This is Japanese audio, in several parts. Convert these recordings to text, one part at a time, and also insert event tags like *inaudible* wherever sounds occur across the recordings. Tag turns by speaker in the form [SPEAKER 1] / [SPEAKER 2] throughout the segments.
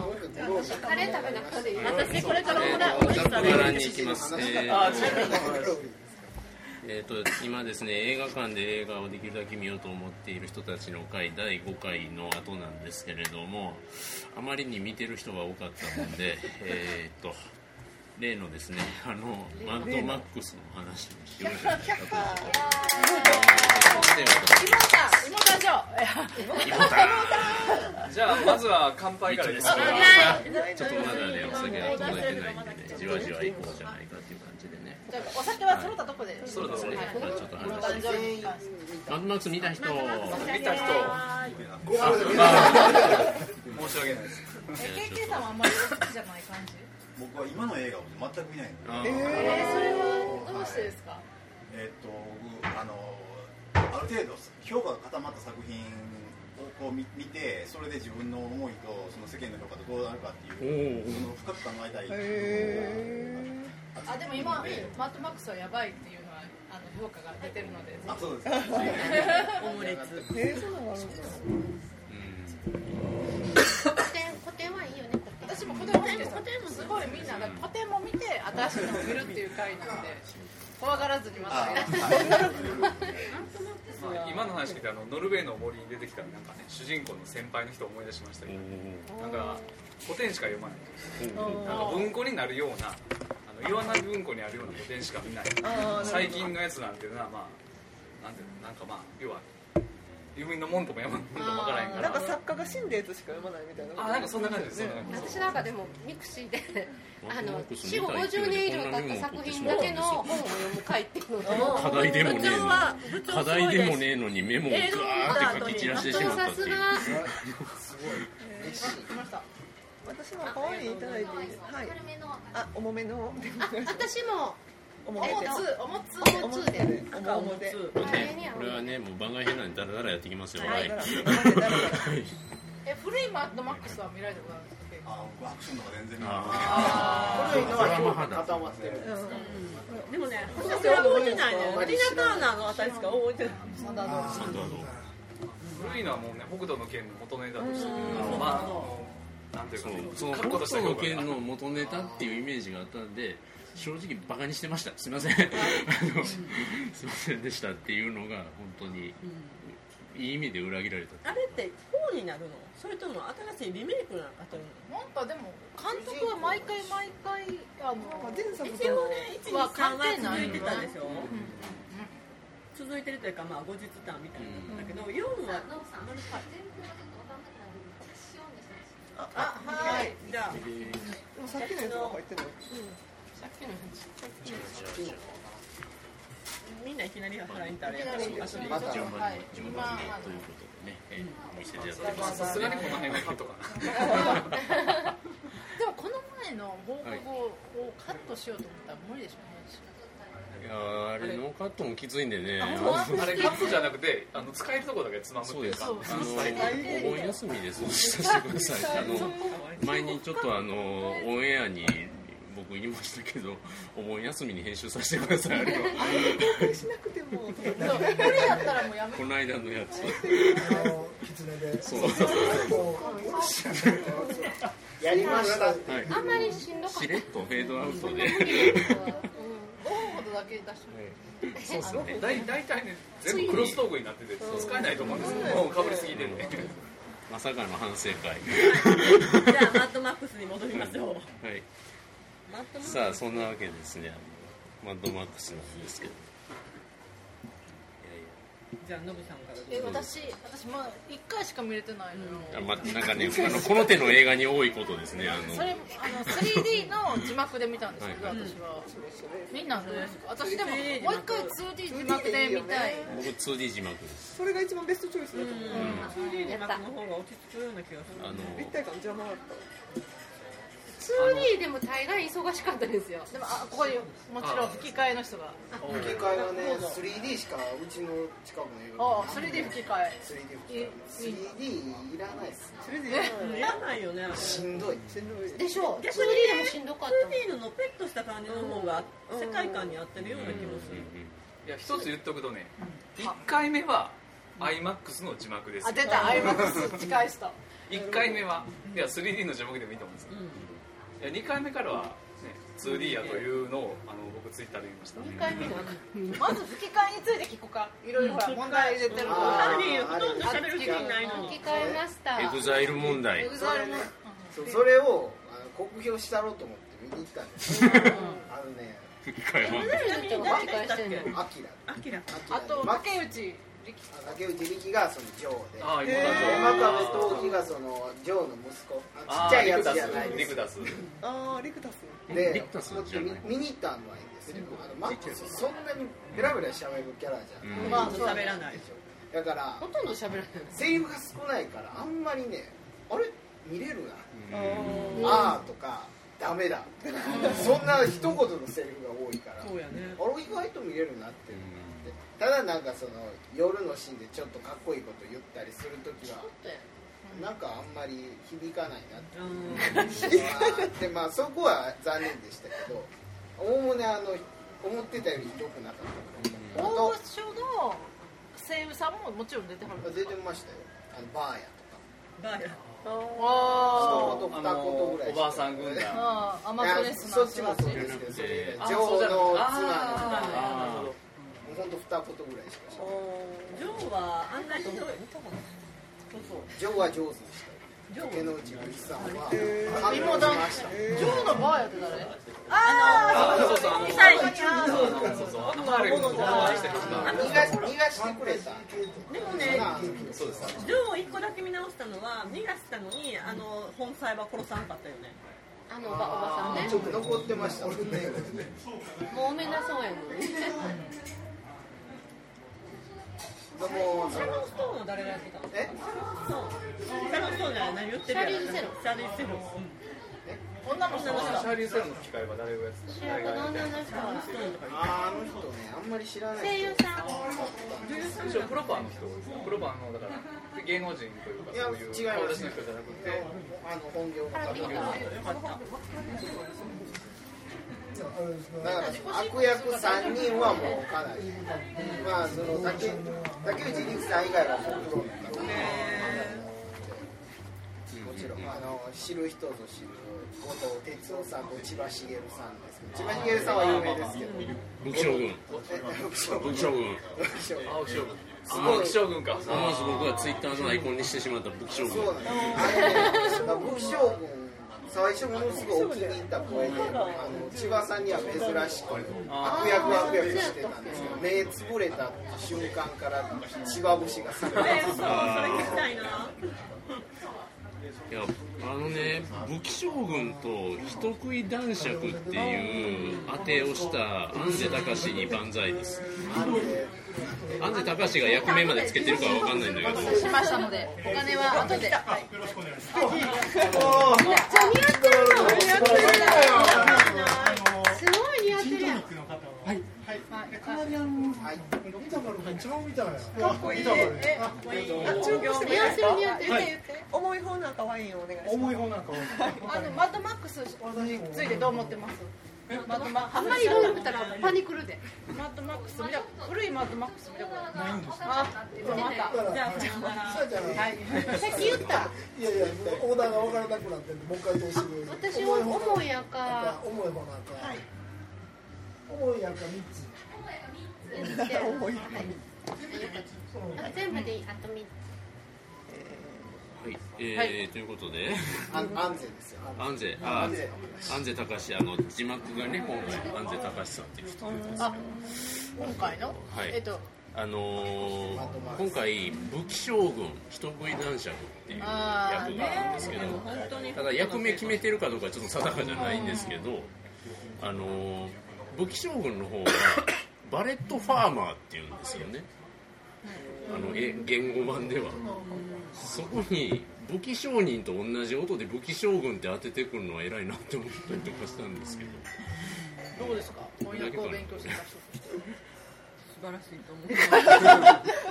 [SPEAKER 1] しょカレー食べなくていい
[SPEAKER 2] 私これからもらう
[SPEAKER 3] えーと雑貨柄に行きます。えーえーと今ですね映画館で映画をできるだけ見ようと思っている人たちの会第5回の後なんですけれどもあまりに見てる人が多かったもんでえーと例のですねあのマッドマックスの話にしようじゃないかと思ってます
[SPEAKER 2] 妹じゃ
[SPEAKER 4] じゃあまずは乾杯からです
[SPEAKER 3] 乾杯
[SPEAKER 2] あ
[SPEAKER 3] ちょっとまだねお酒が届いてないんでねじわじわ行こうじゃないかっていう感じでね
[SPEAKER 2] お酒は揃ったとこで
[SPEAKER 4] そうですね
[SPEAKER 3] まあちょっと話して
[SPEAKER 2] 誕
[SPEAKER 3] マッド
[SPEAKER 2] 生日
[SPEAKER 3] マックス見た人
[SPEAKER 4] 見た人申し訳ないです
[SPEAKER 5] え KK さんはあんまり好きじゃない感じ
[SPEAKER 6] 僕は今の映画を全く見ないので、
[SPEAKER 3] あー
[SPEAKER 1] えーそれはどうしてですか
[SPEAKER 6] えっと僕あのある程度評価が固まった作品をこう見見てそれで自分の思いとその世間の評価とどうなるかっていう
[SPEAKER 3] おうおう
[SPEAKER 6] その深く考えたい
[SPEAKER 5] あでも今マットマックスはやばいっていうのはあの評価が出てるのでぜ
[SPEAKER 6] あそうですか
[SPEAKER 2] オムレツ
[SPEAKER 1] えーそうなのあるんです
[SPEAKER 3] うん
[SPEAKER 1] か
[SPEAKER 2] 古典古典はいいよ
[SPEAKER 5] ひ
[SPEAKER 2] ね
[SPEAKER 5] 私も子供見てさ
[SPEAKER 2] 古典も
[SPEAKER 5] すごいみんなが古典も見て新しいのを見るっていう回なので怖がらずにまた
[SPEAKER 6] あ
[SPEAKER 5] やって
[SPEAKER 4] まあ今の話聞いてあのノルウェーの森に出てきたなんかね主人公の先輩の人を思い出しましたけどなんか古典しか読まないなんか文庫になるようなあの岩波文庫にあるような古典しか見ない最近のやつなんていうのはまあなんていうのなんかまあ要は弓の門とも山の門ともわからへんか
[SPEAKER 1] なんから作家が死んだやつしか読まないみたいな
[SPEAKER 4] あなんかそんな感じですそんな感じです
[SPEAKER 2] 私なんかでもミクシー *laughs* であの死後
[SPEAKER 3] マッドマックス
[SPEAKER 2] 50年以上経った作品だけの本を読む会っていうのを
[SPEAKER 3] 課題でもねえの課題でもねえのにメモをガーって書き散らしてしまった
[SPEAKER 2] さ
[SPEAKER 3] ってい
[SPEAKER 2] す
[SPEAKER 3] う
[SPEAKER 2] が
[SPEAKER 1] 私の可愛いいただいていいですはいあ重めの
[SPEAKER 2] あ私も
[SPEAKER 1] 重
[SPEAKER 2] え
[SPEAKER 1] め
[SPEAKER 2] っ
[SPEAKER 1] で
[SPEAKER 2] と
[SPEAKER 5] おもつ
[SPEAKER 2] おもつで
[SPEAKER 1] 赤重で
[SPEAKER 3] まあねこれはねもう番外編なんでだらだらやっていきますよはいはい
[SPEAKER 5] え古いマッドマックスは見られたことあるんですか
[SPEAKER 6] あ僕アクションとか全然見ない
[SPEAKER 3] あーそれはまだ
[SPEAKER 7] 固まってる
[SPEAKER 8] でもね、私は覚えてないのよ。ティナ・カーナーのあたりしか覚えてない。
[SPEAKER 3] サンドはどう
[SPEAKER 4] 古いのはもうね北斗の剣の元ネタとしてまあなんていう
[SPEAKER 3] そ
[SPEAKER 4] か
[SPEAKER 3] う
[SPEAKER 4] ね
[SPEAKER 3] その
[SPEAKER 4] 確固とした
[SPEAKER 3] 北
[SPEAKER 4] 評
[SPEAKER 3] の
[SPEAKER 4] 価が
[SPEAKER 3] 件の元ネタっていうイメージがあったんで正直バカにしてましたすいませんあのすいませんでしたっていうのが本当にいい意味で裏切られた
[SPEAKER 8] あれって、4になるのそれとも新しいリメイクなんかという
[SPEAKER 5] なんかでも監督は毎回毎回あの
[SPEAKER 1] 前作
[SPEAKER 8] の一応ね、1、2、3は続いてたでしょ続いてるというか、まあ、後日談みたいなんだけど、4は、
[SPEAKER 1] あ
[SPEAKER 8] はい、じゃあ、
[SPEAKER 1] でもさっきのやつが入ってない
[SPEAKER 8] みんないきなり働いたらや
[SPEAKER 1] いきなり
[SPEAKER 8] った
[SPEAKER 6] また
[SPEAKER 3] 順番に順
[SPEAKER 5] 今
[SPEAKER 3] 番
[SPEAKER 5] あ
[SPEAKER 3] にねという
[SPEAKER 5] の
[SPEAKER 3] ことでねえーお見せていただきます
[SPEAKER 4] さすがにこの辺はカットかな *laughs*
[SPEAKER 5] でもこの前の報告をカットしようと思ったら無理でしょ
[SPEAKER 3] いやーあれノーカットもきついんでね
[SPEAKER 4] あれカットじゃなくてあの使えるとこだけつまむって
[SPEAKER 3] そうで
[SPEAKER 4] いう
[SPEAKER 3] す。
[SPEAKER 4] か
[SPEAKER 3] あのお盆休みでそうさせてください。あの前にちょっとあのオンエアに僕言いましたけど、お盆休みに編集させてください。あ
[SPEAKER 4] *laughs*
[SPEAKER 3] れは
[SPEAKER 1] 公開しなくても
[SPEAKER 5] そう無理だったらもうやめ
[SPEAKER 3] この間のやつ。
[SPEAKER 7] 狐で
[SPEAKER 3] そう。
[SPEAKER 7] もうやりましたって
[SPEAKER 3] はい。
[SPEAKER 2] あんまりしんどかっ
[SPEAKER 3] しれっとフェードアウトで。
[SPEAKER 5] 5分ほどだけ出して
[SPEAKER 3] そうですね。
[SPEAKER 4] だい大体ね全部クロストークになってて使えないと思うんですけどもうかぶりすぎてて
[SPEAKER 3] まさかの反省会。
[SPEAKER 8] じゃあ、マッドマックスに戻りましょう。
[SPEAKER 3] はい。
[SPEAKER 8] マッドマックス
[SPEAKER 3] さあそんなわけですね。あのマッドマックスなんですけど。
[SPEAKER 8] じゃあ、ノブさんからどうぞ
[SPEAKER 5] え私私まあ1回しか見れてないのよ、
[SPEAKER 3] いやいやあまなんかねあのこの手の映画に多いことですね。あの
[SPEAKER 5] それあの 3D の字幕で見たんですけど、
[SPEAKER 3] はい
[SPEAKER 5] 私はみんなどうですか私でももう一回 2D 字幕で見たい
[SPEAKER 3] 僕 2D 字幕です。
[SPEAKER 1] それが一番ベストチョイスだと思う
[SPEAKER 8] うん、2D 字幕の方が落ち着くような気がする
[SPEAKER 3] あ。の
[SPEAKER 1] 立。体感邪魔だった
[SPEAKER 2] た 2D でも大概忙しかったですよ
[SPEAKER 5] でもあここにもちろん吹き替えの人が
[SPEAKER 7] 吹き替えはね 3D しかうちの近
[SPEAKER 5] あ
[SPEAKER 7] くの映画
[SPEAKER 5] あ 3D 吹き替え
[SPEAKER 7] 3D 吹き替え 3D いらないっす
[SPEAKER 1] それでいらない
[SPEAKER 8] いらないよね。
[SPEAKER 7] しんどい
[SPEAKER 1] しんどい
[SPEAKER 2] でしょう 2D で
[SPEAKER 8] 逆に
[SPEAKER 2] もしんどかったもん
[SPEAKER 8] 2D ののペットした感じの方が世界観に合ってるような気もする。
[SPEAKER 4] いや一つ言っとくとね1回目は IMAX の字幕です
[SPEAKER 5] あ出たアイマックス打ち返した
[SPEAKER 4] 1回目はいや 3D の字幕でもいいと思うんですけど、いや2回目からは、ね、2D やというのをあの僕ツイッターで見ました、
[SPEAKER 5] 2回目だまず吹き替えについて聞こうかいろいろほら問題出てるから
[SPEAKER 8] あるほとんど喋る人いないのに
[SPEAKER 2] 吹き替えました
[SPEAKER 3] エグザイル問題
[SPEAKER 2] エグザイルも
[SPEAKER 7] そうそれをあの酷評したろうと思って見に行ったんですよあのね
[SPEAKER 3] 吹き替え問題
[SPEAKER 2] エグザイルって吹き替えしてんの
[SPEAKER 7] アキラ
[SPEAKER 8] アキラ
[SPEAKER 7] あ
[SPEAKER 5] あ
[SPEAKER 7] と
[SPEAKER 5] と竹内
[SPEAKER 7] 竹内力がそのジョーで
[SPEAKER 4] ああ今だ
[SPEAKER 7] 山壁陶器がそのジョーの息子
[SPEAKER 4] あ
[SPEAKER 7] あちっちゃいやつじゃないで
[SPEAKER 4] リク
[SPEAKER 7] す
[SPEAKER 4] ダスリクダス
[SPEAKER 1] あーリクタス
[SPEAKER 7] で
[SPEAKER 3] リクタスじゃない
[SPEAKER 7] 見に行ったのはいいんですけどあのマックスそんなにベラベラしゃべるキャラじゃない、
[SPEAKER 3] うん
[SPEAKER 8] まあ喋らない
[SPEAKER 7] だから
[SPEAKER 2] ほとんど喋らない
[SPEAKER 7] セリフが少ないからあんまりねあれ見れるな、
[SPEAKER 1] あ
[SPEAKER 2] ん
[SPEAKER 1] ー
[SPEAKER 7] あーとかダメだそんな一言のセリフが多いから
[SPEAKER 8] そうやね
[SPEAKER 7] あれ意外と見れるなって思ってただなんかその夜のシーンでちょっとかっこいいこと言ったりするときはなんかあんまり響かないなってでまあそこは残念でしたけどおおむねあの思ってたよりひどくなかった
[SPEAKER 5] 大
[SPEAKER 7] と
[SPEAKER 5] 御
[SPEAKER 7] 思う
[SPEAKER 5] 所の声優さんももちろん出てはるん
[SPEAKER 7] あと
[SPEAKER 5] です
[SPEAKER 7] 出
[SPEAKER 5] か
[SPEAKER 7] てましたよあのバーヤ
[SPEAKER 8] バーや
[SPEAKER 5] あ
[SPEAKER 7] 一言
[SPEAKER 4] あ
[SPEAKER 7] 二言ぐらい
[SPEAKER 4] のおばあさん軍団
[SPEAKER 7] いや
[SPEAKER 5] ああア
[SPEAKER 7] と
[SPEAKER 5] マ
[SPEAKER 7] か
[SPEAKER 5] ゾ
[SPEAKER 7] い
[SPEAKER 5] ネ
[SPEAKER 7] や
[SPEAKER 5] ス
[SPEAKER 7] そ
[SPEAKER 5] の
[SPEAKER 7] っちもそうですけどそれ以外女王の妻の
[SPEAKER 4] あ
[SPEAKER 7] も
[SPEAKER 4] あなるほど
[SPEAKER 7] うほんと二言ぐらいしかし
[SPEAKER 8] ジョーはあんな人そうそう
[SPEAKER 7] ない女王は上手でしたよ
[SPEAKER 8] ジョー
[SPEAKER 7] 竹野内由紀さんは感動しました
[SPEAKER 5] ジョーのバーやって誰
[SPEAKER 4] あそうそうあの
[SPEAKER 8] 最後に
[SPEAKER 4] そうそうあのハーレムの友達してました
[SPEAKER 7] 逃がし逃がしてくれた
[SPEAKER 8] でもね
[SPEAKER 4] そうです
[SPEAKER 8] ジョーを一個だけ見直したのは逃がしたのにあの本妻は殺さなかったよね
[SPEAKER 2] あのおばおばさんね
[SPEAKER 7] ちょっと残ってましたもんね
[SPEAKER 2] もうめなそうやのに
[SPEAKER 7] でも
[SPEAKER 8] シャロンストーンは誰がやってたのシ
[SPEAKER 7] え
[SPEAKER 8] ャロンストーンじゃない何言ってるやろ
[SPEAKER 2] シャリーズゼロ
[SPEAKER 8] シャリーズゼロ
[SPEAKER 7] 女の人
[SPEAKER 8] 女の人
[SPEAKER 4] シャーリー・セロンの吹き替えは誰がやって
[SPEAKER 2] 主役の女の人は
[SPEAKER 7] あーあの人ねあんまり知らない
[SPEAKER 2] 声優
[SPEAKER 4] た
[SPEAKER 2] さん
[SPEAKER 4] 一応プロパーの人ですねプロパーのだから芸能人というか
[SPEAKER 7] いや
[SPEAKER 4] そういう
[SPEAKER 7] 違いま
[SPEAKER 4] 私
[SPEAKER 7] す
[SPEAKER 4] の人じゃなくて
[SPEAKER 7] あの本業の方
[SPEAKER 2] ピンクの
[SPEAKER 7] だから悪役3人はもうかなりまあその竹竹内力さん以外は本業の方もちろんあの知る人ぞ知る後藤哲夫さんと千葉茂さんですけど千葉茂さんは有名ですけど
[SPEAKER 3] 武器将軍武器将軍
[SPEAKER 4] 青木将軍青木将軍か
[SPEAKER 3] 思わず僕はツイッターのアイコンにしてしまった武器将軍
[SPEAKER 7] そうなんですあのね武器将軍最初ものすごいお気に入った声であの千葉さんには珍しく悪役悪役してたんですけど目つぶれた瞬間から千葉節がすごい
[SPEAKER 8] えー、嘘それ聞きたいない
[SPEAKER 3] やあのね武器将軍と人食い男爵っていう当てをした安瀬隆に万歳です安瀬隆が役名までつけてるかは分かんないんだけど
[SPEAKER 2] しましたのでお金は後でめっちゃ似合ってるすごい似合ってるやん
[SPEAKER 1] かっこいい
[SPEAKER 2] 似合ってる似合ってる
[SPEAKER 1] 重い方なんかワインをお願いします
[SPEAKER 5] あのマッドマックスについてどう思ってますマッドマ
[SPEAKER 2] あんまり飲んでたらパニクるで
[SPEAKER 5] マッドマックス見た古いマッドマックス見たことないないんですあでもまた
[SPEAKER 8] じゃあさようなら
[SPEAKER 5] はいさっき言った
[SPEAKER 9] いやいや、オーダーが分からなくなってんで、もう一回どうする
[SPEAKER 2] 私は思いや
[SPEAKER 9] なん
[SPEAKER 2] か
[SPEAKER 9] か思えばなんか、思いやんか3つ。
[SPEAKER 1] 重い
[SPEAKER 2] 全部であと3つ
[SPEAKER 3] はい、えーということで
[SPEAKER 7] あ安全ですよ
[SPEAKER 3] 安瀬あ安瀬隆あの字幕がね今回安瀬隆さんっていう人
[SPEAKER 5] あ今回の
[SPEAKER 3] はい
[SPEAKER 5] えっと
[SPEAKER 3] あのー今回武器将軍人食い男爵っていう役があるんですけど、
[SPEAKER 8] 本当に
[SPEAKER 3] ただ役名決めてるかどうかちょっと定かじゃないんですけど、あのー武器将軍の方が *coughs* バレットファーマーっていうんですよねあのえ言語版ではそこに武器商人と同じ音で武器将軍って当ててくるのは偉いなって思ったりとかしたんですけど
[SPEAKER 5] どうですか翻訳を勉強してた人として
[SPEAKER 8] 素晴らしい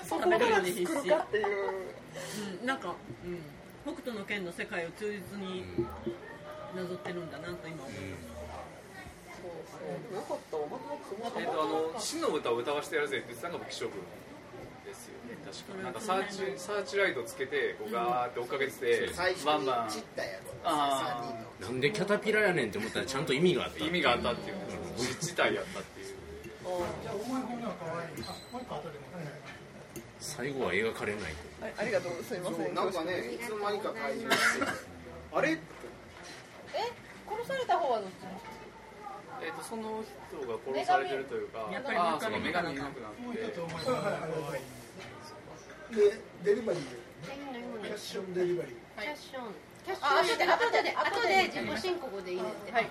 [SPEAKER 8] と思うそこから必
[SPEAKER 1] っ
[SPEAKER 8] 死
[SPEAKER 1] ていう
[SPEAKER 8] うん、なんか、うん、北斗の剣の世界を忠実になぞってるんだなと今思う
[SPEAKER 4] えっとあの「死の歌を歌わしてやるぜ」って言ってたのが僕将軍ですよね確かなんかサーチサーチライトつけてこうガーって追っかけてて、
[SPEAKER 7] 最初
[SPEAKER 4] バン
[SPEAKER 7] に
[SPEAKER 4] バ
[SPEAKER 7] 散ったやろ
[SPEAKER 4] あー
[SPEAKER 7] 3人の
[SPEAKER 3] なんでキャタピラやねんって思ったらちゃんと意味があった
[SPEAKER 4] ン意味があったっていうね自治体やったっていう
[SPEAKER 9] じゃあ、お前本名は可愛い。あ、もう一個後でも。
[SPEAKER 3] 最後は描かれない
[SPEAKER 1] はいありがとうすいませ
[SPEAKER 7] そうんなんかねいつの間にか会場しててあれ
[SPEAKER 5] え殺された方はどっちなの
[SPEAKER 4] えっとその人が殺されてるというか
[SPEAKER 8] やっぱり
[SPEAKER 4] あー
[SPEAKER 8] 三
[SPEAKER 4] その
[SPEAKER 8] 上
[SPEAKER 4] 女
[SPEAKER 8] かな
[SPEAKER 4] 神いなくなっ
[SPEAKER 9] もう一
[SPEAKER 4] て
[SPEAKER 9] つお前本名は可愛い。で、デリバリーで。キャッシュオンデリバリー。
[SPEAKER 2] キャッション。キャッシ
[SPEAKER 5] あ
[SPEAKER 2] ョンで
[SPEAKER 5] 後
[SPEAKER 2] 後
[SPEAKER 5] で
[SPEAKER 2] で後で自己申告でいいねって。はい。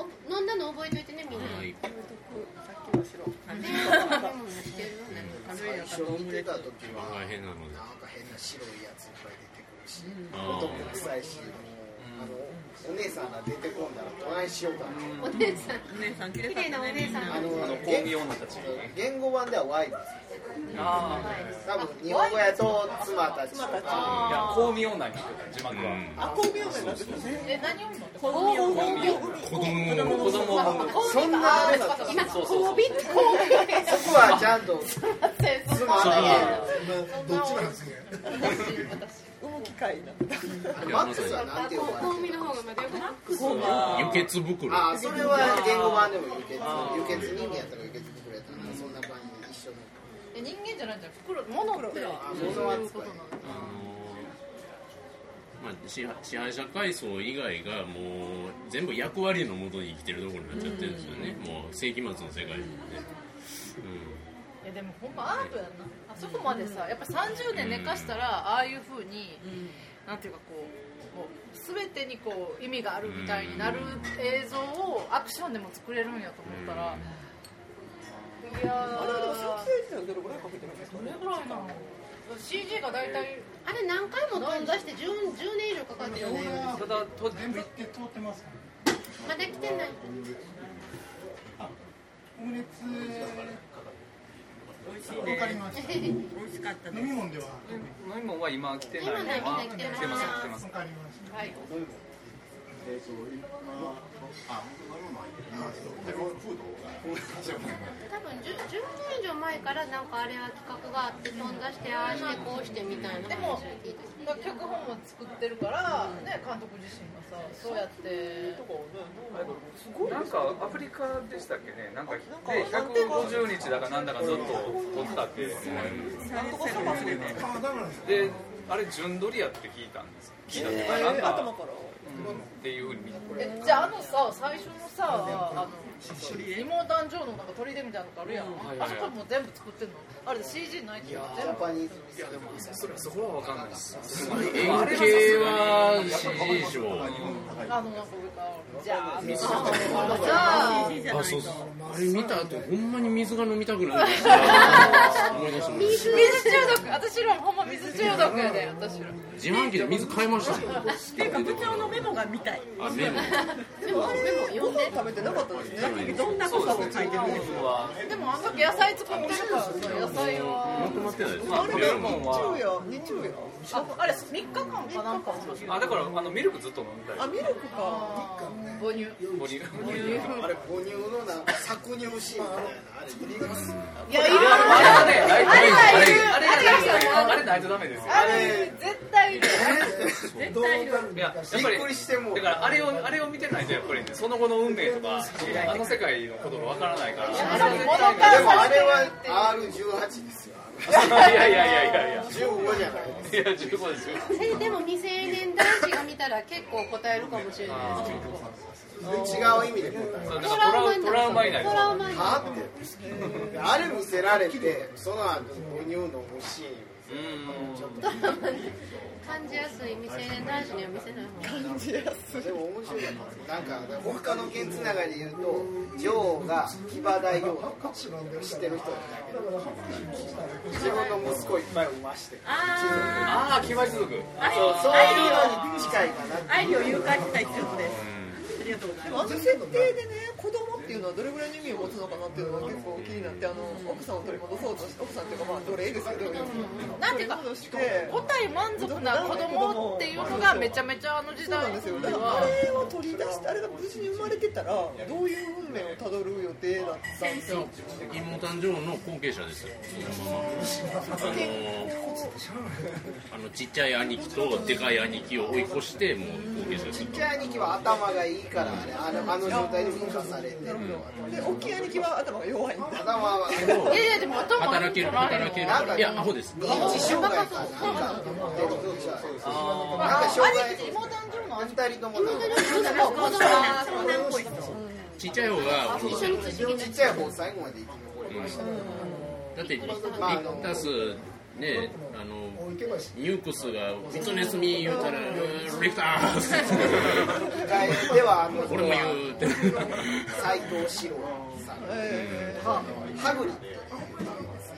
[SPEAKER 2] お飲んだの覚えといてねみんな。
[SPEAKER 3] はい
[SPEAKER 1] やめとくさっきの白
[SPEAKER 2] ね飲み物知ってるよね。
[SPEAKER 7] 最初見てた時は
[SPEAKER 3] 大変なので
[SPEAKER 7] なんか変な白いやついっぱい出てくるし
[SPEAKER 3] あ
[SPEAKER 7] 男臭いしもうあのお姉さんが出てこんだらどないしようかな
[SPEAKER 2] お姉さん。
[SPEAKER 8] お姉さん綺麗
[SPEAKER 2] 綺
[SPEAKER 8] だっ
[SPEAKER 2] 麗
[SPEAKER 8] た
[SPEAKER 2] なお姉さん。
[SPEAKER 8] ね
[SPEAKER 7] あ
[SPEAKER 4] あの抗議女たち
[SPEAKER 7] 言語版ではワイルです
[SPEAKER 4] あ
[SPEAKER 7] 多分日本語やと妻たちとか
[SPEAKER 4] あいや抗議女になってた字幕は、
[SPEAKER 1] あこう見ようになってたね
[SPEAKER 5] え何を見るの
[SPEAKER 8] 子供を産む
[SPEAKER 3] 子供を
[SPEAKER 4] 子供を産む
[SPEAKER 7] そんなダメだった
[SPEAKER 2] 今
[SPEAKER 4] そうそうそう
[SPEAKER 2] 交尾って
[SPEAKER 7] そこはちゃんと妻
[SPEAKER 3] それ
[SPEAKER 7] だ
[SPEAKER 3] は
[SPEAKER 9] 今、どっちなんですか。
[SPEAKER 1] 産む機会になってた
[SPEAKER 7] け
[SPEAKER 3] い
[SPEAKER 7] マ
[SPEAKER 3] やま
[SPEAKER 7] ック
[SPEAKER 3] さ
[SPEAKER 7] スは
[SPEAKER 3] に
[SPEAKER 7] なんて呼ばれ
[SPEAKER 2] 交尾
[SPEAKER 7] てる
[SPEAKER 2] の方がまだよくない。
[SPEAKER 3] 輸血袋
[SPEAKER 7] ああそれは言語版でも輸血輸血人間やったら輸血袋やったらそんな感じで一緒の
[SPEAKER 5] え人間じゃないじゃん袋物って
[SPEAKER 7] あ
[SPEAKER 5] そう
[SPEAKER 7] 物は
[SPEAKER 5] いう
[SPEAKER 7] 使
[SPEAKER 5] ことなの
[SPEAKER 3] あのまあ、支配支配者階層以外がもう全部役割のもとに生きてるところになっちゃってるんですよね、もう世紀末の世界なんで、
[SPEAKER 5] いやでもほんまアートやなあそこまでさやっぱ30年寝かしたらああいうふうになんていうかこうもう全てにこう意味があるみたいになる映像をアクションでも作れるんやと思ったらいやー
[SPEAKER 1] あれはでも撮影時はどれぐらいかけてるんですか
[SPEAKER 5] どれぐらいなの CG が大体
[SPEAKER 2] あれ何回も飛んだして10 10年以上かかってるよね。
[SPEAKER 4] ただと
[SPEAKER 9] 全部行って通ってますから。
[SPEAKER 2] まだ来てない。
[SPEAKER 9] オムレツ。わかりました。
[SPEAKER 8] 美味しかったで
[SPEAKER 9] 飲
[SPEAKER 8] す
[SPEAKER 9] み物では。
[SPEAKER 4] 飲み物は今来てないのは
[SPEAKER 2] 今ない来てない
[SPEAKER 4] 来てます来てます
[SPEAKER 9] わかりました。
[SPEAKER 5] はい
[SPEAKER 6] えっと今あ本当飲む前でフードが
[SPEAKER 2] 多分 10, 10年以上前からなんかあれは企画があって飛んだしてああしてこうしてみたいな
[SPEAKER 5] でも
[SPEAKER 2] 話を聞いて
[SPEAKER 5] だから脚本も作ってるからね監督自身がさそうやって
[SPEAKER 1] すごい
[SPEAKER 4] なんかアフリカでしたっけね、なんかで150日だかなんだかずっと撮ったって、
[SPEAKER 9] あ、だからです。
[SPEAKER 4] で、あれ、順取りやって聞いたんですよ、聞いたっていうか、なん
[SPEAKER 1] えー頭
[SPEAKER 4] か、
[SPEAKER 1] から
[SPEAKER 4] うんっていうふうに見て、
[SPEAKER 5] えじゃああのさ最初のさあの妹誕生のなんか砦みたいなのがあるやん、
[SPEAKER 4] はい
[SPEAKER 5] あそこも全部作ってんのあれで CG ないっていうの
[SPEAKER 7] ジャ
[SPEAKER 5] 全部
[SPEAKER 7] パニーズ
[SPEAKER 4] いや、でも、それはそこは分かんないです、
[SPEAKER 3] 円形は CG 以上、
[SPEAKER 5] あのなんか上からじゃあみんなじゃあ
[SPEAKER 8] CG じゃ
[SPEAKER 3] あ
[SPEAKER 8] ない
[SPEAKER 3] そう
[SPEAKER 8] と
[SPEAKER 3] そうあれ見た後ほんまに水が飲みたくなりました、思い出しまし
[SPEAKER 5] 水中毒私らもほんま水中毒やで私ら
[SPEAKER 3] た、自販機で水買いましたもん、
[SPEAKER 8] っていうか部長のメモが見たい
[SPEAKER 3] あメモ
[SPEAKER 2] でもでも読んで
[SPEAKER 1] 食べてなかったですね
[SPEAKER 8] どんなことを書いてるんですか
[SPEAKER 4] は、
[SPEAKER 5] でもあんだけ野菜作ってるからさ野菜
[SPEAKER 3] ま
[SPEAKER 5] は
[SPEAKER 3] とまってないです
[SPEAKER 4] まあ、
[SPEAKER 3] い
[SPEAKER 4] 食べ
[SPEAKER 3] や
[SPEAKER 4] るもん
[SPEAKER 1] 日
[SPEAKER 4] は、
[SPEAKER 1] 曜や日曜や
[SPEAKER 5] ああれ3日間かなんか
[SPEAKER 4] あだからあの、ミルクずっと飲んだり
[SPEAKER 1] あ、ミルクか
[SPEAKER 5] 母乳
[SPEAKER 4] ここに
[SPEAKER 7] あれ母乳のなんか搾乳シーンみたいなあれいります
[SPEAKER 5] いやいる
[SPEAKER 4] あれはね、ないと
[SPEAKER 5] あれ
[SPEAKER 4] あれあれあれないとダメですよ。
[SPEAKER 5] あれ絶対いる
[SPEAKER 8] 絶対いる
[SPEAKER 4] いや、やっぱり
[SPEAKER 7] びっくりしてもう
[SPEAKER 4] だからあれをあれを見てないとやっぱりね、その後の運命とかあの世界のことがわからないから。
[SPEAKER 5] あ
[SPEAKER 4] い
[SPEAKER 5] れ物
[SPEAKER 7] でも
[SPEAKER 5] 感
[SPEAKER 7] あれは R18 ですよ
[SPEAKER 4] やいやいやいやいや。
[SPEAKER 7] 15じゃないです
[SPEAKER 4] いや十分ですよ。
[SPEAKER 2] えでも未成年男子が見たら結構答えるかもしれないですね
[SPEAKER 7] 違う意味で答え
[SPEAKER 4] そう
[SPEAKER 7] ま
[SPEAKER 4] なんか
[SPEAKER 7] す
[SPEAKER 4] トラウマトラウマ以来。
[SPEAKER 2] トラウマ以
[SPEAKER 7] はってあれ見せられてその後母乳飲むシーン
[SPEAKER 4] うん。
[SPEAKER 2] 感じやすい未成年男子には見せない方が
[SPEAKER 7] でも面白いなんか他の件つながりで言うと女王が騎馬大王のカップルを知ってる人なんだけど自分の息子いっぱい産まして
[SPEAKER 8] あ
[SPEAKER 4] ああ、気まずく。
[SPEAKER 8] あ愛
[SPEAKER 7] そうそういうのに近いかなって
[SPEAKER 8] 愛を誘拐した一つですありがとうござい
[SPEAKER 1] で
[SPEAKER 8] ま
[SPEAKER 1] もあの設定でね子供っていうのはどれぐらいの意味を持つのかなっていうのが結構気になってあの奥さんを取り戻そうとして奥さんっていうかまあ奴隷ですけど
[SPEAKER 5] なんていうか
[SPEAKER 1] 取り戻して
[SPEAKER 5] 五体満足な子供っていうのががめちゃめちゃあの時
[SPEAKER 1] そうな
[SPEAKER 5] 代
[SPEAKER 1] んですよ
[SPEAKER 5] で
[SPEAKER 1] だからあ
[SPEAKER 5] は
[SPEAKER 1] れを取り出してあれが無事に生まれてたらどういう運命をたどる予定だったんですか
[SPEAKER 3] 芋誕生の後継者ですよそのままあのあのちっちゃい兄貴とでかい兄貴を追い越してもう後継者です
[SPEAKER 7] ちっちゃい兄貴は頭がいいからあれあのあの状態に生かされてる
[SPEAKER 1] で大きい兄貴は頭が弱いんだ
[SPEAKER 7] 頭はい
[SPEAKER 5] やいやでも頭が
[SPEAKER 3] 働ける働ける
[SPEAKER 7] なんか
[SPEAKER 3] いやアホです
[SPEAKER 7] 認知障害かなんかって思ってるなんか障害
[SPEAKER 5] 兄貴妹誕生の兄貴
[SPEAKER 7] 二人ともなんか
[SPEAKER 3] ちっちゃい方がお兄ちゃん
[SPEAKER 7] ちっちゃい方最後まで生き残りました
[SPEAKER 3] だってリッタスねあのニュークスが「ミツネスミ」言うたらうー「リクタース」
[SPEAKER 7] 外ではあの
[SPEAKER 3] 俺も言うって
[SPEAKER 7] 斎藤史郎さんハグリ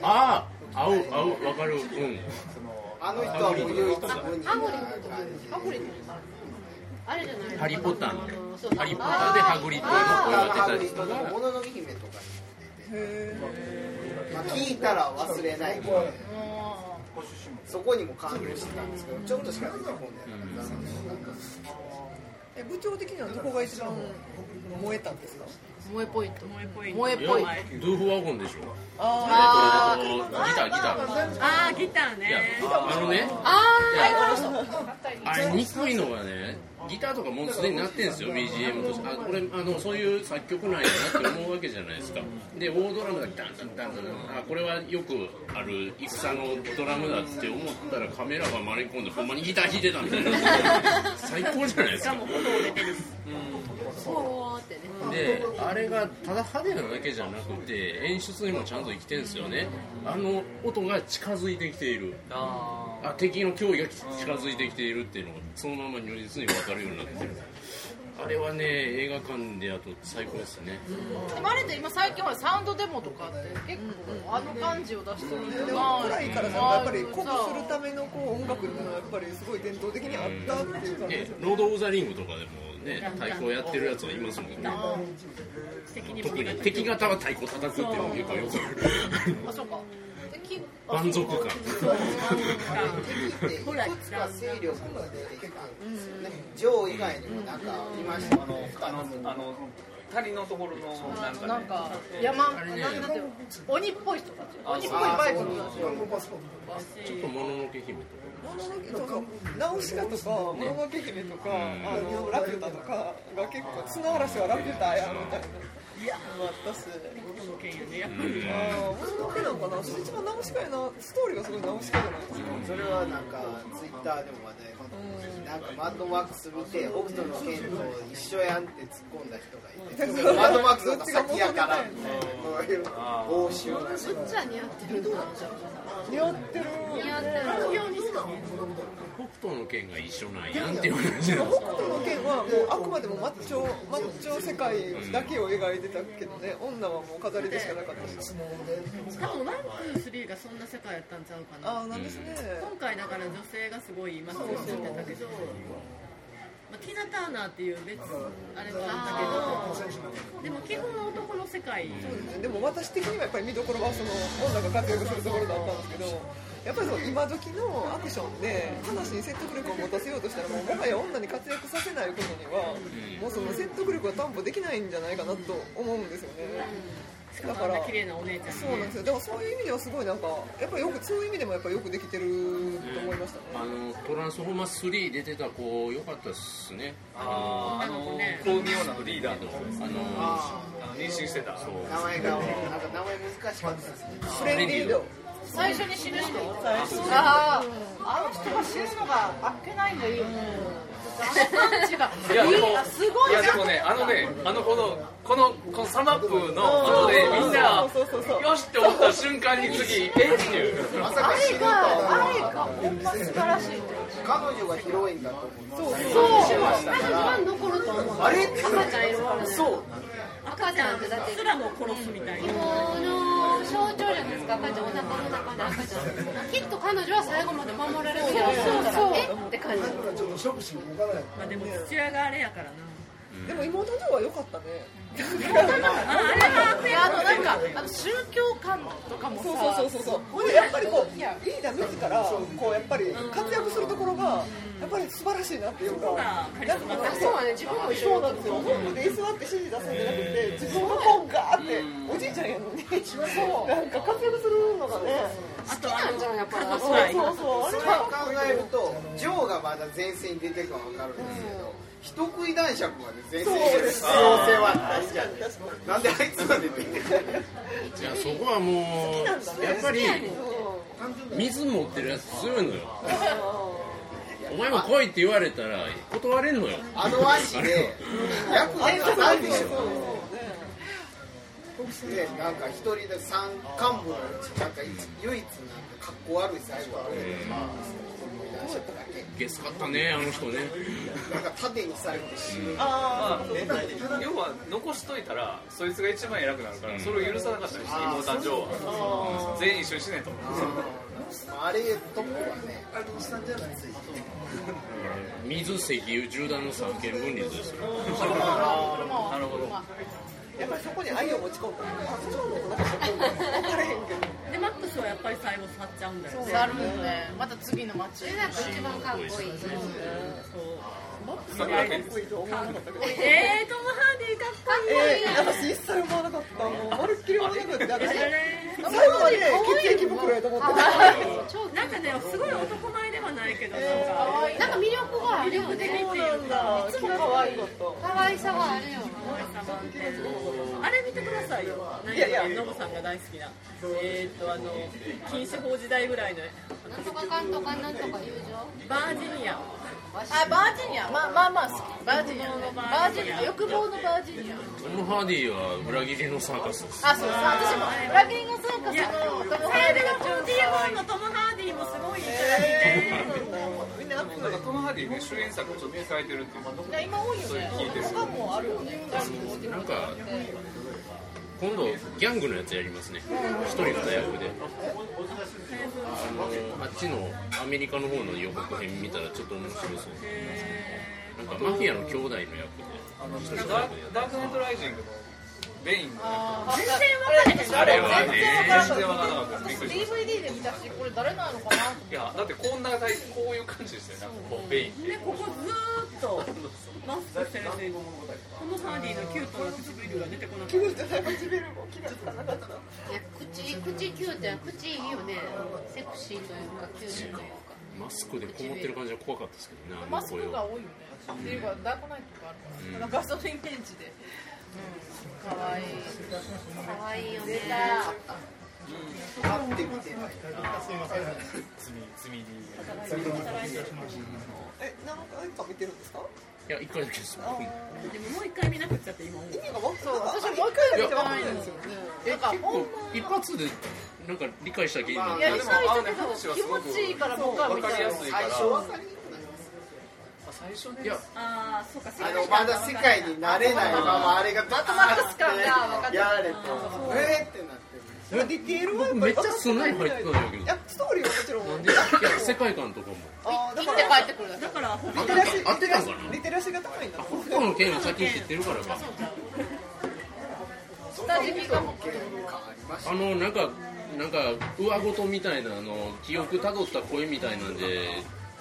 [SPEAKER 3] ああ合う合うわかるうん
[SPEAKER 7] あの人はもう唯一無二な感じ
[SPEAKER 2] ハグリッドあれじゃない
[SPEAKER 3] ハリーポッターみたい
[SPEAKER 2] の
[SPEAKER 3] ハリー・ポッターでハグリッドの声を
[SPEAKER 7] ハグ
[SPEAKER 3] 当
[SPEAKER 7] リ
[SPEAKER 3] て
[SPEAKER 7] ッ
[SPEAKER 3] た
[SPEAKER 7] ド
[SPEAKER 3] 人
[SPEAKER 7] の
[SPEAKER 3] が
[SPEAKER 7] もののけ姫とかに、まあ、聞いたら忘れないそこにも感動してたんですけどちょっとしか出てこない
[SPEAKER 1] え部長的にはどこが一番燃えたんですか
[SPEAKER 5] 萌えポイント
[SPEAKER 8] 萌えポイント
[SPEAKER 5] 萌え
[SPEAKER 3] い
[SPEAKER 5] ポイン
[SPEAKER 3] やドゥーフワゴンでしょ
[SPEAKER 5] あ
[SPEAKER 3] えっとギターギター
[SPEAKER 8] あーギター
[SPEAKER 3] いや
[SPEAKER 8] ね
[SPEAKER 3] あのね
[SPEAKER 5] あ
[SPEAKER 3] い
[SPEAKER 5] あ
[SPEAKER 3] や
[SPEAKER 5] 人
[SPEAKER 3] あれ憎いのがねギターとかもうすでになってんですよ BGM としてあこれあのそういう作曲なんやなって思うわけじゃないですかで大ドラムがダンダンダンダンあこれはよくある戦のドラムだって思ったらカメラが回り込んでほんまにギター弾いてたみたいな最高じゃないですか
[SPEAKER 2] そうってね
[SPEAKER 3] であれがただ派手なだけじゃなくて演出にもちゃんと生きてるんですよねあの音が近づいてきている
[SPEAKER 4] あ
[SPEAKER 3] あ敵の脅威が近づいてきているっていうのがそのまま如実に分かるようになってるあれはね映画館であと最高ですね
[SPEAKER 5] でもあれって今最近ほらサウンドデモとかって結構あの感じを出してるんだ
[SPEAKER 1] でも古来からなんかやっぱり鼓舞するためのこう音楽っていうのはやっぱりすごい伝統的にあったっていう感じで
[SPEAKER 3] です
[SPEAKER 1] よね
[SPEAKER 3] ロード・オブ・ザ・リングとかでもね太鼓やってるやつはいますもんね
[SPEAKER 8] 敵に
[SPEAKER 3] 特に敵方は太鼓叩くっていうのが結構よくある
[SPEAKER 5] あそうかでき
[SPEAKER 3] 満足
[SPEAKER 5] *laughs*
[SPEAKER 3] 感
[SPEAKER 7] いくつか勢力が出てきたんですよねジョー以外にもなんかいました
[SPEAKER 4] あのあのあの谷のところのなんか
[SPEAKER 5] な
[SPEAKER 4] ね
[SPEAKER 5] んか山なんだって鬼っぽい人たち鬼っぽいバイクの人たち
[SPEAKER 3] ちょっともののけ姫と
[SPEAKER 1] そのナウシカとか、もののけ姫とか、あのラピュタとかが結構、砂嵐はラピュタやみたいな。いや、私、ああ、もののけなのかな、それ一番ナウシカやな、ストーリーがすごいナウシカじゃないですか。
[SPEAKER 7] それはなんかツイッターでも話題になんかマッドマックス見て北斗の剣と一緒やんって突っ込んだ人がいてマッドマックスの方が先やからみたいなこういう応酬な
[SPEAKER 2] そっちは似合ってる
[SPEAKER 1] 似合ってる。
[SPEAKER 2] 似合ってるようにさ
[SPEAKER 3] 北斗の剣が一緒なんやんっていう話なんです
[SPEAKER 1] 北斗の剣はもうあくまでもマッチョマッチョ世界だけを描いてたけどね女はもう飾りでしかなかったし
[SPEAKER 8] 多分ワンツースリーがそんな世界やったんちゃうかな
[SPEAKER 1] ああなんですね
[SPEAKER 8] 今回だから女性がすごいいますって言ってたけど、まあ、ティナ・ターナーっていう別あれなんだけどでも基本男の世界
[SPEAKER 1] でも私的にはやっぱり見どころはその女が活躍するところだったんですけどやっぱりその今時のアクションで話に説得力を持たせようとしたらもうもはや女に活躍させないことにはもうその説得力は担保できないんじゃないかなと思うんですよねだ
[SPEAKER 8] あ
[SPEAKER 1] か
[SPEAKER 8] んな
[SPEAKER 1] ら
[SPEAKER 8] 綺麗なお姉ちゃん
[SPEAKER 1] そうなんですよでもそういう意味ではすごいなんかやっぱりよくそういう意味でもやっぱよくできてると思いましたね
[SPEAKER 3] あのトランスフォーマー3出てた子よかったっすね
[SPEAKER 4] あ
[SPEAKER 8] あのね
[SPEAKER 4] 巧妙なリーダーと
[SPEAKER 3] あの
[SPEAKER 4] あの妊娠してたそう
[SPEAKER 7] 名前がなんか名前難しかったですね
[SPEAKER 1] フレンディード
[SPEAKER 5] 最初に死ぬ人あああの人が死ぬのがあっけないんだよあの感じが
[SPEAKER 4] いやでも
[SPEAKER 5] いいあすごい
[SPEAKER 4] いやでもねあのねあのこのこのこのサマップのことでみんな
[SPEAKER 1] そうそうそう
[SPEAKER 4] よしって思った瞬間に次えっていう
[SPEAKER 7] まさか死ぬと
[SPEAKER 5] あ
[SPEAKER 7] は
[SPEAKER 5] れがほんま素晴らしいんだよ
[SPEAKER 7] 彼女がヒロインだと思
[SPEAKER 1] そうそう
[SPEAKER 2] 彼女は残ると思うあれ赤ちゃんいるわねそう赤ちゃんってだって
[SPEAKER 8] すらも殺すみたいな
[SPEAKER 2] 希望の象徴じゃないですか赤ちゃんお腹の中で赤ちゃんきっと彼女は最後まで守られるそうそうそうえって感じ
[SPEAKER 9] ちょっとショックしも動かない
[SPEAKER 8] まあでも父親があれやからな
[SPEAKER 1] でも妹の方は良かったね
[SPEAKER 5] いやあのなんかあの宗教観とかもさ
[SPEAKER 1] そうそうそうそうそうほんでやっぱりこうリーダー自らこうやっぱり活躍するところがやっぱり素晴らしいなっていうかなんかこ
[SPEAKER 2] そうね自分も一緒
[SPEAKER 1] そうなんですよ本部で居座って指示出すんじゃなくて自分の本があっておじいちゃんやのにそうなんか活躍するのがね
[SPEAKER 8] あとあの
[SPEAKER 2] じゃんやっぱり
[SPEAKER 1] そうそうそうあれ
[SPEAKER 7] それを考えるとジョーがまだ前線に出てるか分かるんですけど、人食い男爵まで前線に出る必要性はないじゃんなんであいつまで出てる
[SPEAKER 3] いやそこはもうやっぱり水持ってるやつ強いのよお前も来いって言われたら断れんのよ
[SPEAKER 7] あの足で役割がないでしょでなんか一人で三幹部のうちなんか唯一なんか格好悪い最後は俺まあ人食い男爵だけ
[SPEAKER 3] ゲスかったねあの人ね
[SPEAKER 7] なんか盾にされて死ぬ
[SPEAKER 1] あ
[SPEAKER 4] まあ要は残しといたらそいつが一番偉くなるからそれを許さなかったりして妹誕生は全員一緒にしねえと
[SPEAKER 7] あれトップはね
[SPEAKER 3] 水石油銃弾の三権分離ですよ
[SPEAKER 4] なるほど
[SPEAKER 1] ーやっぱりそこに愛を持ち込んだ初情報の中で分かれへんけど
[SPEAKER 8] でマックスはやっぱり最後去っちゃうんだよね
[SPEAKER 5] なるんねまた次の街
[SPEAKER 2] それなんか一番かっこいい
[SPEAKER 4] 桜健
[SPEAKER 1] かっこいいと思わなかったけど
[SPEAKER 8] えー、トム・ハーディかっこいい
[SPEAKER 1] えー、私一切思わなかったもうまるっきり思わなかった私
[SPEAKER 8] ね
[SPEAKER 1] 最後まで血液袋やと思ってた
[SPEAKER 2] 超
[SPEAKER 8] なんかねすごい男前ではないけどな
[SPEAKER 2] なん
[SPEAKER 8] んか、
[SPEAKER 2] か魅力があるよね
[SPEAKER 1] そうなんだいつも可愛かっ
[SPEAKER 2] 可愛さはあるよ
[SPEAKER 8] あれ見てくださいよ何
[SPEAKER 1] いやいや
[SPEAKER 8] やノブさんが大好きなえー、っとあの禁止法時代ぐらいの
[SPEAKER 2] なんとかかんとかなんとか友情
[SPEAKER 8] バージニア
[SPEAKER 5] あバージニアまあまあまあ好きバージニアねバージニア欲望のバージニア
[SPEAKER 3] トム・ハーディは裏切りのサーカスです
[SPEAKER 5] あそうそう私もラビングサーカスのトムハイデが超
[SPEAKER 8] ディーンのトム・ハーディもすごいいいからね
[SPEAKER 1] たみんな熱い
[SPEAKER 4] なんかトム・ハーディね主演作をちょっと控えてるっていう
[SPEAKER 5] 今多いよ
[SPEAKER 4] そういう
[SPEAKER 5] ね
[SPEAKER 4] 聞いてる
[SPEAKER 5] 他もあるよね
[SPEAKER 3] なんか今度ギャングのやつやりますね一人二役であのあっちのアメリカの方の予告編見たらちょっと面白そうなんかマフィアの兄弟の役で一人二役
[SPEAKER 4] ダ
[SPEAKER 3] でや
[SPEAKER 4] ダークナイト・ライジングのベインの
[SPEAKER 5] 全然分かれへん
[SPEAKER 3] あれはね
[SPEAKER 4] 全然わからなかったびっくりし
[SPEAKER 5] DVD で見たしこれ誰なのかなと思って
[SPEAKER 4] いやだってこんな体こういう感じでしたよなんかこうベインって
[SPEAKER 8] でここずーっとマスクしてるでトム・ハーディのキュートな唇が出てこなかった
[SPEAKER 1] 唇も気がつかなかった
[SPEAKER 2] ね口口キュートや口いいよねセクシーというかキュートというか
[SPEAKER 3] マスクでこもってる感じは怖かったですけどねあ
[SPEAKER 5] マ
[SPEAKER 3] の
[SPEAKER 5] ス
[SPEAKER 3] 声
[SPEAKER 5] ク
[SPEAKER 3] は
[SPEAKER 5] が多いよねっていうかダークナイトがあるからなんかそのイメージでうん可愛い
[SPEAKER 2] 可愛いよね
[SPEAKER 7] 会ってみてない
[SPEAKER 1] え何回か見てるんですか
[SPEAKER 3] いや一回だけです
[SPEAKER 8] でももう一回見なくっちゃって今思う
[SPEAKER 1] 意味が分かんない
[SPEAKER 5] 私もう一
[SPEAKER 1] 見
[SPEAKER 5] 回見
[SPEAKER 1] て
[SPEAKER 5] て
[SPEAKER 1] わか
[SPEAKER 5] わか
[SPEAKER 1] ん
[SPEAKER 5] ん
[SPEAKER 1] な
[SPEAKER 5] ないい
[SPEAKER 1] で
[SPEAKER 5] ですす
[SPEAKER 1] よね
[SPEAKER 5] よねなんかほんま
[SPEAKER 3] 一発でなんか理解した気になる
[SPEAKER 5] やりたい
[SPEAKER 4] あ
[SPEAKER 5] 人
[SPEAKER 4] のね話
[SPEAKER 5] けど
[SPEAKER 4] はす
[SPEAKER 5] 気
[SPEAKER 4] ご
[SPEAKER 5] 持
[SPEAKER 4] く
[SPEAKER 5] ちいいからもう一回
[SPEAKER 4] わ
[SPEAKER 5] 見
[SPEAKER 4] か
[SPEAKER 5] た
[SPEAKER 4] り
[SPEAKER 5] い
[SPEAKER 4] やすいから最初ね
[SPEAKER 3] いや
[SPEAKER 8] ああそうか世
[SPEAKER 7] あ
[SPEAKER 8] 界
[SPEAKER 7] のまだ世界に慣れないままあれがバタバタ
[SPEAKER 5] マックス感が分かって
[SPEAKER 7] やられてえーってなってる
[SPEAKER 1] ディテールはやっぱ
[SPEAKER 3] めっ
[SPEAKER 1] り
[SPEAKER 3] ちゃすんなり入ってたんだけど
[SPEAKER 1] いやストーリーはもちろん
[SPEAKER 3] なんでいや世界観とかも
[SPEAKER 1] あーだ
[SPEAKER 5] 生
[SPEAKER 1] か
[SPEAKER 5] きて
[SPEAKER 1] ら
[SPEAKER 5] 帰ってくるだけ
[SPEAKER 8] だからほ
[SPEAKER 1] リテラシー
[SPEAKER 3] 合ってたんか
[SPEAKER 5] *laughs*
[SPEAKER 3] な
[SPEAKER 1] リテラシーが高いんだと思う
[SPEAKER 3] この件を先に知ってるからか
[SPEAKER 5] 下敷きがもう
[SPEAKER 3] あのなんかなんか上ごとみたいなあの記憶たどった声みたいなんで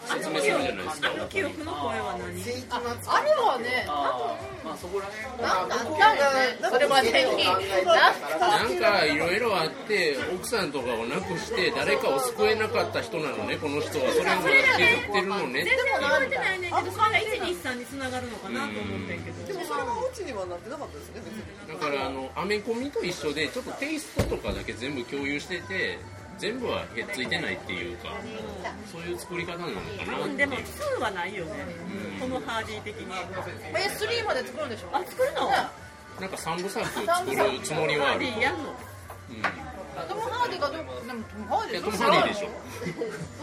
[SPEAKER 3] 説明するじゃないですか
[SPEAKER 8] あの記憶の声は何
[SPEAKER 7] 聖域の
[SPEAKER 5] あれはね
[SPEAKER 4] あーまあそこら辺
[SPEAKER 5] なんなんなんだねそれまでに
[SPEAKER 3] なんかいろいろあって奥さんとかを亡くして誰かを救えなかった人なのねこの人はそれをまだ削ってるのね
[SPEAKER 8] 全然言われてないねんけどそれが123につながるのかなと思ってんけど
[SPEAKER 1] でもそれはオチにはなってなかったですね別に
[SPEAKER 3] だからあのアメコミと一緒でちょっとテイストとかだけ全部共有してて全部はへっついてないっていうかそういう作り方なのかなってい
[SPEAKER 8] で
[SPEAKER 3] う
[SPEAKER 8] も2はないよねトム・ハーディ的に
[SPEAKER 5] え3まで作るんでしょ
[SPEAKER 8] あ作るの
[SPEAKER 3] なんか三部作作るつもりは
[SPEAKER 8] ハ
[SPEAKER 3] ある
[SPEAKER 8] ーディやんの
[SPEAKER 3] うん
[SPEAKER 5] トム・ハーディがどうでもトム・ハ
[SPEAKER 3] い
[SPEAKER 5] ーデ
[SPEAKER 3] や
[SPEAKER 5] ィ
[SPEAKER 3] トム・ハーディでしょ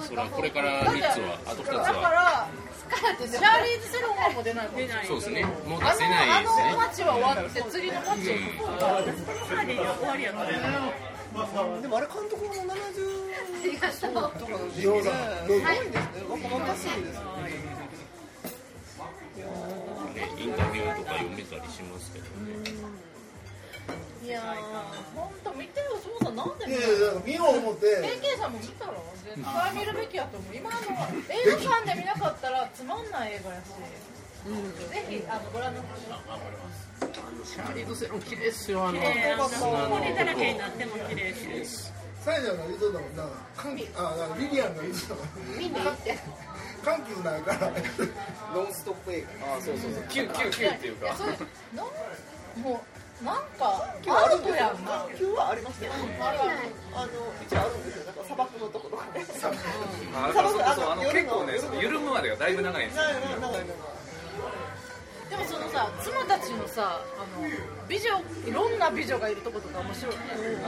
[SPEAKER 3] そらこれから3つはあと2つ
[SPEAKER 5] だか
[SPEAKER 3] は
[SPEAKER 5] らシャーリーズ・セロンはもう出ないもん
[SPEAKER 8] 出ない
[SPEAKER 3] そうですねもう出
[SPEAKER 5] あ
[SPEAKER 3] せないで
[SPEAKER 5] のあの
[SPEAKER 3] す
[SPEAKER 5] 街は終わって次の街を行こうか
[SPEAKER 8] トム・ハーディが終わりやから
[SPEAKER 1] でもあれ監督も70
[SPEAKER 2] 違った
[SPEAKER 1] とかなんですよねすごいですね若々しいですね
[SPEAKER 3] ねねインタビューとか読りしますけどね
[SPEAKER 5] いやー、本当見てよ、そうさん、なんで
[SPEAKER 9] い
[SPEAKER 5] 見
[SPEAKER 9] や
[SPEAKER 5] ないい
[SPEAKER 9] やだから見よう思って
[SPEAKER 5] AK さんも見たら絶対見るべきやと思う今の映画館で見なかったらつまんない映画やし、ぜひあのご覧の方
[SPEAKER 3] シャーリードセロン綺麗っすよあの
[SPEAKER 8] えー、あ
[SPEAKER 3] 砂の
[SPEAKER 8] の
[SPEAKER 3] と
[SPEAKER 8] 骨だらけにな
[SPEAKER 3] こ
[SPEAKER 8] っても綺麗し。
[SPEAKER 9] サイちゃんが言うとったもんな歓喜あだからリリアンが言うとったもん歓喜ないから
[SPEAKER 7] ノンストップ映画
[SPEAKER 3] あそうそうそう
[SPEAKER 4] キュキュキュっていうか
[SPEAKER 5] それなんもうなんか
[SPEAKER 1] 今日
[SPEAKER 5] あ
[SPEAKER 1] ある
[SPEAKER 5] る
[SPEAKER 1] んです
[SPEAKER 5] やんな
[SPEAKER 1] よ。今日はありましたよ。あのうちあるんですよ。なんか砂漠のところがね。
[SPEAKER 4] あだからそうそうあの結構ねその緩むまでがだいぶ長いんですよ
[SPEAKER 1] ないないないない
[SPEAKER 5] でもそのさ妻たちのさあの美女いろんな美女がいるとことか面白いねなん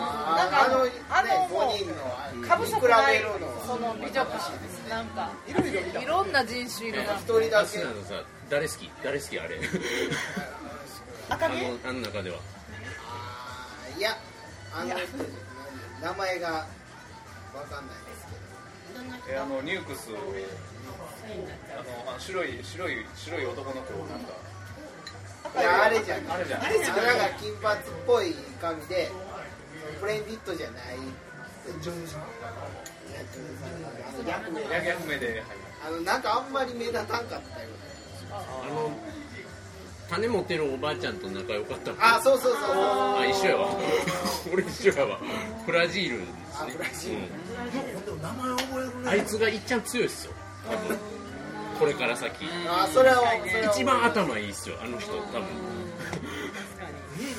[SPEAKER 5] かあのあのも
[SPEAKER 7] 5人のあ
[SPEAKER 5] う
[SPEAKER 7] の
[SPEAKER 5] かぶさってない
[SPEAKER 7] 比べるのは
[SPEAKER 5] その美女かなんか
[SPEAKER 1] いろいろ見た
[SPEAKER 5] い。ろんな人種いるな
[SPEAKER 7] 一人だ
[SPEAKER 3] アス
[SPEAKER 7] け
[SPEAKER 3] ナのさ誰好き誰好きあれあ
[SPEAKER 5] 赤毛
[SPEAKER 3] のあの中では
[SPEAKER 7] あーいやあの人名前がわかんないですけど
[SPEAKER 4] えあのニュークスをあのあの白い白い白い男の子をなんか
[SPEAKER 7] いやあれじゃない
[SPEAKER 4] あれじゃん
[SPEAKER 7] あのなんか金髪っぽい髪でプレインビットじゃない
[SPEAKER 9] ジョニーさん
[SPEAKER 7] やつあの逆目
[SPEAKER 4] ヤギ役目で入る
[SPEAKER 7] あのなんかあんまり目立たんかったよう
[SPEAKER 3] あの種持ってるおばあちゃんと仲良かったもん
[SPEAKER 7] なあそうそうそうそう
[SPEAKER 3] あ一緒やわ *laughs* 俺一緒やわブラジール
[SPEAKER 7] あブラ
[SPEAKER 3] です
[SPEAKER 7] ジ
[SPEAKER 3] ね
[SPEAKER 7] ル、
[SPEAKER 9] でも名前覚える
[SPEAKER 3] う
[SPEAKER 9] ね
[SPEAKER 3] んあいつがいっちゃん強いっすよ多分これから先
[SPEAKER 7] あそれはそれは
[SPEAKER 3] 一番頭いいっすよあの人多分
[SPEAKER 9] 映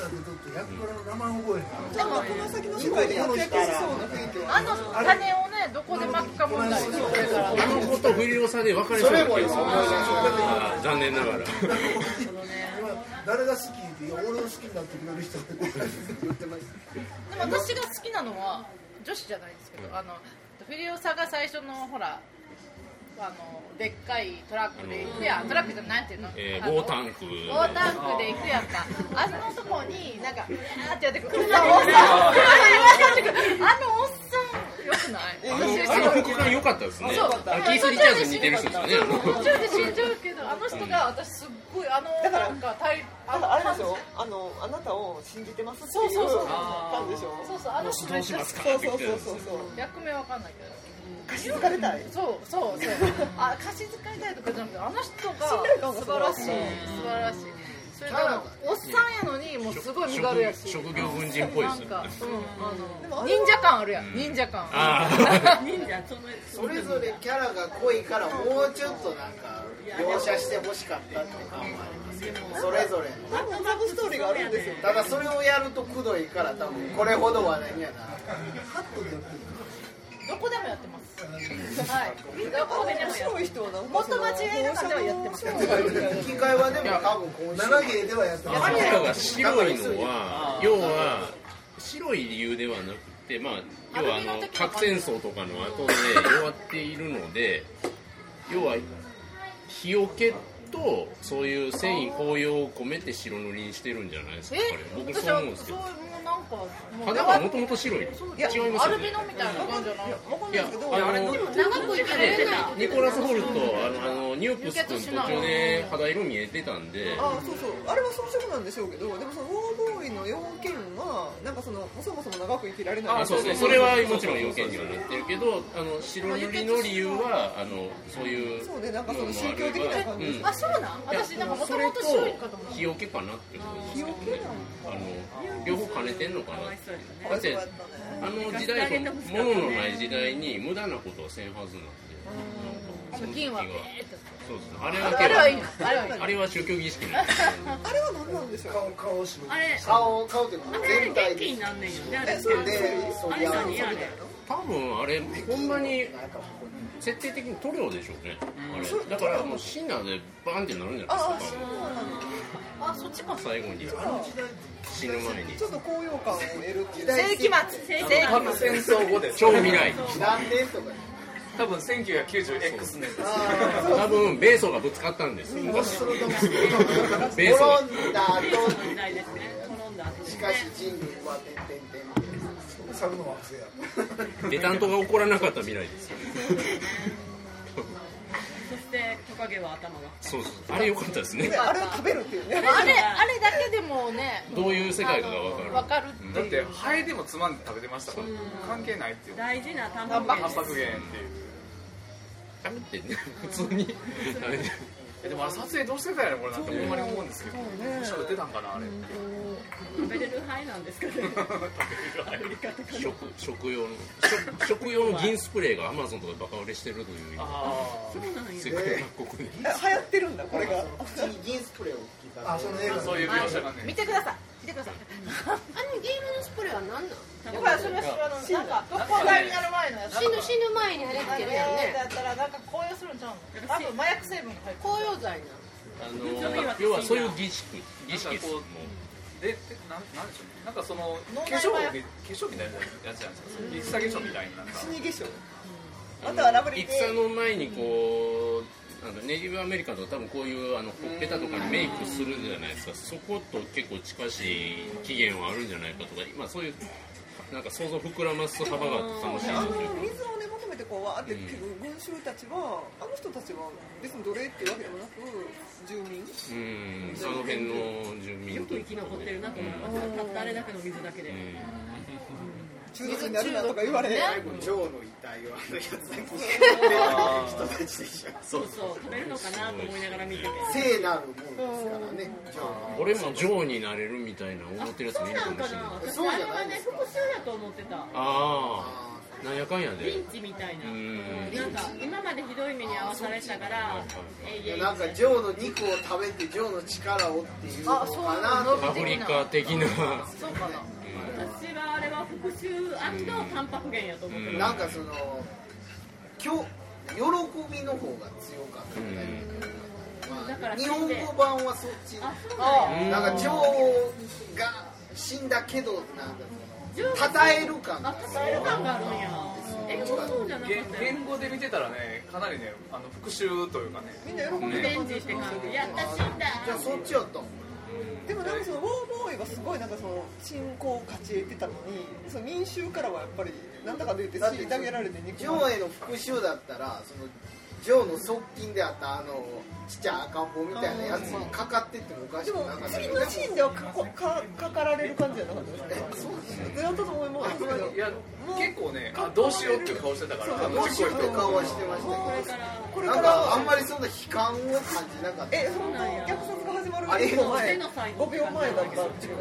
[SPEAKER 9] 画で撮って役柄の名前覚える
[SPEAKER 1] でもこの先の世界で活躍しそうな雰囲気は。
[SPEAKER 5] あの種をねどこで巻くか問題これから
[SPEAKER 3] あの子と不良さで別れそうな気がするあー残念ながら
[SPEAKER 9] 誰が好きって俺を好きになってくれる人って
[SPEAKER 5] でも私が好きなのは女子じゃないですけど、あのフィリオサが最初のほらあのでっかいトラックで行くやんトラックじゃないっていうの、
[SPEAKER 3] えー
[SPEAKER 5] あの
[SPEAKER 3] 棒タンク
[SPEAKER 5] 棒タンクで行くやんかあのとこになんかあーってやってくるおっさんおっさんあの言われてくるあのおっさんよくない
[SPEAKER 3] あのあの服が良かったですね
[SPEAKER 5] そう
[SPEAKER 3] あキース・リチャーズに似てる人ですよね
[SPEAKER 5] 途中で死んじゃうけどあの人が私すっごいあの
[SPEAKER 1] だから
[SPEAKER 5] なんか体
[SPEAKER 1] あ
[SPEAKER 5] の
[SPEAKER 1] のあれでしょあのあなたを信じてますっていう
[SPEAKER 5] そうそうそう
[SPEAKER 1] 感じでしょ
[SPEAKER 5] そうそうあの
[SPEAKER 3] あの
[SPEAKER 5] 人
[SPEAKER 3] ど
[SPEAKER 5] め
[SPEAKER 3] うし
[SPEAKER 5] っちゃ
[SPEAKER 3] ま
[SPEAKER 5] 好
[SPEAKER 3] す
[SPEAKER 5] き
[SPEAKER 3] か
[SPEAKER 1] そうそうそうそうそう
[SPEAKER 5] 役名わかんないけど
[SPEAKER 1] 貸し付かれたい
[SPEAKER 5] そうそうそうあ貸し使いたいとかじゃなくてあの人
[SPEAKER 1] 信頼感が
[SPEAKER 5] が素
[SPEAKER 1] す
[SPEAKER 5] 晴
[SPEAKER 1] ご
[SPEAKER 5] ら
[SPEAKER 1] い
[SPEAKER 5] しい素晴らしいそれとあのおっさんやのにもうすごい身軽やし
[SPEAKER 3] 職職業軍人っぽいで
[SPEAKER 5] な
[SPEAKER 3] す
[SPEAKER 5] ん
[SPEAKER 3] よ
[SPEAKER 5] か、
[SPEAKER 1] で
[SPEAKER 5] うん、
[SPEAKER 1] も
[SPEAKER 5] あの
[SPEAKER 1] あれ
[SPEAKER 5] 忍者感あるやん、忍者感
[SPEAKER 3] あ
[SPEAKER 8] 忍者その
[SPEAKER 7] それぞれキャラが濃いからもうちょっとなんか描写してほしかったっていう感もありますけどそれぞれの
[SPEAKER 1] はラブストーリーがあるんですよ
[SPEAKER 7] ただそれをやるとくどいから多分これほど話題にはならない
[SPEAKER 5] *laughs* どこでもやってます *laughs* はいどこででもやって
[SPEAKER 1] 白い人はなんか
[SPEAKER 5] 元町映画館ではやってます
[SPEAKER 7] 吹き替えはでも多分今週
[SPEAKER 9] 長芸ではやって
[SPEAKER 3] あの人が白いのは要は白い理由ではなくてまあ要はあの核戦争とかの後で弱っているので要は日よけとそういう戦意高揚を込めて白塗りにしてるんじゃないですか
[SPEAKER 5] え
[SPEAKER 3] これ僕
[SPEAKER 5] 私
[SPEAKER 3] そう
[SPEAKER 5] は
[SPEAKER 3] 思うんですけ
[SPEAKER 5] そう
[SPEAKER 3] ど
[SPEAKER 5] もうなんかもう
[SPEAKER 3] 肌はもともと白いの違いますよね
[SPEAKER 5] アルビノみたいな感じじゃない
[SPEAKER 3] いやあの
[SPEAKER 2] 長く生きられない
[SPEAKER 3] ニコラス・ホルトあのあのニュープス君途中で肌色見えてたんで
[SPEAKER 1] あそうそうあれは装飾なんでしょうけどでもそのウォーボーイの要件はなんかそのそもそも長く生きられない
[SPEAKER 3] あそうですねそれはもちろん要件にはなってるけどあの白塗りの理由はあのそういう
[SPEAKER 1] そうねなんかその
[SPEAKER 3] のもあ
[SPEAKER 1] 宗
[SPEAKER 3] れ
[SPEAKER 1] 教的な感じです
[SPEAKER 3] ば
[SPEAKER 5] あそうなん
[SPEAKER 3] いや
[SPEAKER 5] 私なんかもと
[SPEAKER 3] それ
[SPEAKER 5] もと白いかと思っ
[SPEAKER 3] と
[SPEAKER 5] た
[SPEAKER 3] 日よけかなって思いますけどね
[SPEAKER 1] 日よ
[SPEAKER 3] あの両方兼ねてんのかな
[SPEAKER 8] かわいそうや
[SPEAKER 3] だっ
[SPEAKER 8] ね
[SPEAKER 3] て
[SPEAKER 1] そうやったね
[SPEAKER 3] あの時代の物のない時代に無駄なことはせんはずなんで
[SPEAKER 5] あと銀はペーって
[SPEAKER 3] そうですねあれは
[SPEAKER 5] あれはいいのあれはいいの
[SPEAKER 3] あれは宗教儀式なんですよ
[SPEAKER 1] あれは何なんでしょう
[SPEAKER 9] 顔顔を白く
[SPEAKER 8] あれ
[SPEAKER 7] 顔顔っていうか
[SPEAKER 8] あれ
[SPEAKER 7] 全
[SPEAKER 8] 元
[SPEAKER 7] 体
[SPEAKER 8] 気
[SPEAKER 7] で
[SPEAKER 8] になんねんよねあ
[SPEAKER 7] え
[SPEAKER 8] れ
[SPEAKER 7] それでそ
[SPEAKER 8] あ
[SPEAKER 7] う
[SPEAKER 8] れ
[SPEAKER 7] や
[SPEAKER 8] さ
[SPEAKER 7] る
[SPEAKER 8] にあれ
[SPEAKER 3] 多分あれほんまに設定的に塗料でしょうねあれだからもうシナでバーンってなるんじゃないですか多分
[SPEAKER 5] あそっちか
[SPEAKER 3] 最後に死ぬ前に
[SPEAKER 1] ちょっと高揚感を得るっていう
[SPEAKER 5] 世紀末世紀
[SPEAKER 4] 核戦争後です
[SPEAKER 3] 超未来
[SPEAKER 7] 何年とかね
[SPEAKER 4] 多分 1990X 年です
[SPEAKER 3] 多分米ソがぶつかったんです昔米ソが
[SPEAKER 8] の時
[SPEAKER 7] 転んだ後
[SPEAKER 8] 代ですね転んだ後
[SPEAKER 7] しかし人類はてんてんてんって
[SPEAKER 9] 去るのは癖や
[SPEAKER 3] デタントが起こらなかった未来ですよ
[SPEAKER 8] そしてトカゲは頭が
[SPEAKER 3] そうそうあれ良かったですね
[SPEAKER 1] ねあれを食べるっていうね
[SPEAKER 5] あれあれだけでもね
[SPEAKER 3] どういう世界かが分かる
[SPEAKER 5] わかるっていう
[SPEAKER 4] だってハエでもつまんで食べてましたから関係ないっていう
[SPEAKER 8] 大事なタンパク
[SPEAKER 4] タン
[SPEAKER 8] 源
[SPEAKER 4] パク
[SPEAKER 8] です
[SPEAKER 4] 源って
[SPEAKER 3] 食べ
[SPEAKER 4] いう
[SPEAKER 3] てね普通にあれ
[SPEAKER 4] えでもあれ撮影どうしてたんやろこれなんてほんまに思うんですけどもし食ってたんかなあれって
[SPEAKER 8] 食べれる範囲なんですかねアフリカとか
[SPEAKER 3] 食食用の食食用の銀スプレーがアマゾンとかでバカ売れしてるという
[SPEAKER 4] *laughs* あ
[SPEAKER 8] そうなん
[SPEAKER 3] 世
[SPEAKER 8] や
[SPEAKER 3] 界各国で
[SPEAKER 1] 流行ってるんだこれが
[SPEAKER 7] 普通に銀スプレーを吹きかけて
[SPEAKER 9] あその映画
[SPEAKER 4] あそういう描写がね
[SPEAKER 5] 見てください見てください
[SPEAKER 2] あのゲームのスプレーは何なの
[SPEAKER 5] だからそれは知らないなんか特攻隊になる前のやつ
[SPEAKER 2] 死ぬ死ぬ前にあれつ
[SPEAKER 5] なん
[SPEAKER 2] け
[SPEAKER 5] か
[SPEAKER 2] るやん
[SPEAKER 5] ねだ
[SPEAKER 2] ね
[SPEAKER 5] ったらなんか紅葉するんちゃうの多分麻薬成分が入ってる
[SPEAKER 2] 紅葉剤な
[SPEAKER 3] あの要はそういう儀式儀式ですもう
[SPEAKER 4] ででなんなんでしょうねなんかその
[SPEAKER 5] 脳
[SPEAKER 4] 化
[SPEAKER 5] 内
[SPEAKER 4] 粧
[SPEAKER 5] 麻
[SPEAKER 4] み化粧みたいなやつじゃないですか戦化粧みたいななんか
[SPEAKER 1] 死に化粧
[SPEAKER 3] あ
[SPEAKER 1] あ
[SPEAKER 3] の
[SPEAKER 1] とはラブリー
[SPEAKER 3] 戦の前にこうあのネイティブアメリカンとか多分こういうあのほっぺたとかにメイクするじゃないですかそこと結構近しい起源はあるんじゃないかとか今そういうなんか想像膨らます幅が楽しい
[SPEAKER 1] あの
[SPEAKER 3] というか
[SPEAKER 1] 水をね求めてこうわーって来る群衆たちはあの人たちは別に奴隷っていうわけでもなく住民
[SPEAKER 3] うんその辺の住民
[SPEAKER 8] よく
[SPEAKER 3] とい
[SPEAKER 8] 生
[SPEAKER 3] う
[SPEAKER 8] き残ってるなと思いましたたったあれだけの水だけで
[SPEAKER 1] 中毒になるなとか言われへん
[SPEAKER 7] ジョーの遺体をあのやつだけ
[SPEAKER 4] あー
[SPEAKER 7] 人たちでしょ
[SPEAKER 8] そうそう食べるのかなと思いながら見てて
[SPEAKER 7] 聖なるもんですからねジョー
[SPEAKER 3] 俺も女王になれるみたいな思ってるやつもいるか
[SPEAKER 8] なん
[SPEAKER 3] も
[SPEAKER 8] か
[SPEAKER 3] しれない
[SPEAKER 8] な私
[SPEAKER 7] そう
[SPEAKER 8] あ
[SPEAKER 7] じ
[SPEAKER 8] れ
[SPEAKER 7] ゃな
[SPEAKER 8] はい
[SPEAKER 7] で
[SPEAKER 8] ね
[SPEAKER 7] すか
[SPEAKER 8] 復讐やと思ってた
[SPEAKER 3] ああなんやかんや
[SPEAKER 8] リ
[SPEAKER 3] で
[SPEAKER 8] ンチみたいな、
[SPEAKER 3] うん
[SPEAKER 8] なんか今までひどい目に遭わされたから永遠
[SPEAKER 7] の
[SPEAKER 8] に
[SPEAKER 7] なんかジョーの肉を食べてジョーの力をっていうのかなと
[SPEAKER 3] アフリカ的な
[SPEAKER 5] そうかな
[SPEAKER 8] 私はあれは復讐タンパク源やと思って
[SPEAKER 3] う
[SPEAKER 8] る
[SPEAKER 7] なんかそのきょ喜びの方が強かったみたいな、まあ、日本語版はそっち
[SPEAKER 8] あそうなん
[SPEAKER 3] う
[SPEAKER 8] や
[SPEAKER 3] ん
[SPEAKER 7] なんか女王が死んだけどなんだ
[SPEAKER 8] 10
[SPEAKER 7] 称える感
[SPEAKER 8] あ
[SPEAKER 7] が
[SPEAKER 8] たえる感があるんやえそうじゃなか
[SPEAKER 4] 言
[SPEAKER 8] ったよ
[SPEAKER 4] 言語で見てたらねかなりねあの復讐というかね
[SPEAKER 1] みんな喜ん
[SPEAKER 8] リ
[SPEAKER 1] で
[SPEAKER 8] ベ
[SPEAKER 1] た
[SPEAKER 8] ン
[SPEAKER 1] 感
[SPEAKER 8] ジ
[SPEAKER 1] じ
[SPEAKER 8] って感じやった死んだ
[SPEAKER 7] じゃあそっちやった
[SPEAKER 1] でもなんかそのウォーボーイはすごいなんかその信仰を勝ち得てたのにその民衆からはやっぱりなんだかで言って
[SPEAKER 7] だって
[SPEAKER 1] 虐げられて
[SPEAKER 7] ジ
[SPEAKER 1] 憎
[SPEAKER 7] ョ
[SPEAKER 1] まれ
[SPEAKER 7] ーへの復讐だったらそのジョーの側近であったあのちっちゃい赤ん坊みたいなやつにかかってってもおかしてく
[SPEAKER 1] でも
[SPEAKER 7] なかった
[SPEAKER 1] 次のシーンではかこかかかられる感じじゃなかったですかそうだったと思いますけど
[SPEAKER 4] いや結構ねあどうしようっていう顔してたからあの
[SPEAKER 7] もしようって顔はしてました
[SPEAKER 8] これ
[SPEAKER 7] け
[SPEAKER 8] から
[SPEAKER 1] こ
[SPEAKER 7] ど
[SPEAKER 1] れ
[SPEAKER 7] な
[SPEAKER 1] か
[SPEAKER 7] ん
[SPEAKER 1] ら
[SPEAKER 7] かあ
[SPEAKER 1] は
[SPEAKER 7] んまりそんな悲観を感じなかった
[SPEAKER 1] え本当虐殺が始まる
[SPEAKER 7] あれ
[SPEAKER 1] 5秒前
[SPEAKER 8] 手の最後
[SPEAKER 1] 5秒前だったっていう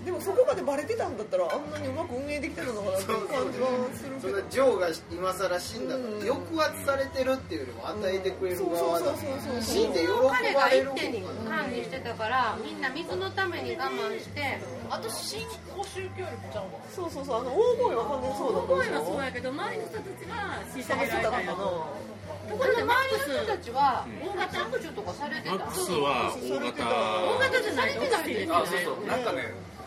[SPEAKER 1] でもそこまでバレてたんだったらあんなにうまく運営できてたのかなっていう感じはする
[SPEAKER 7] そ
[SPEAKER 1] け
[SPEAKER 7] ん
[SPEAKER 1] ど
[SPEAKER 7] なジョーが今更死んだから
[SPEAKER 1] うん
[SPEAKER 7] 抑圧されてるっていうよりも与えてくれる側だ
[SPEAKER 1] そうそうそうそう
[SPEAKER 7] 死んで喜
[SPEAKER 2] 彼
[SPEAKER 7] ば
[SPEAKER 2] が
[SPEAKER 7] れ
[SPEAKER 2] 一
[SPEAKER 7] る方
[SPEAKER 2] 手に
[SPEAKER 7] が
[SPEAKER 2] 管理してたからみんな水のために我慢して
[SPEAKER 5] 私新興宗教力ちゃうわ
[SPEAKER 1] そうそうそうあの大声は完全にそうだったで
[SPEAKER 8] 声
[SPEAKER 1] し
[SPEAKER 8] は
[SPEAKER 1] ょ
[SPEAKER 8] そうやけど周りの人た
[SPEAKER 1] 探
[SPEAKER 8] ちが虐げ
[SPEAKER 1] して
[SPEAKER 8] られ
[SPEAKER 1] たのか
[SPEAKER 8] たんや
[SPEAKER 1] な
[SPEAKER 8] と
[SPEAKER 2] だって周りの人たちは大型握手とかされてた
[SPEAKER 3] マックスは大型
[SPEAKER 8] 大型じゃないと大きいです
[SPEAKER 4] あ
[SPEAKER 8] よ
[SPEAKER 4] そう
[SPEAKER 8] ね
[SPEAKER 4] そうなんかね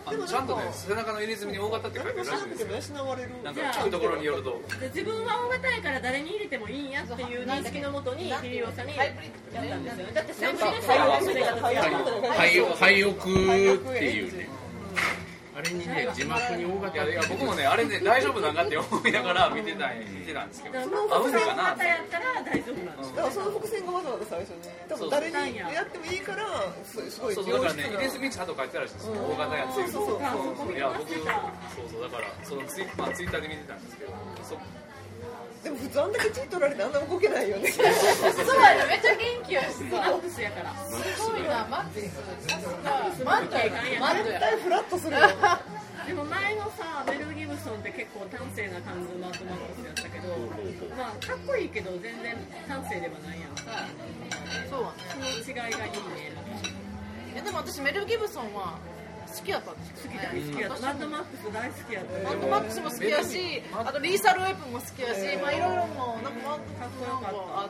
[SPEAKER 4] あのちゃんとね背中の入れ墨に大型って書い
[SPEAKER 1] 誰
[SPEAKER 4] て
[SPEAKER 1] も
[SPEAKER 4] る
[SPEAKER 1] し
[SPEAKER 4] ら
[SPEAKER 1] な
[SPEAKER 4] しいん
[SPEAKER 1] く
[SPEAKER 4] で
[SPEAKER 1] て
[SPEAKER 4] す
[SPEAKER 1] も
[SPEAKER 4] よ
[SPEAKER 1] 養われる
[SPEAKER 4] なんか聞くところによると
[SPEAKER 8] で自分は大型やから誰に入れてもいいんやっていう認識のもとにフィリオさんにやったんですよねだって先輩でしたよ忘れ方違うから
[SPEAKER 3] 廃屋廃屋っていうねあれにね字幕に大
[SPEAKER 4] い
[SPEAKER 3] 型っ
[SPEAKER 4] や
[SPEAKER 3] て
[SPEAKER 4] いや僕もねあれね大丈夫なんかって思いながら見てたん見てたんですけど
[SPEAKER 8] だ
[SPEAKER 4] 合
[SPEAKER 8] から
[SPEAKER 4] うの
[SPEAKER 8] 僕が
[SPEAKER 4] か
[SPEAKER 8] 大
[SPEAKER 4] なっ
[SPEAKER 8] 型や
[SPEAKER 4] て
[SPEAKER 8] ったら大丈夫なんです
[SPEAKER 1] だからその伏線がわざわざ最初に多分誰にやってもいいからそうすごい
[SPEAKER 4] そう
[SPEAKER 1] 上
[SPEAKER 4] そうだから
[SPEAKER 1] 質
[SPEAKER 4] ね入れ
[SPEAKER 1] な
[SPEAKER 4] 墨ちゃんと書いてたらしいですよ大型やっていう
[SPEAKER 1] そうそう
[SPEAKER 8] あそこ見
[SPEAKER 4] い
[SPEAKER 8] て
[SPEAKER 4] や
[SPEAKER 8] ま
[SPEAKER 4] 僕
[SPEAKER 8] し
[SPEAKER 4] そう
[SPEAKER 8] た
[SPEAKER 4] そうだからそのツイ,、まあ、ツイッターで見てたんですけどそ
[SPEAKER 1] でも普通あんだけ血取られてあんな動けないよね
[SPEAKER 5] そうやねめっちゃ元気やし
[SPEAKER 8] マ
[SPEAKER 5] さ
[SPEAKER 8] ックスやから
[SPEAKER 5] すごいなマックスさすがマットやマット
[SPEAKER 1] 絶
[SPEAKER 5] や
[SPEAKER 1] 対フラッとするよ
[SPEAKER 8] でも前のさメル・ギブソンって結構端正な感じのアートマックスやったけどまあかっこいいけど全然端正ではないやんか
[SPEAKER 5] そうや
[SPEAKER 8] その違いがいいね
[SPEAKER 5] ねいやでも私メル・ギブソンは好きやったんですよ
[SPEAKER 8] 好きだ好きやったマッドマックス大好きやった
[SPEAKER 5] マッドマックスも好きやしあとリーサル・ウェポンも好きやしまあいろいろもうなんかマッドマックスなんかあ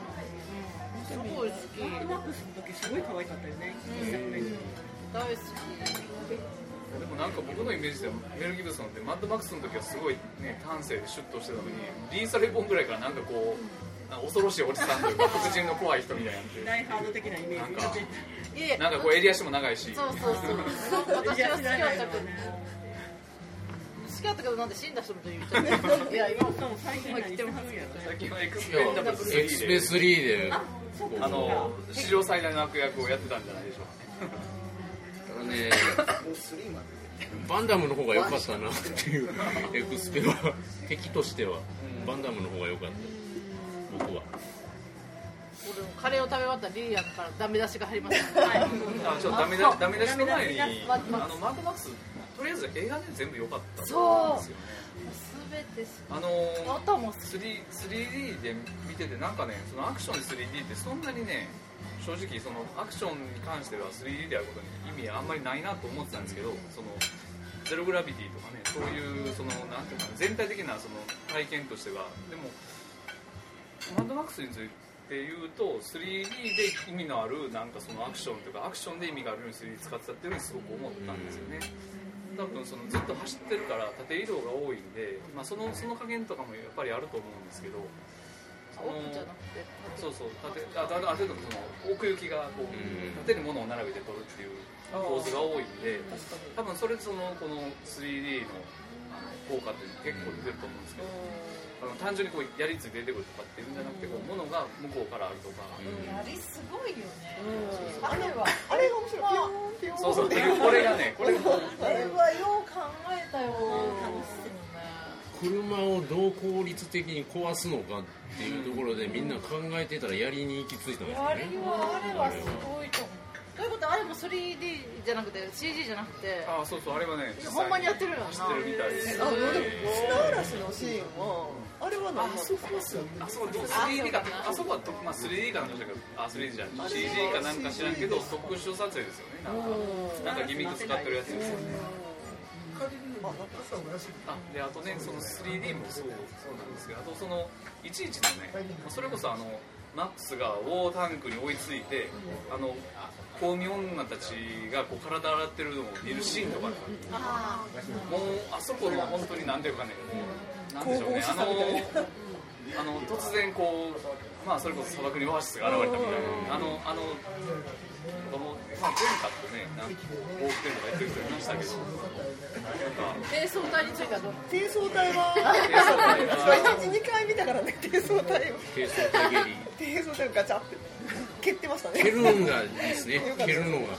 [SPEAKER 5] のうんすごい好き
[SPEAKER 8] マッドマックスの時すごい可愛かったよね一作目に
[SPEAKER 5] 大好き
[SPEAKER 4] うでもなんか僕のイメージではメル・ギブソンってマッドマックスの時はすごいね端正でシュッとしてたのにリーサル・エボンぐらいからなんかこうなんか恐ろしいおじさんというか黒人の怖い人みたいになって
[SPEAKER 8] ダイハード的なイメージになっていった
[SPEAKER 5] いえ
[SPEAKER 4] なんかこう襟足も長いし
[SPEAKER 5] そうそうそう。私は好きやったけど。好き合ったけどなんで死んだ人みたいに言うみ *laughs* たいいや今も
[SPEAKER 8] そう最近何してもはるやろ
[SPEAKER 4] 最近はエクス
[SPEAKER 3] い
[SPEAKER 4] ペンダブ
[SPEAKER 3] や
[SPEAKER 4] ル
[SPEAKER 3] エクスペ
[SPEAKER 4] 3で
[SPEAKER 3] 3で
[SPEAKER 4] あの史上最大の悪役をやってたんじゃないでしょうかね
[SPEAKER 3] 僕ね
[SPEAKER 7] もうスリーまで
[SPEAKER 3] バンダムの方が良かったなっていうエクスペは敵としてはバンダムの方が良かった僕は
[SPEAKER 5] 俺もカレーを食べ終わったらリリアンからダメ出しが入りました、ね、はい
[SPEAKER 4] あちょっとダメだダメ出しの前にあ
[SPEAKER 8] ダメ出し
[SPEAKER 4] のマーク・マックスとりあえず映画で全部良かったんです
[SPEAKER 5] そう
[SPEAKER 4] よね
[SPEAKER 5] 全てす
[SPEAKER 4] あの
[SPEAKER 5] あとはもう
[SPEAKER 4] 3- 3D で見ててなんかねそのアクション 3D ってそんなにね正直そのアクションに関しては 3D であることに意味あんまりないなと思ってたんですけどそのゼログラビティとかねそういうそのなんていうかな全体的なその体験としてはでもマッドマックスについて言うと 3D で意味のあるなんかそのアクションというかアクションで意味があるように 3D 使ってたっていうのにすごく思ったんですよね、多分そのずっと走ってるから縦移動が多いんで、まあ、そのその加減とかもやっぱりあると思うんですけどその
[SPEAKER 5] オープンじゃなくて
[SPEAKER 4] そうそう縦あだある程度その奥行きが
[SPEAKER 3] う
[SPEAKER 4] こ
[SPEAKER 3] ん
[SPEAKER 4] う縦に物を並べて取るっていう構図が多いんで多分それでそのこの 3D のあの効果っていうのは結構出てると思うんですけど。あの単純にこうやりついて出てくるとかっていうんじゃなくてこう物が向こうからあるとか、
[SPEAKER 5] あれすごいよねあれは
[SPEAKER 1] あれが面白いピヨーンピヨーン
[SPEAKER 4] そうそうこれがねこれが
[SPEAKER 5] あれはよう考えたよ楽し
[SPEAKER 3] 車をどう効率的に壊すのかっていうところでみんな考えてたらやりに行き着いたんですよ
[SPEAKER 5] あれ
[SPEAKER 3] ね
[SPEAKER 5] はあれはすごいと思うということはあれも 3D じゃなくて CG じゃなくて
[SPEAKER 4] ああそうそうあれはね実際
[SPEAKER 5] ほんまにやってるよな
[SPEAKER 4] 知ってるみたいです
[SPEAKER 1] あのでも砂嵐のシーンはあれは何あそこですよね
[SPEAKER 4] あそこどう 3D かあそこはとまあ 3D かなんかだけどあ 3D じゃない CG かなんか知らんけど特殊撮影ですよねなんかなんかギミック使ってるやつですよね
[SPEAKER 9] 仮にまあ朝お休
[SPEAKER 4] あであとねその 3D もそうそうなんですけどあとそのいちいちのねまあそれこそあのマックスがウォータンクに追いついてあの公民女たちがこう体洗ってるのを見るシーンとかねもうあそこの本当に何ていうかねなんでしょうねあのあの突然こうまあそれこそ砂漠にオアシスが現れたみたいなあのあのなんかもうまあ文化ってねなんかこうってるとか言ってる人いましたけどなんか
[SPEAKER 5] 低層体についてはどう
[SPEAKER 1] 低層体は
[SPEAKER 4] 低層体は
[SPEAKER 1] 1日2回見たからね低層体は
[SPEAKER 3] 低層的に
[SPEAKER 1] 低層体ガチャって蹴ってましたね
[SPEAKER 3] 蹴るんがいいですね蹴るのが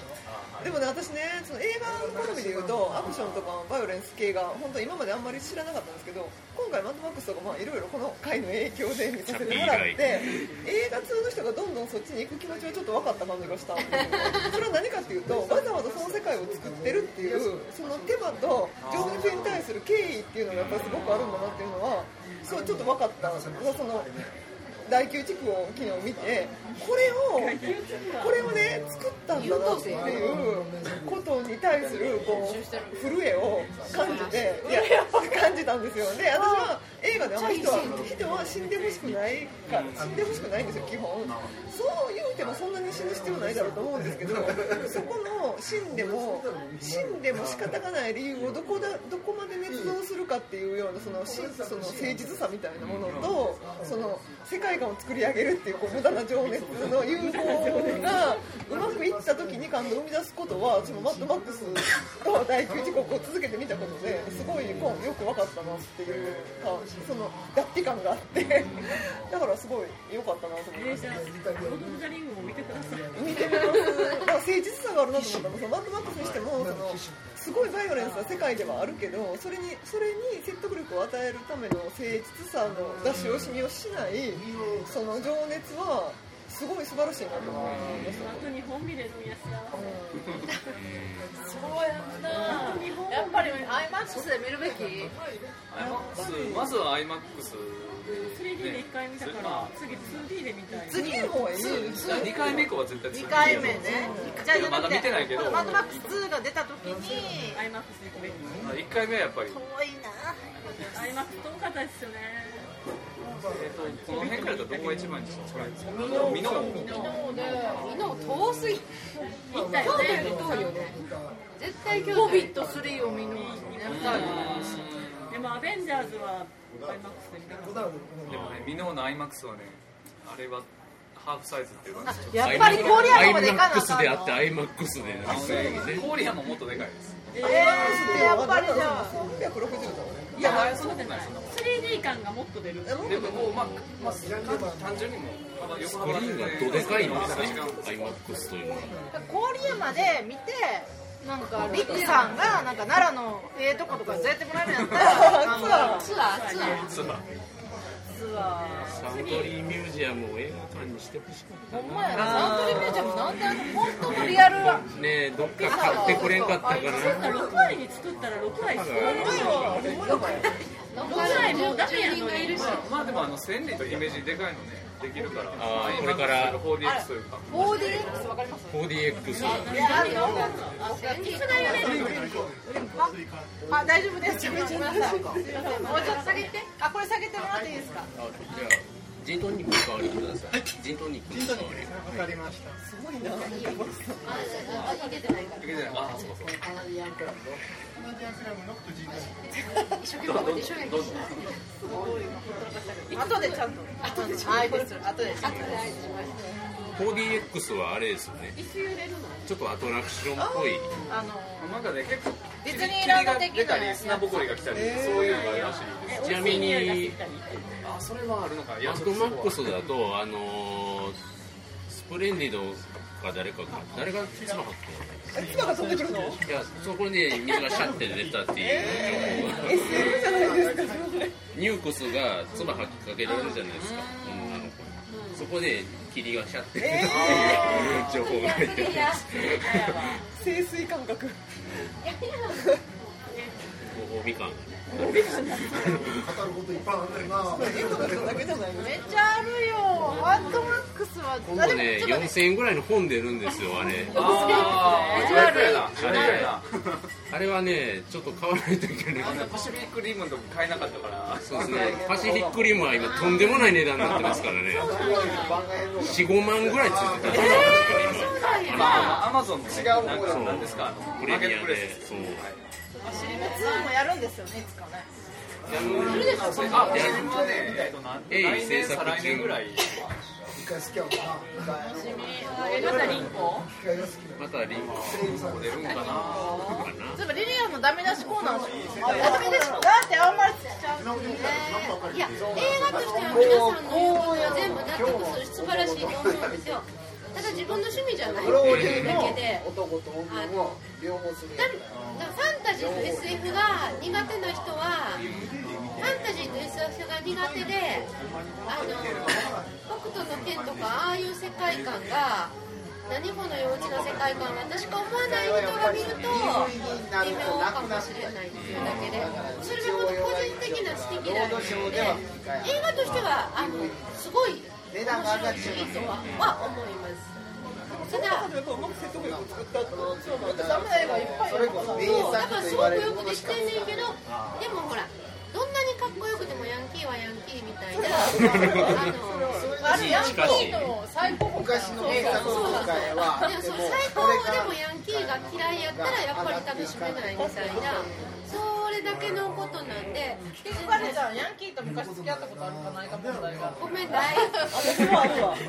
[SPEAKER 1] でもね私ねその映画の好みで言うとアクションとかバイオレンス系が本当今まであんまり知らなかったんですけど今回マッドマックスとかまあいろいろこの回の影響で見させてもらって映画通の人がどんどんそっちに行く気持ちはちょっと分かった感じがしたんですよそれは何かっていうとわざわざその世界を作ってるっていうその手間と情熱に対する敬意っていうのがやっぱりすごくあるんだなっていうのはそうちょっと分かったその第9地区を昨日見てこれをこれをね作ったんだなっていうことに対するこう震えを感じていや感じたんですよで私は映画であんま人は人は死んでほしくないから死んでほしくないんですよ基本そう言うてもそんなに死ぬ必要ないだろうと思うんですけどそこの死んでも死んでも仕方がない理由をどこだどこまで捏造するかっていうようなそのしその誠実さみたいなものとその世界観を作り上げるっていうこう無駄な情熱の融合がうまくいった時に感動を生み出すことはそのマッドマックスと第9時刻を続けてみたことですごいこうよく分かったなっていうかその脱皮感があって *laughs* だからすごい良かったなと思いました。
[SPEAKER 8] 子供じゃリングを見てください
[SPEAKER 1] 見てみますだから誠実さがあるなと思ったのそのマッドマックスにしてもそのすごいバイオレンスな世界ではあるけどそれにそれに説得力を与えるための誠実さの出し惜しみをしないその情熱はすごい素晴らしいなと思いました
[SPEAKER 8] あと日本見れるんやさ
[SPEAKER 5] そうやんなやっぱり IMAX で見るべき
[SPEAKER 4] まずは IMAX
[SPEAKER 8] 3D で1回見たから次 2D で見たい
[SPEAKER 1] 次の方がいい
[SPEAKER 4] 2回目以降は絶対
[SPEAKER 5] 2
[SPEAKER 4] 2
[SPEAKER 5] 回目ねじゃあじゃなく
[SPEAKER 4] まだ見てないけど
[SPEAKER 5] マッドマックス2が出た時に
[SPEAKER 8] IMAX で行くべき
[SPEAKER 4] 1回目はやっぱり、
[SPEAKER 8] IMAX 遠かったですよね
[SPEAKER 4] えっとこの辺からだとどこが一番近いんですか美濃
[SPEAKER 5] 遠すぎ
[SPEAKER 8] 行ったよね
[SPEAKER 5] 絶対今日ホビット3を見るのにね
[SPEAKER 8] でもアベンジャーズは IMAX で見たかっ
[SPEAKER 9] みだろ
[SPEAKER 4] でもね美濃の IMAX はねあれはハーフサイズっていう感じですよ
[SPEAKER 5] やっぱり郡山まで行かなあ
[SPEAKER 3] IMAX
[SPEAKER 5] かん
[SPEAKER 3] で
[SPEAKER 5] の
[SPEAKER 3] あって IMAX で
[SPEAKER 4] あ
[SPEAKER 3] な
[SPEAKER 4] のね郡山もっとでかいです
[SPEAKER 5] えー、やっぱりじゃあ
[SPEAKER 1] 360度
[SPEAKER 8] いやそうじゃない 3D 感がもっと出る
[SPEAKER 4] でもこうまあ、まあ、単純にも幅
[SPEAKER 3] ス
[SPEAKER 4] 横
[SPEAKER 3] ク
[SPEAKER 4] 幅
[SPEAKER 3] リーンがどでかいんですね IMAX というのは
[SPEAKER 5] 郡山で見てなんかリックさんがなんか奈良のええとことか連れてもらえるんやったらツアー
[SPEAKER 2] ツアー
[SPEAKER 3] そ
[SPEAKER 2] ツアー
[SPEAKER 3] うだ
[SPEAKER 5] ツア
[SPEAKER 3] サントリーミュージアムを映画館にしてほしかった
[SPEAKER 5] ーほんまやなサントリーミュージアムなんであの本当のリアルは
[SPEAKER 3] ねえどっか買ってくれんかったかな
[SPEAKER 8] 6割に作ったら6割作られる6割もうダメやのに
[SPEAKER 4] まあ、まあでもあの千里と姫路でかいのねできるから
[SPEAKER 3] あーこれから
[SPEAKER 4] 4DX というか
[SPEAKER 5] 4DX わかります
[SPEAKER 3] 4DX
[SPEAKER 5] あ大丈夫 *laughs* ですごめんなさいもうちょっと下げてあこれ下げてもらっていいですか
[SPEAKER 3] あじゃあジントニックお代わりくださいジントニックお代わり
[SPEAKER 4] できるじゃないあーそうかそうか
[SPEAKER 5] 後でちゃんと後でちゃんと後でちゃんと
[SPEAKER 3] 4DX はあれですよねちょっとアトラクションっぽい
[SPEAKER 5] あの
[SPEAKER 4] なんかね結構
[SPEAKER 5] ディズニーランド的な
[SPEAKER 4] 霧が出たり砂ぼこりが来たり、そういうのがあるらしいです
[SPEAKER 3] ちなみに
[SPEAKER 4] あそれはあるのかい
[SPEAKER 3] マ
[SPEAKER 4] や
[SPEAKER 3] ックマックスだとあのースプレンディドか誰かが誰が妻発
[SPEAKER 1] え妻が飛んでくるの
[SPEAKER 3] 見いやそこに水がシャッて出たっていう情報が
[SPEAKER 1] SM じゃないですか
[SPEAKER 3] ニュークスが妻吐きかけられるじゃないですか女の子にそこで霧がシャッて出たっていう情報が入ってるんです
[SPEAKER 1] 清水感覚
[SPEAKER 3] ご褒美感
[SPEAKER 9] 語ることいっぱいあんねんな
[SPEAKER 1] 言うことするだけじゃないの
[SPEAKER 5] めっちゃあるよワッドマックスは
[SPEAKER 3] 今
[SPEAKER 5] 誰
[SPEAKER 3] 度ね4000円ぐらいの本出るんですよあれ
[SPEAKER 4] あーあれだあれだな
[SPEAKER 3] あれはねちょっと買わないといけない
[SPEAKER 4] あのパシフィックリムの時買えなかったから
[SPEAKER 3] そうですねパシフィックリムは今とんでもない値段になってますからね45万ぐらいついてた
[SPEAKER 4] まあアマゾンの違うなんか
[SPEAKER 3] そう
[SPEAKER 4] なんですかあの
[SPEAKER 3] プレミ
[SPEAKER 4] マーケッ
[SPEAKER 3] ア
[SPEAKER 4] トプレ
[SPEAKER 3] で
[SPEAKER 4] ス
[SPEAKER 3] そう
[SPEAKER 5] シリム2もやるんですよねいつかね
[SPEAKER 4] あ自分はねえっとな
[SPEAKER 3] 鋭意
[SPEAKER 4] 来
[SPEAKER 3] 制
[SPEAKER 4] 年
[SPEAKER 3] 作
[SPEAKER 4] 再
[SPEAKER 3] 中
[SPEAKER 4] 来年ぐらい
[SPEAKER 9] 一回好きやもんな一回が好き
[SPEAKER 3] またリンク
[SPEAKER 4] 出るんかな
[SPEAKER 3] かな
[SPEAKER 5] 例えばリリアンのダメ出しコーナーもダメ出しだってあんまりちゃう
[SPEAKER 2] いや、映画としては皆さんの言うことを全部納得するし素晴らしいと思うんですよただ自分の趣味じゃないって
[SPEAKER 7] これを
[SPEAKER 2] いうだけで
[SPEAKER 7] 男と女を両方するや
[SPEAKER 2] だだからファンタジーと SF が苦手な人はファンタジーと SF が苦手であの北斗の剣とかああいう世界観が何この幼稚な世界観私か思わない人が見ると微妙かもしれないですよだけでそれが本当個人的な素敵なので映画としてはあのすごい面白いしいいとはは思いますただ
[SPEAKER 1] やっぱうまく説得力を作った後の妻が
[SPEAKER 5] ダメな映画いっぱい
[SPEAKER 7] それこそ名
[SPEAKER 2] そうだから
[SPEAKER 7] 作と
[SPEAKER 2] す
[SPEAKER 7] 言
[SPEAKER 2] ご
[SPEAKER 7] わ
[SPEAKER 2] く
[SPEAKER 7] れ
[SPEAKER 2] よ
[SPEAKER 7] る
[SPEAKER 2] く
[SPEAKER 7] もの
[SPEAKER 2] でき
[SPEAKER 7] してか
[SPEAKER 2] んねんけどでもほらどんなにかっこよくてもヤンキーはヤンキーみたいな
[SPEAKER 5] あ
[SPEAKER 2] あの
[SPEAKER 5] れヤンキーの最高峰
[SPEAKER 7] 昔の名作
[SPEAKER 2] そう
[SPEAKER 7] の
[SPEAKER 2] そうそう
[SPEAKER 7] 中へ
[SPEAKER 2] で
[SPEAKER 7] はで
[SPEAKER 2] も
[SPEAKER 7] も
[SPEAKER 2] そう最高
[SPEAKER 7] これか
[SPEAKER 2] でもヤンキーが嫌いやったらやっぱり楽しめないみたいなそれだけのことなんで
[SPEAKER 5] 結局あれじゃんヤンキーと昔付き合ったことあるかないか問題が
[SPEAKER 2] ごめんない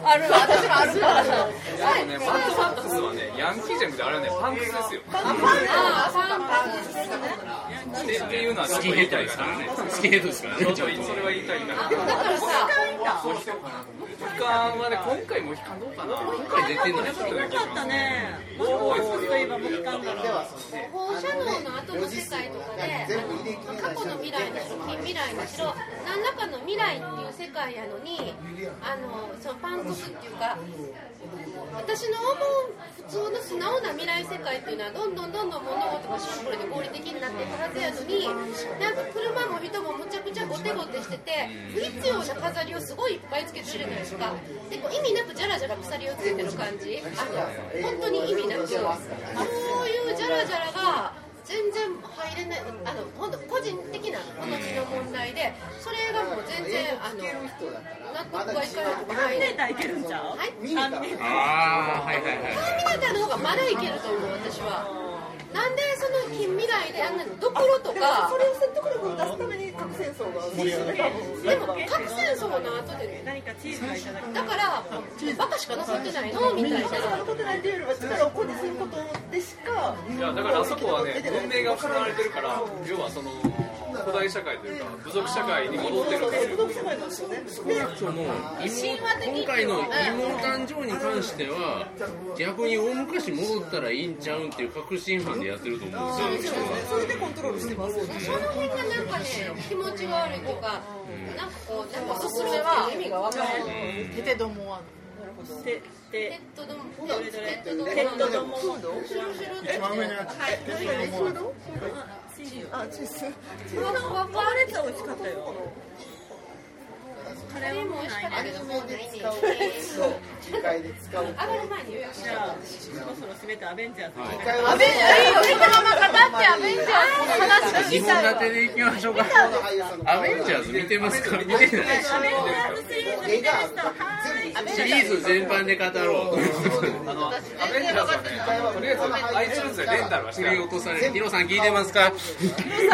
[SPEAKER 5] ある私もあるからさ
[SPEAKER 4] いやでもねマッドマックスはねヤンキーじゃなくてあれはねパンクスですよ
[SPEAKER 2] あパンパンで
[SPEAKER 4] で
[SPEAKER 2] す
[SPEAKER 4] っていうのはちょ
[SPEAKER 3] ス
[SPEAKER 4] っ
[SPEAKER 3] キ
[SPEAKER 4] と
[SPEAKER 3] ンヘッ
[SPEAKER 4] 言い
[SPEAKER 3] ド
[SPEAKER 4] た
[SPEAKER 3] で
[SPEAKER 4] い
[SPEAKER 3] す
[SPEAKER 4] か
[SPEAKER 3] から
[SPEAKER 4] な
[SPEAKER 3] ねスキンヘッドですからね
[SPEAKER 4] ちょいそれは言いたいかな
[SPEAKER 2] だからさ
[SPEAKER 4] モヒカンはね今回モヒカンどうかな
[SPEAKER 3] 今回出てない人
[SPEAKER 4] なかったね
[SPEAKER 8] ボーボーイズといえばモヒカンだ
[SPEAKER 7] ではその
[SPEAKER 2] 放射能の後の世界とかで
[SPEAKER 7] 全部入れき
[SPEAKER 2] まあ
[SPEAKER 7] れ
[SPEAKER 2] 過
[SPEAKER 7] ない
[SPEAKER 2] 去の未来にしろ近未来にしろ何らかの未来っていう世界やのにあのそのパンクスっていうか私の思う普通の素直な未来世界っていうのはどんどんどんどん物事がシンプルで合理的になっていくはずやのになんか車も人もむちゃくちゃゴテゴテしてて不必要な飾りをすごいいっぱいつけてるじゃないですかでこう意味なくじゃらじゃら鎖をつけてる感じあの本当に意味なくそういうじゃらじゃらが全然入れないあの本当個人的な好みの問題でそれがもう全然あの
[SPEAKER 7] 英語聞ける人だから
[SPEAKER 2] 納得
[SPEAKER 7] まだ
[SPEAKER 2] がい
[SPEAKER 7] 違
[SPEAKER 2] かなく
[SPEAKER 7] う
[SPEAKER 2] て
[SPEAKER 8] ミネーターいけるんちゃう
[SPEAKER 2] はい
[SPEAKER 7] 見に行ったら
[SPEAKER 3] ああはいはい
[SPEAKER 2] ターミネーターの方がまだいけると思う私はなんでその近未来であんなドクロとか
[SPEAKER 1] それを説得力を出すために核戦争が盛り上がった
[SPEAKER 2] でも核戦争の後でね
[SPEAKER 8] 何かチーズがいただく
[SPEAKER 2] だからバカしか残ってないのみたいな
[SPEAKER 1] 残ってないというよりは力を誇りすることでしか
[SPEAKER 4] いやだからあそこはね文明が行われてるから要はその古代社会というか部族社会に戻ってるんですよ
[SPEAKER 1] 孤独社会なんですよねで
[SPEAKER 3] その妹今回の妹誕生に関しては逆に大昔戻ったらいいんちゃうんっていう確信犯でやってると思うんですよ
[SPEAKER 1] それでコントロールしてますよね
[SPEAKER 2] その辺がなんかね気持ち悪いとかなんかこうなんかおすすめは意味がわからない
[SPEAKER 5] テテどもは
[SPEAKER 8] て
[SPEAKER 2] ペ
[SPEAKER 8] て
[SPEAKER 2] ットどもペット
[SPEAKER 8] ペット
[SPEAKER 2] ど
[SPEAKER 8] ど
[SPEAKER 2] も
[SPEAKER 8] も
[SPEAKER 1] フード
[SPEAKER 8] シュルシュルって
[SPEAKER 9] 一番上にあって
[SPEAKER 8] はいどれがね
[SPEAKER 1] フード
[SPEAKER 8] チーズ
[SPEAKER 1] あチーズ
[SPEAKER 8] ふわふわふわあれって美味しかったよカレ
[SPEAKER 2] で
[SPEAKER 8] ー
[SPEAKER 2] も
[SPEAKER 8] も
[SPEAKER 2] 美味
[SPEAKER 8] な
[SPEAKER 2] し
[SPEAKER 8] い
[SPEAKER 2] かった
[SPEAKER 8] ね
[SPEAKER 2] けどもうないね
[SPEAKER 7] そう機械で使う
[SPEAKER 2] 上がる前に予約し
[SPEAKER 8] じゃあそろそろ締めてアベンジャーズ
[SPEAKER 7] 機械は
[SPEAKER 5] アベンジャーいいよこのまま語ってアベン
[SPEAKER 3] 2
[SPEAKER 5] ジャーズの話聞きたい
[SPEAKER 3] 本
[SPEAKER 5] わ
[SPEAKER 3] 立てでいきましょうかアベンジャーズ見てますか見てない
[SPEAKER 8] アベンジャーズシリーズ見てる人はーい
[SPEAKER 3] シリーズ全般で語ろう
[SPEAKER 4] あのアベンジャーズはねあのとりあえず iTunes でレンタルはして
[SPEAKER 3] 振
[SPEAKER 4] ない
[SPEAKER 3] り落とされるヒロさん聞いてますか
[SPEAKER 5] さ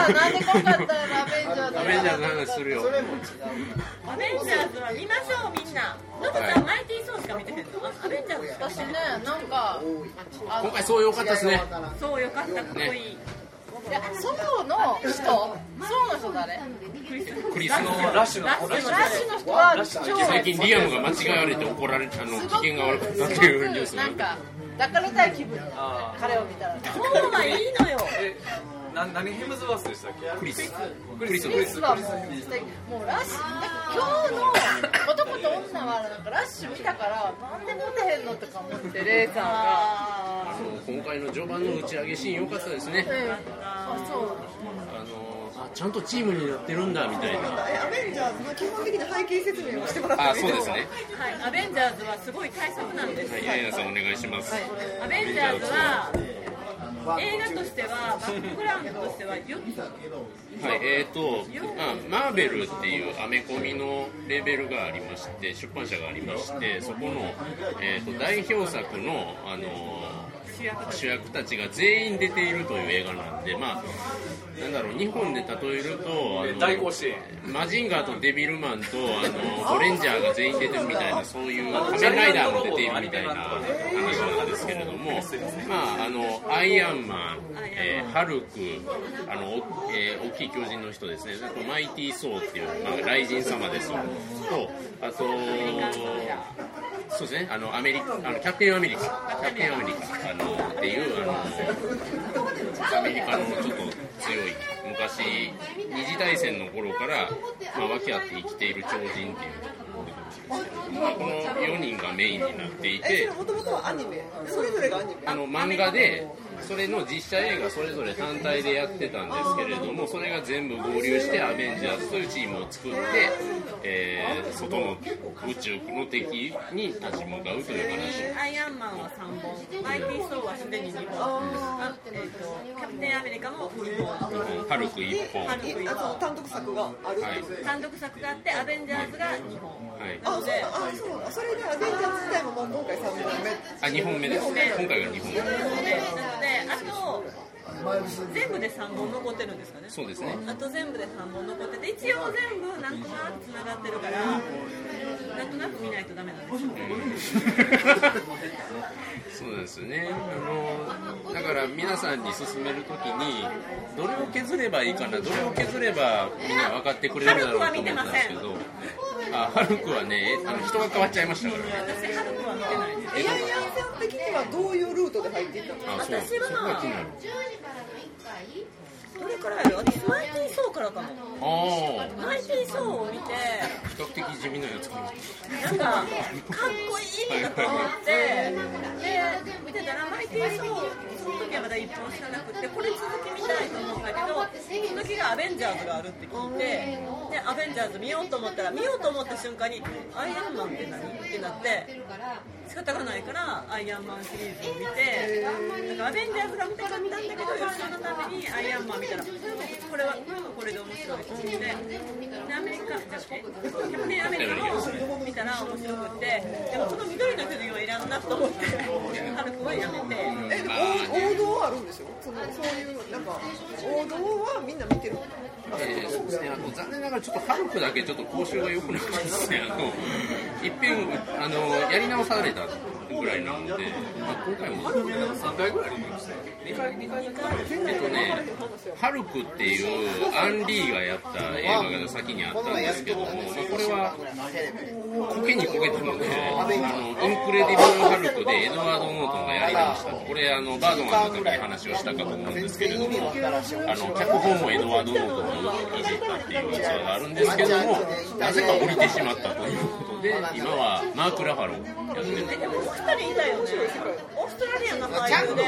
[SPEAKER 5] あなんで今回だったらアベンジャーズ
[SPEAKER 3] アベンジャーズの話するよ
[SPEAKER 7] それも違
[SPEAKER 8] アベンジャーズは見ましょうみんなノブさんマイティーソーしか見てへんのアベンジャーズしか
[SPEAKER 5] 私ねなんか
[SPEAKER 7] う多い
[SPEAKER 5] あの
[SPEAKER 3] 今回そう良かったですね
[SPEAKER 8] そうよかったかっこいい
[SPEAKER 5] いや祖母の人祖母の人誰
[SPEAKER 3] クリスの
[SPEAKER 4] ラッシュ
[SPEAKER 8] ラ
[SPEAKER 4] の
[SPEAKER 8] ッシュ
[SPEAKER 5] ラッシュの人は超
[SPEAKER 3] 最近リアムが間違われて怒られあの
[SPEAKER 5] す
[SPEAKER 3] 危
[SPEAKER 5] ごく
[SPEAKER 3] 険が悪かったっていうニュース
[SPEAKER 5] すごくなん
[SPEAKER 3] が
[SPEAKER 5] か抱かれたい気分
[SPEAKER 4] あ
[SPEAKER 5] 彼を見たら
[SPEAKER 8] そうはいいのよ
[SPEAKER 4] えな何ヘムズワースでしたっけ
[SPEAKER 3] クリス
[SPEAKER 4] クリス
[SPEAKER 5] クリスはもう素敵もうラッシュなんか今日の男と女はなんかラッシュ見たからなんでモテへんのとか思ってレイさんが
[SPEAKER 8] あ
[SPEAKER 3] 今回の序盤の打ち上げシーン良かったですね
[SPEAKER 5] うんあそう
[SPEAKER 3] あのあちゃんとチームになってるんだみたいな
[SPEAKER 1] アベンジャーズの基本的な背景説明をしてもらって
[SPEAKER 3] あそうですね
[SPEAKER 8] ーはいアベンジャーズはすごい大作なんです
[SPEAKER 3] はい、エイナさんお願いします。
[SPEAKER 8] アベンジャーズは映画としてはバックグラウンドとしては4つ
[SPEAKER 3] はい、えーと、まあ、マーベルっていうアメコミのレーベルがありまして、出版社がありまして、そこの、えーと代表作の、あの
[SPEAKER 8] 主役として
[SPEAKER 3] 主役たちが全員出ているという映画なんで、まあ、なんだろう、日本で例えると、あの
[SPEAKER 4] 大甲子園
[SPEAKER 3] マジンガーとデビルマンと、あのゴレンジャーが全員出てるみたいな、そういう仮面ライダーも出ているみたいな話なんですけれども、まあ、あのアイアンマン、えーハルク、あのおえー大きい巨人の人ですね、あとマイティー・ソーっていう、まあ、雷神様ですと、あと、そうですね、あのアメリカ、あのキャプテンアメリカ、キャプテンアメリカ、あのっていうあのアメリカのちょっと強い昔二次大戦の頃からまあ分け合って生きている超人っていう。まあ、この4人がメインになってい
[SPEAKER 1] えそ
[SPEAKER 3] て
[SPEAKER 1] れもともとはアニメそれぞれがアニメ
[SPEAKER 3] あの漫画でそれの実写映画それぞれ単体でやってたんですけれどもそれが全部合流してアベンジャーズというチームを作って、えー外の宇宙の敵に立ち向かうという話
[SPEAKER 8] アイアンマンは3本マイティー・ソーはすでに2本あえーとキャプテンアメリカも2本
[SPEAKER 3] ハルク1本、はい、
[SPEAKER 1] いあと単独作があるっていう
[SPEAKER 8] 単独作があってアベンジャーズが2本
[SPEAKER 1] あ、そうだ、あ、そうだ、それで、アベンジャーズ自体も、もう今回三本目。
[SPEAKER 3] あ2本目です、今回が2本目、
[SPEAKER 8] なのであと全部で3本残ってるんですかね
[SPEAKER 3] そう
[SPEAKER 1] *laughs*
[SPEAKER 3] ですね、
[SPEAKER 8] あと全部で3本残ってて一応全部なんとなくつながってるからなんとなく見ないとダメなんですよ
[SPEAKER 3] そうなんですよね、あのだから皆さんに勧めるときに、どれを削ればいいかな、どれを削ればみんな分かってくれるだろうと思ったんですけど、あハルクはね、あの人が変わっちゃいましたから。
[SPEAKER 8] 私ハルクは見てないです
[SPEAKER 1] エイアンさん的には、どういうルートで入っていったの。
[SPEAKER 3] あそう
[SPEAKER 8] 私は
[SPEAKER 3] そこが気になる
[SPEAKER 8] どれからやる私マイティー・ソーからかも
[SPEAKER 3] ああ
[SPEAKER 8] マイティー・ソーを見て
[SPEAKER 3] 比較的地味なやつかな
[SPEAKER 8] なんかかっこいいなと思ってで見てたらマイティー・ソーその時はまだ一本しかなくてこれ続き見たいと思ったけどその時がアベンジャーズがあるって聞いてでアベンジャーズ見ようと思ったら見ようと思った瞬間にアイアンマンって何ってなって仕方がないからアイアンマンシリーズを見てなんかアベンジャーズが見たかったんだけど予想のためにアイアンマン見たらこれはこれはこれで面白いと思ってでアメリカじゃえキャプテンアメリカも見たら面白くってでもこの緑の巨人はいらんなと思ってハルクはやめて
[SPEAKER 1] え、でも、王王道はるんでしょそのそういうなんか王道はみんな見てる
[SPEAKER 3] えーそうですね、あの残念ながらちょっとハルクだけちょっと講習が良くなくてですね、あのいっぺんあのやり直されたぐらいなので、まあ、今回も
[SPEAKER 4] 3回ぐらいありました2回2回だけ
[SPEAKER 3] えっとね、ハルクっていうアン・リーがやった映画が先にあったんですけども、まあ、これはコケにこけたので、あのインクレディブル・ハルクでエドワード・ノートンがやりました、これあの、バードマンの時に話をしたかと思うんですけれども、あの脚本もエドワード・ノートンがいじったっていう逸話があるんですけども、なぜか降りてしまったということで、今はマーク・ラファローやってる。
[SPEAKER 8] でもお二人いたよねオーストラリアの俳優で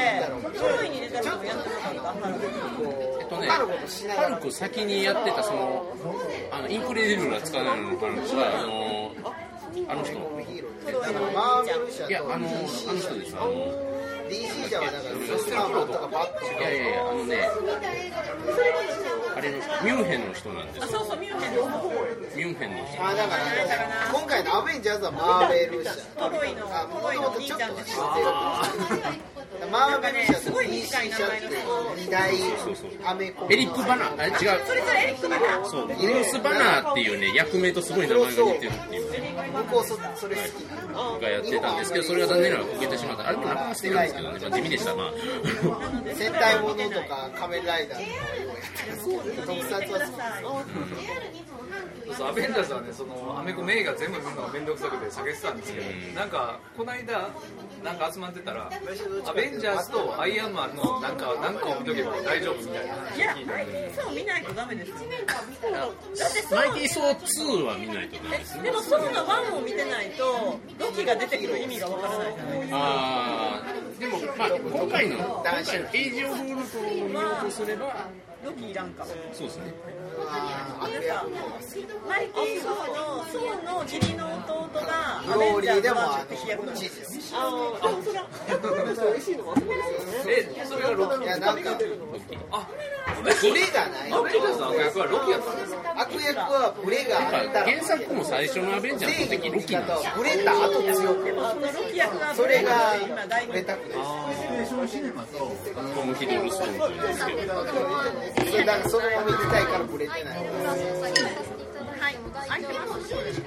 [SPEAKER 8] 上位に出たのもやってたのが
[SPEAKER 3] えっとね、ハルク先にやってたそのあのインクレディブルが使わないのハルクはあのあの人
[SPEAKER 7] マーベル社
[SPEAKER 3] いやあのあの
[SPEAKER 7] と
[SPEAKER 3] 人ですあの
[SPEAKER 7] DC 社はだから
[SPEAKER 3] ラ
[SPEAKER 7] ス
[SPEAKER 3] ッセ
[SPEAKER 7] ー
[SPEAKER 3] ル
[SPEAKER 7] パー
[SPEAKER 3] クロ
[SPEAKER 7] マン
[SPEAKER 3] ウと
[SPEAKER 7] とか
[SPEAKER 3] か
[SPEAKER 7] バッ
[SPEAKER 3] いやいやいやあのねあれのミュンヘンの人なんですよ
[SPEAKER 8] そうそうミュンヘンの
[SPEAKER 3] ミュンヘンの人
[SPEAKER 7] まあだから今回のアベンジャーズはマーベル社
[SPEAKER 8] トロイの
[SPEAKER 7] あ
[SPEAKER 8] トロイ
[SPEAKER 7] 元
[SPEAKER 8] の
[SPEAKER 7] 々
[SPEAKER 8] 兄
[SPEAKER 7] ち
[SPEAKER 8] ち
[SPEAKER 7] ょっ
[SPEAKER 8] ゃん
[SPEAKER 7] と
[SPEAKER 8] で
[SPEAKER 7] 知
[SPEAKER 8] す
[SPEAKER 7] ってるマーベル社と DC 社っていう二大アメコミ
[SPEAKER 3] エリック・バナーあれ違う
[SPEAKER 8] それじゃエリックだな
[SPEAKER 3] そうイノス・バナーっていうね役名とすごい名前が似てるっていうね
[SPEAKER 7] 向こうそそれ好きなの
[SPEAKER 3] がやってたんですけどそれが残念ながらこけてしまったあれもなかなか好きなんですけどね、まあ、地味でしたまあ
[SPEAKER 7] 戦隊ものとか仮面ライダーとかをやってるんですけど特撮はそう
[SPEAKER 4] そうアベンジャーズはね、そのアメコメ映画全部見るのが面倒くさくて避けてたんですけど、なんか、この間、なんか集まってたら、アベンジャーズとアイアンマンのなんか、なんかを見とけば大丈夫みたいな話
[SPEAKER 8] いや最近そう見ないとダメですよだってそう
[SPEAKER 3] マイティー・ソー2は見ないとね
[SPEAKER 8] でもそうのワンを見てないとロキが出てくる意味がわからないじゃない
[SPEAKER 3] あーでも、まあ、今回の今回のエイジ・オブ・ウルフを見ようとすれば
[SPEAKER 8] ロキいらんかも
[SPEAKER 3] そうですね
[SPEAKER 8] なんかマイキー・ソーのソーの義理の弟がア
[SPEAKER 7] ロ
[SPEAKER 8] ベ
[SPEAKER 7] ー
[SPEAKER 8] ン
[SPEAKER 7] リ
[SPEAKER 8] ジャ
[SPEAKER 7] ー
[SPEAKER 8] ーズ
[SPEAKER 7] でも
[SPEAKER 8] ワン
[SPEAKER 7] あ
[SPEAKER 8] って飛躍な
[SPEAKER 7] の
[SPEAKER 8] ん
[SPEAKER 7] 知
[SPEAKER 8] で
[SPEAKER 7] 事
[SPEAKER 8] す
[SPEAKER 7] で
[SPEAKER 8] よ
[SPEAKER 7] すよ
[SPEAKER 4] え、それがロキ
[SPEAKER 7] いやなん
[SPEAKER 3] そ
[SPEAKER 7] か
[SPEAKER 3] れ
[SPEAKER 7] 手がない
[SPEAKER 4] アベンジャーズの悪役はロキやったんですよ
[SPEAKER 7] 悪役はブレがあったら
[SPEAKER 3] 原作も最初のアベンジャーズの
[SPEAKER 7] 正義
[SPEAKER 3] 時
[SPEAKER 7] の
[SPEAKER 3] ロ
[SPEAKER 7] 味
[SPEAKER 3] キなん
[SPEAKER 7] 方
[SPEAKER 3] ですよ
[SPEAKER 7] はブレた後強く
[SPEAKER 8] でもそのロキ役が
[SPEAKER 7] それが
[SPEAKER 8] 今大
[SPEAKER 7] ブ
[SPEAKER 8] ブレイ
[SPEAKER 7] レ
[SPEAKER 8] ク
[SPEAKER 7] たくない
[SPEAKER 3] トム・ヒドルソンというですけど
[SPEAKER 7] それだからそれを見てたいからブレてない
[SPEAKER 3] 空いてますそうですい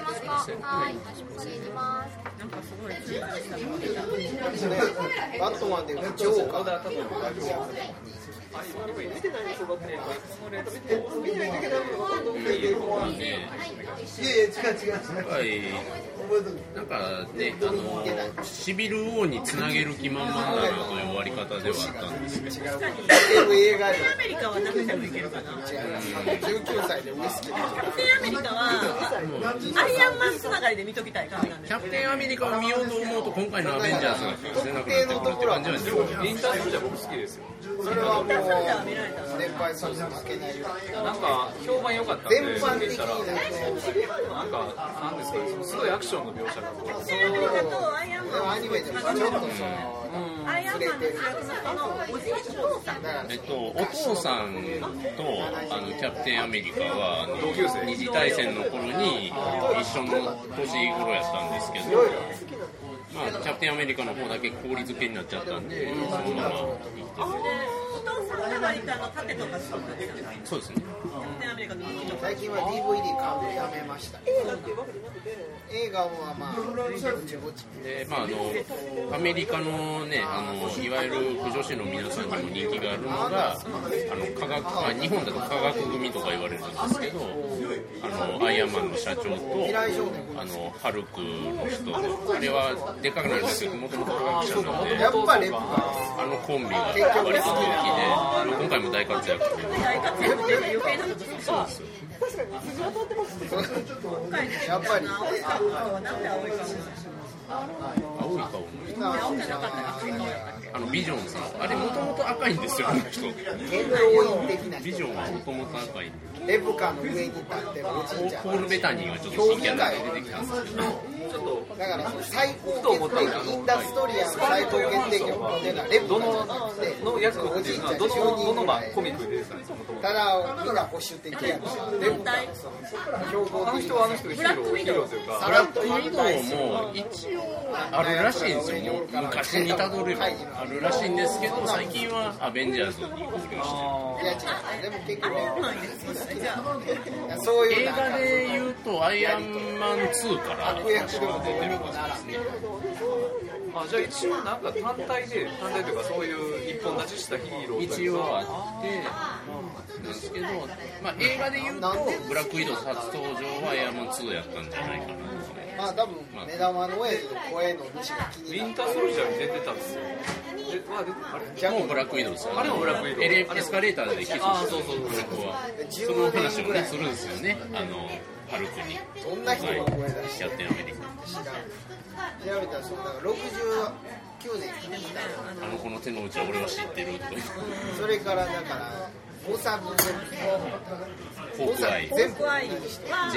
[SPEAKER 3] ません
[SPEAKER 8] なんかすごいツイートしたの
[SPEAKER 7] それバットマンでいうジョーカー
[SPEAKER 9] いやいや違う違う違う覚
[SPEAKER 3] 今回
[SPEAKER 9] えとる
[SPEAKER 3] なんかねあのシビル王につなげる気満々だなという終わり方ではあったんですけど
[SPEAKER 7] っていう映画で
[SPEAKER 8] アメリカは何でもいけるかなキャ
[SPEAKER 7] 19歳でウイスキー
[SPEAKER 8] プテンアメリカはアイアンマンつながりで見ときたい感じなんで
[SPEAKER 3] キャプテンアメリカを見ようと思うと今回のアベンジャーズが出なくなってくるって感じなんですよ
[SPEAKER 4] インターソルジャー僕好きですよ。
[SPEAKER 7] それはもう
[SPEAKER 8] 見られた
[SPEAKER 7] 年配層に負けないよ
[SPEAKER 4] なんか、評判良かったんで、
[SPEAKER 7] 全般的
[SPEAKER 4] 見たら、
[SPEAKER 7] になんか
[SPEAKER 4] なんか、なんですかね、そのすごいアクションの描写がこう、
[SPEAKER 8] アメリカとアイアンマ
[SPEAKER 7] ア
[SPEAKER 8] ン
[SPEAKER 7] ニメでもちょっとその
[SPEAKER 8] アイアンマンの主役の人のおじいお父さん
[SPEAKER 7] だから
[SPEAKER 3] えっと、お父さんとあのキャプテンアメリカはあの
[SPEAKER 4] 同級生
[SPEAKER 3] 二次大戦の頃に一緒の年頃やったんですけど、まあ、キャプテンアメリカの方だけ氷漬けになっちゃったんで、そのまま行って
[SPEAKER 8] お父さんが割とあの盾とか作ったんですよね
[SPEAKER 3] そうですね、
[SPEAKER 8] キャプテンアメリカの武器とか
[SPEAKER 7] 最近は DVD 買うのやめました映画はまあ
[SPEAKER 3] でまあ、あのアメリカの,、ね、あのいわゆる不女子の皆さんにも人気があるのが、あの科学まあ、日本だと科学組とか言われるんですけど、あのアイアンマンの社長と、あのハルクの人、あれはでかくなるんですけど、もともと科学者なので。
[SPEAKER 7] やっぱレプが
[SPEAKER 3] あのコンビが割と人気で、今回も大活躍という
[SPEAKER 8] 大活躍で余計なことするから今回出てきた
[SPEAKER 7] やっぱり
[SPEAKER 8] の青い顔はなんで青い顔なんですか
[SPEAKER 3] 青い顔の人
[SPEAKER 8] 青じゃなかったら赤い顔やっ
[SPEAKER 3] あのビジョンさん、あれもともと赤いんですよ、あの人。
[SPEAKER 7] 元老院的な
[SPEAKER 3] ビジョンはもともと赤いんで、
[SPEAKER 7] レプカの上に立っておじいちゃん
[SPEAKER 3] コールベタニーがちょっと新キャラで出てきたんですけど、
[SPEAKER 4] ちょっと
[SPEAKER 7] だから最高決定権インダストリアの最高決定権を持ってるのはレブ
[SPEAKER 4] ど
[SPEAKER 7] ロン
[SPEAKER 4] の
[SPEAKER 7] なんですね
[SPEAKER 4] の役っていうのはどのどのまあコミックで出てたんですかもともと
[SPEAKER 7] ただみんな保守的やからレブロンがその強
[SPEAKER 4] あ
[SPEAKER 7] 豪
[SPEAKER 4] の
[SPEAKER 7] 的
[SPEAKER 4] 人はあの人でヒーローヒーローという
[SPEAKER 7] さ
[SPEAKER 4] から
[SPEAKER 3] ラ
[SPEAKER 7] っ
[SPEAKER 3] ッ
[SPEAKER 7] と
[SPEAKER 3] プ
[SPEAKER 7] 言
[SPEAKER 3] 移
[SPEAKER 7] う
[SPEAKER 3] 動
[SPEAKER 7] たい
[SPEAKER 3] も一応あるらしいんですよもう昔にたどればあるらしいんですけど最近はアベンジャーズに移行して
[SPEAKER 7] いや違うでも結局
[SPEAKER 8] ないですねじゃあ
[SPEAKER 7] いやそういう
[SPEAKER 3] 映
[SPEAKER 7] なんか
[SPEAKER 3] 画で言うと「アイアンマン2」から
[SPEAKER 7] 悪役で
[SPEAKER 3] 出
[SPEAKER 7] もどう
[SPEAKER 3] て
[SPEAKER 7] に
[SPEAKER 3] る
[SPEAKER 7] もならんね
[SPEAKER 4] あじゃあ一応なんか単体で単体というかそういう一本立ちしたヒーローとい
[SPEAKER 3] 一
[SPEAKER 4] う
[SPEAKER 3] 応
[SPEAKER 4] か
[SPEAKER 3] あってなんですけど、まあ、映画で言うと「ブラックウィドウ」初登場は「アイアンマン2」やったんじゃないかなとね
[SPEAKER 7] まあ多分目玉の親父の声の主が気
[SPEAKER 4] ウ
[SPEAKER 7] に
[SPEAKER 4] ィ
[SPEAKER 7] な
[SPEAKER 4] ン
[SPEAKER 7] る
[SPEAKER 4] ターソルジャーに出てたんですよでまあであれ
[SPEAKER 3] もうブラックウィドウですよ
[SPEAKER 4] あれもブラックウィドウ
[SPEAKER 3] エレエスカレーターでキスして
[SPEAKER 4] あそうそうそう
[SPEAKER 3] 僕はその話
[SPEAKER 7] 10年
[SPEAKER 3] を
[SPEAKER 7] ぐ
[SPEAKER 3] ね
[SPEAKER 7] らい
[SPEAKER 3] するんですよねあのハルクに
[SPEAKER 7] どんな人が声出し
[SPEAKER 3] キャ
[SPEAKER 7] てる
[SPEAKER 3] プテンアメリカ
[SPEAKER 7] 知らん調べたらそのなんか69年に来た
[SPEAKER 3] あの子の手の内は俺は知って
[SPEAKER 4] *laughs*
[SPEAKER 3] るとか言って
[SPEAKER 7] それからだから5作
[SPEAKER 3] ホークアイ
[SPEAKER 7] 全部
[SPEAKER 8] 怖い
[SPEAKER 3] ジ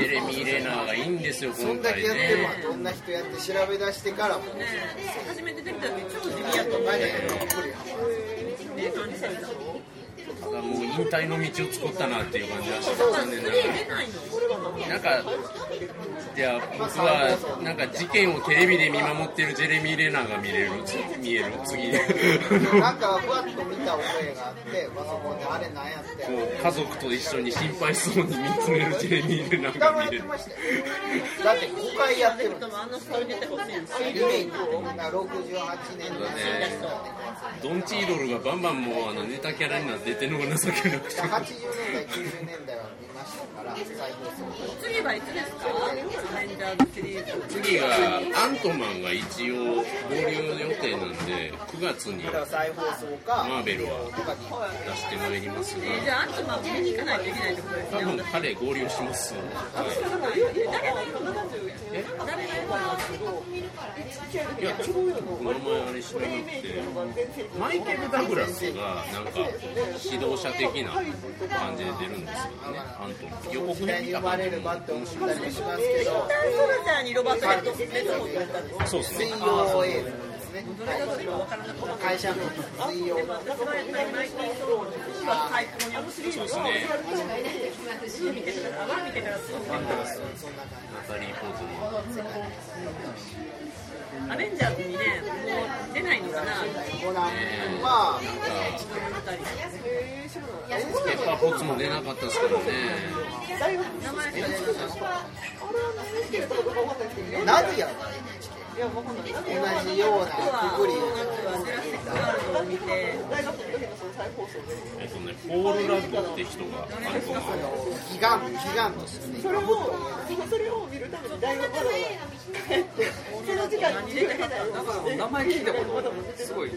[SPEAKER 3] ェレミー・レナーがいいんですよ
[SPEAKER 7] そ
[SPEAKER 3] 今
[SPEAKER 7] んだけ
[SPEAKER 3] 回
[SPEAKER 7] やって
[SPEAKER 3] ね
[SPEAKER 7] もどんな人やって調べ出してからもう
[SPEAKER 8] 初めてできた時超地味やった
[SPEAKER 7] 何やけどっくりや
[SPEAKER 8] ね何歳でしょ
[SPEAKER 3] ただもう引退の道を作ったなっていう感じがし
[SPEAKER 8] だ
[SPEAKER 3] ま
[SPEAKER 8] から
[SPEAKER 3] すね
[SPEAKER 8] 次出ないの
[SPEAKER 3] なんかいや僕はなんか事件をテレビで見守ってるジェレミー・レナーが見れるつ見える
[SPEAKER 4] *laughs*
[SPEAKER 3] 次
[SPEAKER 7] なんかふわっと見た覚えがあってパソコンであれなんやって
[SPEAKER 3] こう家族と一緒に心配そうに見つめるジェレミー・レナー
[SPEAKER 7] 歌
[SPEAKER 3] が
[SPEAKER 7] もやっ
[SPEAKER 3] 見れ
[SPEAKER 7] て
[SPEAKER 3] る
[SPEAKER 7] ましたよだって5回やってるんです
[SPEAKER 8] あの人に出てほしいんです
[SPEAKER 7] リメイクをな68年のやつだね
[SPEAKER 3] ドン・チードルがバンバンもうあのネタキャラになっててるのが情けなくて
[SPEAKER 7] 80年代90年代は見ましたから再放送
[SPEAKER 8] 次はいつですかアベンジャーズシリーズ
[SPEAKER 3] 次がアントマンが一応合流予定なんで9月に
[SPEAKER 7] だから再放送か
[SPEAKER 3] マーベルは
[SPEAKER 7] とかに
[SPEAKER 3] 出してまいります
[SPEAKER 8] えじ
[SPEAKER 3] が
[SPEAKER 8] ゃあアントマンを見に行かないといけないってことですね
[SPEAKER 3] 多分彼合流しますは
[SPEAKER 8] え誰が
[SPEAKER 3] え
[SPEAKER 8] いいの誰がいいの
[SPEAKER 3] いいやちょっと名前あれ知らなくてマイケル・ダグラスがなんか指導者的な感じで出るんですよねアントマン予告編見た
[SPEAKER 7] 呼ば
[SPEAKER 3] 感じ
[SPEAKER 7] れ
[SPEAKER 3] で
[SPEAKER 7] る
[SPEAKER 3] も
[SPEAKER 7] バットを打ったりもしますけど
[SPEAKER 8] ダンソルジャーにロバート・レッドスレッドをやったんです
[SPEAKER 3] そうです
[SPEAKER 7] 水
[SPEAKER 3] ね
[SPEAKER 7] 曜映像ですね
[SPEAKER 8] どれがどれか分からなくなって
[SPEAKER 7] 会社の水曜の
[SPEAKER 8] 私はやっぱりマイティー・ソローの今の最高に面白いのを
[SPEAKER 3] そうですね
[SPEAKER 8] すぐ見てから泡見てからす
[SPEAKER 3] ナタリー・ポートマン
[SPEAKER 8] ぐアベンジャーズにねもう出ないのかな
[SPEAKER 7] コナンまあ
[SPEAKER 3] ペッパーポッツも出なかったですからね
[SPEAKER 8] 名前がね
[SPEAKER 7] ナディアが NHK 同じようなくくり
[SPEAKER 8] ジュラシック・ワールドを見
[SPEAKER 3] え
[SPEAKER 8] て
[SPEAKER 3] っとねポール・ラッドって人がアントマン
[SPEAKER 7] ギガンギガンとしてねガブッと
[SPEAKER 8] 何出てきたの
[SPEAKER 4] なんか名前聞いたことすごい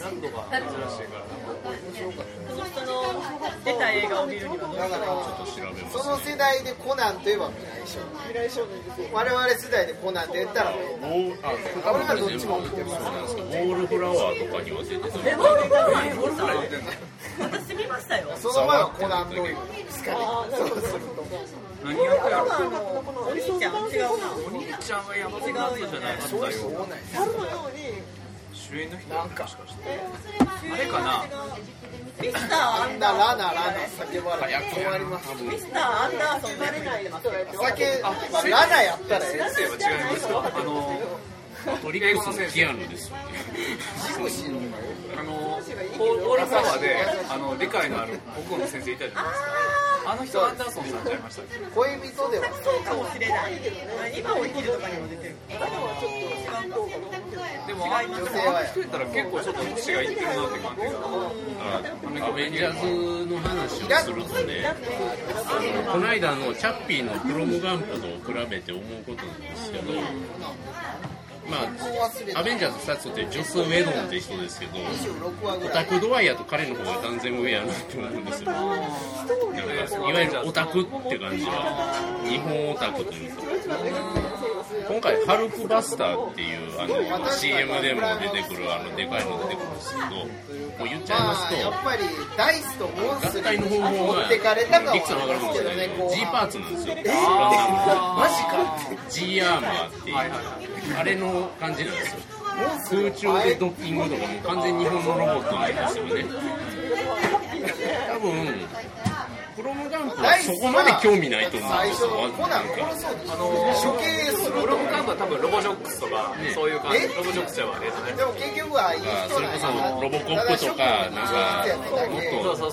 [SPEAKER 4] 何度か珍しいから
[SPEAKER 8] その人の出た映画を見るには
[SPEAKER 7] だからその世代でコナンといえば未来少年未来少年我々世代でコナンって言ったら
[SPEAKER 3] ボーあ、多分ね全部そうなんですけど、ボールフラワーとかには出てた
[SPEAKER 8] レボルバーマンのさ私見ましたよ
[SPEAKER 7] その前はコナンドイルですかねそうすると
[SPEAKER 4] 何やったや
[SPEAKER 8] あ
[SPEAKER 4] ろ
[SPEAKER 8] のお兄ちゃん違うな
[SPEAKER 4] お兄ちゃんは山本直人じゃないはずだよ
[SPEAKER 7] そうなんです
[SPEAKER 4] 主演の人なんかあれかな
[SPEAKER 8] ミスター・ア
[SPEAKER 7] ラ
[SPEAKER 8] ン
[SPEAKER 7] ナ
[SPEAKER 8] ダー
[SPEAKER 7] ラナ叫ばれて困ります
[SPEAKER 3] 多
[SPEAKER 8] ミ
[SPEAKER 3] 分
[SPEAKER 8] スター・アンダーソンが出ない
[SPEAKER 7] 叫ラナやったらええ
[SPEAKER 4] 先生は違いますよあの
[SPEAKER 3] トリックスのキアヌですよね。
[SPEAKER 4] あのポールフラワーであの理解のある僕の先生いたじゃないですかあの人アンダーソンさんちゃいましたね
[SPEAKER 7] 恋人では
[SPEAKER 8] そうかもしれない今を生きるとかにも出てる
[SPEAKER 4] でもあの
[SPEAKER 7] 女性はや
[SPEAKER 4] 人やったら結構ちょっと口がいってるなって感じが
[SPEAKER 3] アベンジャーズの話をするとね、あのこの間のチャッピーのクロムガンプと比べて思うことなんですけど、まあ、アベンジャーズ2つってジョス・ウェドンって人ですけど、
[SPEAKER 7] 26話ぐ
[SPEAKER 3] オ
[SPEAKER 7] ら
[SPEAKER 3] タ
[SPEAKER 7] い
[SPEAKER 3] ク度合いやと彼の方が断然上やなって思うんですよ。なんかいわゆるオタクって感じは、日本オタクというか。今回ハルクバスターっていうあの CM でも出てくるあのでかいの出てくるんですけどもう言っちゃいま
[SPEAKER 7] ますあ、やっ
[SPEAKER 3] と
[SPEAKER 7] ぱりダイスとモン
[SPEAKER 3] 合
[SPEAKER 7] ス
[SPEAKER 3] 体の方法
[SPEAKER 7] 持
[SPEAKER 3] が
[SPEAKER 7] ってかれたかは
[SPEAKER 3] リクさん分かるかもしれないけど G パーツなんですよ
[SPEAKER 7] マジか
[SPEAKER 3] G アーマーっていうあれの感じなんですよ空中でドッキングとかもう完全に日本のロボットなんですよね多分プロムガンプはそこまで興味ないと思うん
[SPEAKER 7] 最
[SPEAKER 3] です
[SPEAKER 7] 初
[SPEAKER 3] よ
[SPEAKER 7] コナン殺そうとあの処刑する
[SPEAKER 4] ブロムカンプは多分ロボジョックスとか、そういう感じロボジョックスやわね
[SPEAKER 7] でも結局はいい
[SPEAKER 3] あ
[SPEAKER 7] 人
[SPEAKER 3] それ
[SPEAKER 7] な
[SPEAKER 3] こそ
[SPEAKER 7] んや
[SPEAKER 3] ロボコップとかなん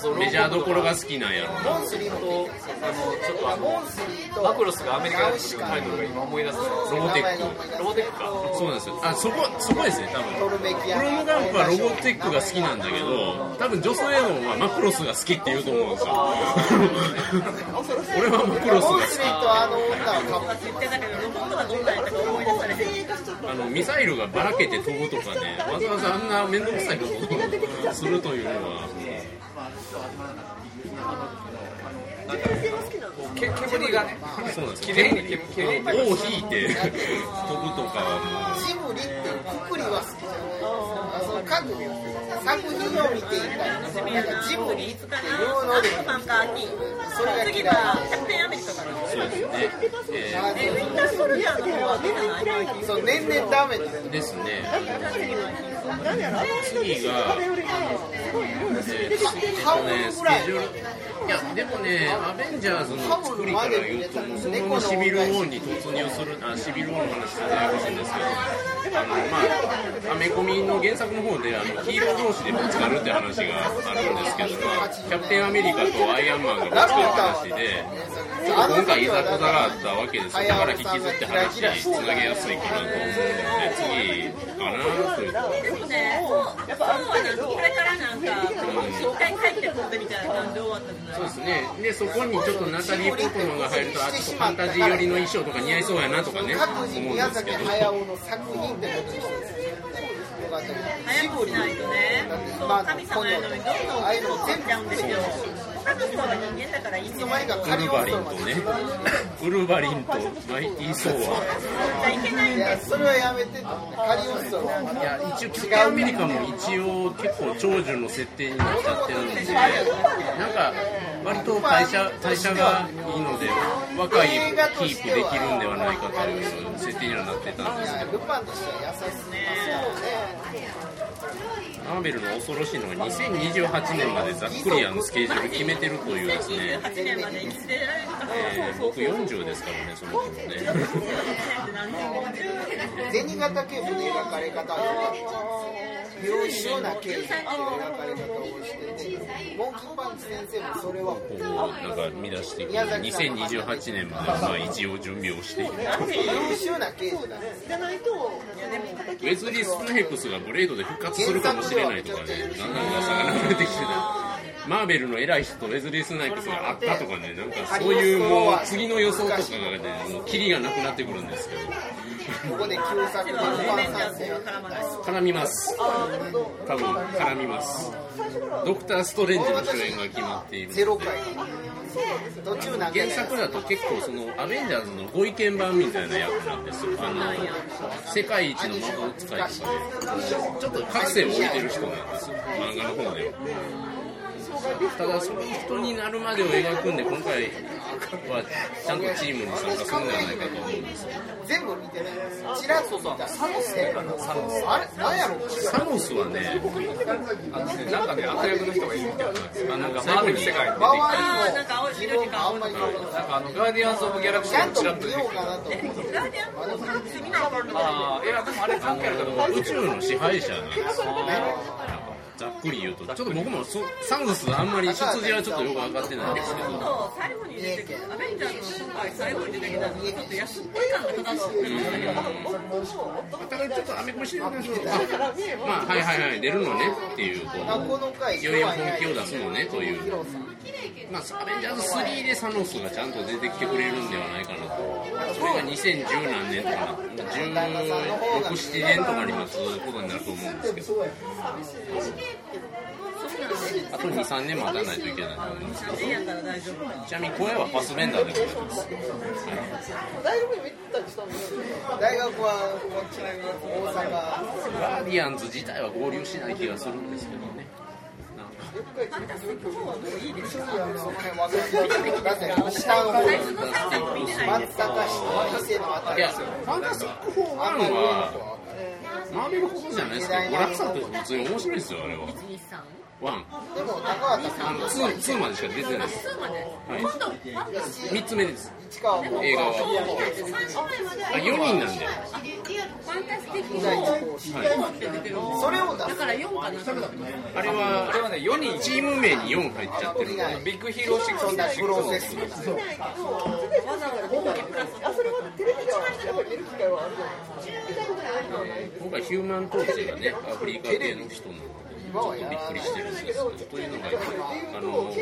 [SPEAKER 3] かもっとメジャーどころが好きなんやろうな
[SPEAKER 7] モンスリーも
[SPEAKER 4] とあのちょっとあ
[SPEAKER 7] モ
[SPEAKER 4] の
[SPEAKER 7] ンスリーと
[SPEAKER 4] マクロスがアメリカの時のタイトルが今思い出す
[SPEAKER 3] ロボテック
[SPEAKER 4] ロボテックか
[SPEAKER 3] そうなんですよあそこそこですね多分
[SPEAKER 7] トルベキア
[SPEAKER 3] プロムガンプはロボテックが好きなんだけど多分女性のはマクロスが好きって言うと思うんですよ *laughs* 俺はマクロス
[SPEAKER 7] モ
[SPEAKER 3] が
[SPEAKER 7] ン
[SPEAKER 3] 好
[SPEAKER 7] スリーとあの女はかぶって
[SPEAKER 8] 言ってたけどロボットはどんなんやったか思い出されて
[SPEAKER 3] きあのミサイルがばらけて飛ぶとかねわざわざあんな面倒くさいことをするというのは
[SPEAKER 4] け煙がね
[SPEAKER 3] そうなんです
[SPEAKER 4] 綺
[SPEAKER 3] よ
[SPEAKER 4] 麗に煙
[SPEAKER 3] あ
[SPEAKER 4] 煙
[SPEAKER 3] の尾を引いて飛ぶとかは
[SPEAKER 7] ジブリっていうくくりは好きじゃないその各作品を見ていたいなんかジブリっていうので
[SPEAKER 8] アンパンか秋
[SPEAKER 7] それが
[SPEAKER 8] 次
[SPEAKER 7] 嫌い
[SPEAKER 8] はキャプテンアメリカから
[SPEAKER 3] もうそうですね、えー
[SPEAKER 8] えウィンターソルジャーの方は出てない最近
[SPEAKER 7] そう年々ダメになる
[SPEAKER 3] ですね。次が、えー
[SPEAKER 7] 半
[SPEAKER 3] とね
[SPEAKER 7] 分
[SPEAKER 3] ス
[SPEAKER 7] ぐら
[SPEAKER 3] ケ
[SPEAKER 7] い
[SPEAKER 3] ジュールいやでもね、アベンジャーズの作りから言うと、そのままシビルウォーに突入する、あシビルウォーの話するややこしいんですけど、あのまあ、アメコミの原作の方であのヒーロー同士でぶつかるって話があるんですけど、まあ、キャプテンアメリカとアイアンマンがぶつかる話で、今回いざこざがあったわけですよ、だから引きずって話つなげやすいかなと思うので、次かなというところ
[SPEAKER 8] でもねそうそうはなんかこれからなんか一回帰ってこんでみたいな感じ終わったじゃない
[SPEAKER 3] そうですね。で、そこにちょっとナタリー・ポートマンが入ると、あ、ちょっとファンタジー寄りの衣装とか似合いそうやなとかね、
[SPEAKER 7] 各自
[SPEAKER 3] 思うんで
[SPEAKER 7] 宮
[SPEAKER 3] す
[SPEAKER 7] 崎
[SPEAKER 3] けど。
[SPEAKER 7] 駿の作品ってことにしてよかった
[SPEAKER 8] 早くしないとね、そう神様やのにどんどん
[SPEAKER 7] ああいうの全部
[SPEAKER 8] ちゃうんですよ。他の人は人間だからいいんです
[SPEAKER 7] いつ
[SPEAKER 8] よ。
[SPEAKER 7] の間にか
[SPEAKER 3] ウ
[SPEAKER 7] 仮
[SPEAKER 3] ル
[SPEAKER 7] 放
[SPEAKER 3] バリンと
[SPEAKER 7] 送まで
[SPEAKER 3] ね、ウルバリンとマイティー・ソーは、
[SPEAKER 8] いけないん
[SPEAKER 7] い
[SPEAKER 8] で
[SPEAKER 7] や
[SPEAKER 8] す。
[SPEAKER 7] それはやめてと思って仮放送まで
[SPEAKER 3] いや、一応、キャプテンアメリカも一応結構長寿の設定になっちゃってるんで、なんか、割と代謝、代謝がいいので、若いキープできるんではないかという設定にはなってたんですけど。
[SPEAKER 7] ルパンとしては優しすぎます
[SPEAKER 3] マーベルの恐ろしいのが2028年までざっくりあのスケジュール決めてるというですね、
[SPEAKER 8] 8年まで生きてられるか
[SPEAKER 3] えー僕40ですからね、その頃ね。
[SPEAKER 7] よね銭形警部の描かれ方は良かった優秀な刑事っていう描かれ方をしててモンキーパンチ先生もそれは
[SPEAKER 3] こうなんか見出してくる2028年まではまあ一応準備をしている
[SPEAKER 7] 優秀な刑事なんですよ
[SPEAKER 3] ウェズリー・スナイプスがブレードで復活するかもしれないとかねだんだん噂が流れてきてたマーベルの偉い人とウェズリー・スナイプスがあったとかねなんかそういうもう次の予想とかがねもうキリがなくなってくるんですけど
[SPEAKER 7] ここで旧作でルパン三世
[SPEAKER 3] 絡みます多分絡みますドクター・ストレンジの主演が決まっている
[SPEAKER 7] ゼロ回途中なんか
[SPEAKER 3] 原
[SPEAKER 7] ね
[SPEAKER 3] 作だと結構そのアベンジャーズのご意見版みたいな役なんですよあの世界一の魔法使いとかでちょっと覚醒を置いてる人なんですよ漫画の方ではただその人になるまでを描くんで今回はちゃんとチームに参加するんじゃないかと思うんですよ
[SPEAKER 7] 全部見てないですチラッと見たサモスサモスあれなんやろ
[SPEAKER 3] サモスはね
[SPEAKER 4] あのねなんかね悪役の人がいるみたいなんですよあなんかマーベル世界に出てきた
[SPEAKER 8] あーなん
[SPEAKER 7] 周
[SPEAKER 8] か青い
[SPEAKER 7] り
[SPEAKER 8] 緑
[SPEAKER 7] の自分
[SPEAKER 8] が
[SPEAKER 7] があ
[SPEAKER 8] 青
[SPEAKER 7] ん
[SPEAKER 8] い
[SPEAKER 7] まり分からない
[SPEAKER 4] なんかあのガーディアンズ・オブ・ギャラクシ
[SPEAKER 7] ちゃ
[SPEAKER 4] ー
[SPEAKER 7] ん
[SPEAKER 4] のちらっ
[SPEAKER 7] と
[SPEAKER 4] と
[SPEAKER 7] 見
[SPEAKER 4] 出て
[SPEAKER 7] よ
[SPEAKER 4] きた
[SPEAKER 7] うかなと思って
[SPEAKER 8] ガーディアンズの各地見ないから
[SPEAKER 4] あーいやでもあれ関係あるかと思う
[SPEAKER 3] 宇宙の支配者なんですよねざっくり言うとちょっと僕もそサングスあんまり出自はちょっとよく分かってないんですけど
[SPEAKER 8] そう最後に出てきたアベンジャーズの今回最後に出てきたのがちょっと安っぽい感が漂ってる
[SPEAKER 3] ただちょっとアメコミしてるんですけど、あまあはいはいはい出るのねっていうこ
[SPEAKER 7] あこ
[SPEAKER 3] う。
[SPEAKER 7] の回
[SPEAKER 3] いよいよ本気を出すのねという、まあ、アベンジャーズ3でサノスがちゃんと出てきてくれるんではないかなと、それが2010何年とか、16、7年とかに待つことになると思うんですけど、
[SPEAKER 8] そこ
[SPEAKER 3] あと2、3年待たないといけない。
[SPEAKER 8] 写真やったら大丈夫
[SPEAKER 3] ちなみに声はファスベンダーで撮れてます。
[SPEAKER 1] 大学にも行ったりしたんですよ
[SPEAKER 7] 大学はこっち大
[SPEAKER 3] ガーディアンズ自体は合流しない気がするんですけどね。なんか
[SPEAKER 7] 阪だって下の方
[SPEAKER 8] 最初の最後見てない
[SPEAKER 7] 松坂市の伊勢のあた
[SPEAKER 3] い
[SPEAKER 7] り
[SPEAKER 3] や、ファンタスティック4-1は、学べることじゃないですけど、娯楽作として普通に面白いですよ、あれは。1、
[SPEAKER 7] でも高畑さ
[SPEAKER 3] あ
[SPEAKER 7] ん
[SPEAKER 3] の 2, 2までしか出てないです。
[SPEAKER 8] まで
[SPEAKER 3] はい、
[SPEAKER 8] 今度今度
[SPEAKER 3] 3つ目です、
[SPEAKER 7] 市川も
[SPEAKER 3] 映画は。あ、4人なんで。
[SPEAKER 8] ファンタスティック4
[SPEAKER 3] はい、
[SPEAKER 8] って出てるんです
[SPEAKER 7] それを出
[SPEAKER 8] だから4かなと思って
[SPEAKER 3] あれ
[SPEAKER 4] あれ
[SPEAKER 3] は、
[SPEAKER 4] はね4人
[SPEAKER 3] チーム名に4入っちゃってるんで、
[SPEAKER 4] ビッグヒーロー6
[SPEAKER 7] そんなプロセスみ
[SPEAKER 1] 見ないけど、世界中だから見たりあそれはテレビではやっぱり見る機会はあるじゃないですか。見たことないのはないんです
[SPEAKER 3] 僕はヒューマントーチがね、アフリカ系の人なので、ちょっとびっくりしてるんですけど、というのが、あの、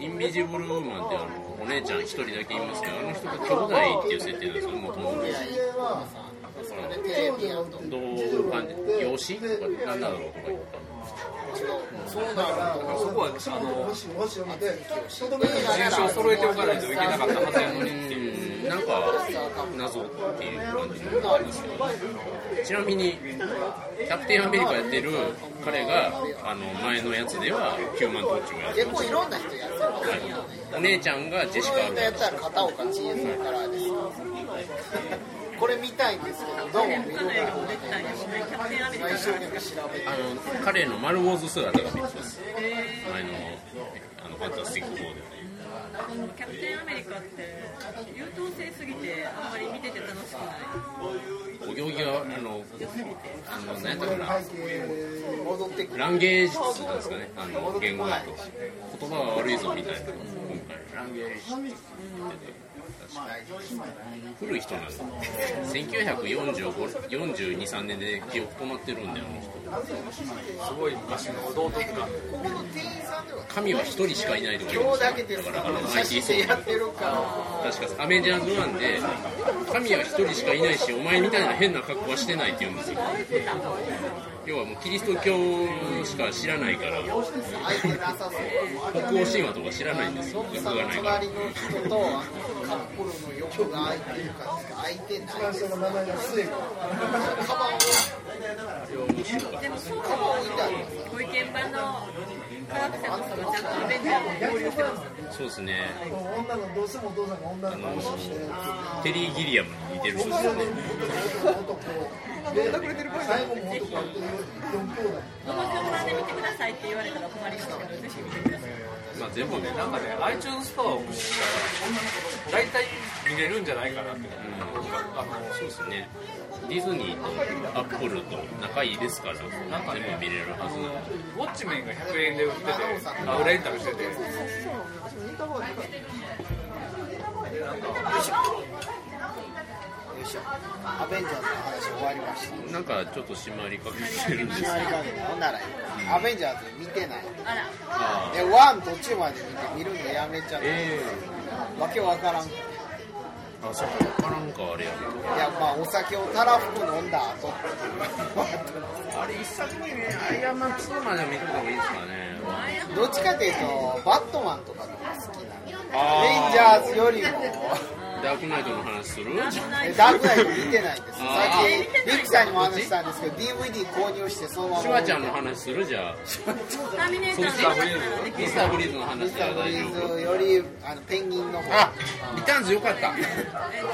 [SPEAKER 3] インビジブルウーマンってあの、お姉ちゃん1人だけいますけど、あの人が兄弟っていう設定なんですよ、もうこの
[SPEAKER 7] テレビやんと
[SPEAKER 3] どう感じ養子とか何だろうとか言ったの
[SPEAKER 9] そうだから
[SPEAKER 4] そこはあの
[SPEAKER 9] 星星を見てとどめにな
[SPEAKER 4] 人種を揃えておかないといけなかったはずやのにっていう
[SPEAKER 3] うんなんか謎っていう感じのなんですけどちなみにキャプテンアメリカやってる彼があの前のやつではヒューマントーチをやって
[SPEAKER 7] 結
[SPEAKER 3] ま
[SPEAKER 7] 構
[SPEAKER 3] し
[SPEAKER 7] いろんな人やるから
[SPEAKER 3] た、はい、お姉ちゃんがジェシ
[SPEAKER 7] こ
[SPEAKER 3] カ
[SPEAKER 7] の辺の
[SPEAKER 3] ア
[SPEAKER 7] やったら片岡千恵さんからですよこれ見たいんですけどどうも見るか
[SPEAKER 8] 出て
[SPEAKER 7] ら
[SPEAKER 8] ないよごめんキャプテンアメリカ
[SPEAKER 7] 一生懸命調べて
[SPEAKER 3] あの彼の丸坊主姿が見つです前のあのファンタスティック4ではね
[SPEAKER 8] キャプテンアメリカって優等生すぎてあんまり見てて楽しくない
[SPEAKER 3] お行儀があのあの何やったかな
[SPEAKER 7] 戻ってくる
[SPEAKER 3] ランゲージ術なんですかね、あの言語だと。言葉は悪いぞみたいな、今回、ランゲージ術って言ってて、古い人なんだ。1945、42、3年で記憶止まってるんだよ、あの人。
[SPEAKER 4] すごい昔の道徳感
[SPEAKER 7] ここの店員さんでは
[SPEAKER 3] 神は一人しかいないとか言い
[SPEAKER 7] 今
[SPEAKER 3] ま
[SPEAKER 7] 日
[SPEAKER 3] した
[SPEAKER 7] だ
[SPEAKER 3] よ
[SPEAKER 7] けです
[SPEAKER 3] だ
[SPEAKER 7] か
[SPEAKER 3] から、あの、
[SPEAKER 7] 写
[SPEAKER 3] IT
[SPEAKER 7] 真
[SPEAKER 3] ソ
[SPEAKER 7] で
[SPEAKER 3] ン
[SPEAKER 7] やってるから
[SPEAKER 3] 確かアメージャーズ1で、神は一人しかいないし、お前みたいな変な格好はしてないって言うんですよ。要はもうキリスト教しか知らないから、
[SPEAKER 7] 相手なさそう
[SPEAKER 3] 北欧神話とか知らないんですよ、僕
[SPEAKER 7] さ
[SPEAKER 3] がないから
[SPEAKER 7] 隣。の人とあのカップルの横が空いてる感じが空いてない
[SPEAKER 9] 下の名前が末子
[SPEAKER 7] カバンを
[SPEAKER 8] でもそうもご意見番の科学者の人がちゃんとアベンジャーも合流してますよね
[SPEAKER 3] そうですね。
[SPEAKER 9] 女のどうしてもお父さんが女の子をして
[SPEAKER 3] テリー・ギリアムに似てる人ですよね。
[SPEAKER 9] 最後も男は4兄弟
[SPEAKER 8] この順番で見てくださいって言われたら困りますからぜひ見てください
[SPEAKER 3] まあ全部ね、
[SPEAKER 4] なんかね iTunes ストアを駆使したら大体見れるんじゃないかなってあの
[SPEAKER 3] そうですね。ディズニーとアップルと仲いいですから、中でも見れるはずなので。
[SPEAKER 4] ウォッチメンが100円で売ってて、あレンタルしてて、
[SPEAKER 7] アベンジャーズの話終わりました
[SPEAKER 3] なんかちょっと締まりかけてるんですけど。
[SPEAKER 7] ほんならいいアベンジャーズ見てない
[SPEAKER 8] あら
[SPEAKER 3] ああ、
[SPEAKER 7] でワン途中まで見て見るのやめちゃって
[SPEAKER 3] え
[SPEAKER 7] わけわからんい
[SPEAKER 3] えあ、そうか、わからんか、あれやけど。
[SPEAKER 7] やまあお酒をたらふく飲んだ後
[SPEAKER 3] あれ一作目ね、アイアンマン2までは見てた方がいいですかね。
[SPEAKER 7] どっちかというとバットマンとかの方が好きなのレ
[SPEAKER 3] あ
[SPEAKER 7] ンジャーズよ *laughs* りも
[SPEAKER 3] ーダークナイトの話する
[SPEAKER 7] えダークナイト見てないんですさ
[SPEAKER 3] あ
[SPEAKER 7] っきリクさんにも話したんですけど DVD 購入してそのまま
[SPEAKER 3] シュワちゃんの話するじゃあ。
[SPEAKER 8] ターミネーターの
[SPEAKER 3] そう
[SPEAKER 8] 話ならでき
[SPEAKER 3] ミスター・ブリーズの話は
[SPEAKER 7] ブ
[SPEAKER 3] 大
[SPEAKER 7] リ
[SPEAKER 3] 丈夫。
[SPEAKER 7] ーズよりあのペンギンの方
[SPEAKER 3] あ、リターンズよかった。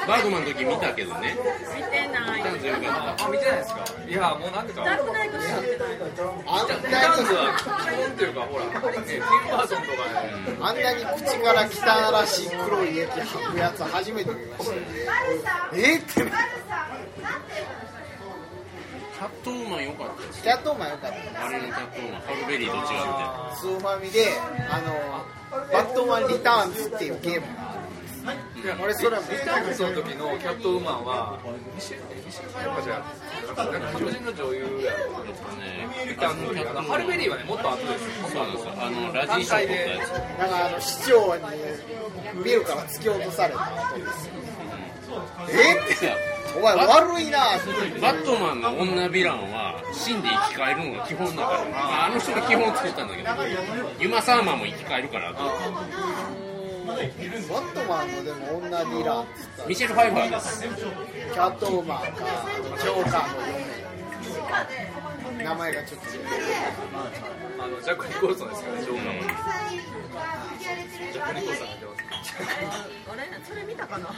[SPEAKER 3] バードマンの時見たけどね。
[SPEAKER 8] 見てない
[SPEAKER 3] リターンズよかった。
[SPEAKER 4] あ、見てないですか、いや、もうなんていうか、
[SPEAKER 8] ダークナイトしか見てない
[SPEAKER 7] あんな
[SPEAKER 4] ダンスは基本というか、ほら、ね、ティム・バートンとかね、
[SPEAKER 7] あんなに口から汚らしい黒い液吐くやつ初めて見ましたねえーって
[SPEAKER 3] キャットウーマンよかったです。
[SPEAKER 7] キャットマンよかった
[SPEAKER 3] あれのキャットウーマン、ハルベリーと違って。
[SPEAKER 7] つまみであのバットマンリターンズっていうゲームが
[SPEAKER 4] うん
[SPEAKER 7] 俺それは見
[SPEAKER 4] リターンズの時のキャットウーマンは、西島彩香じゃなんか黒人の女優や
[SPEAKER 3] えっとね、
[SPEAKER 4] リターンズの時あのハルベリーはね、もっと後です、
[SPEAKER 3] そうなんですよ。あの、ラジー賞取ったやつ。
[SPEAKER 7] だからあの市長にビルから突き落とされた後ですよえーって
[SPEAKER 3] いや
[SPEAKER 7] お前悪いな
[SPEAKER 3] バットマンの女ヴィランは死んで生き返るのが基本だから、まあ、あの人が基本を作ったんだけどユマ・サーマンも生き返るから
[SPEAKER 7] バットマンのでも女ヴィランっつったら
[SPEAKER 3] ミシェル・ファイバーです
[SPEAKER 7] キャットウーマンかジョーカーの嫁名前がちょっと違う
[SPEAKER 4] あのジャック・ニコルソンですからねジョーカーはジャック・ニコルソンが出ます
[SPEAKER 8] あれそれ見たかな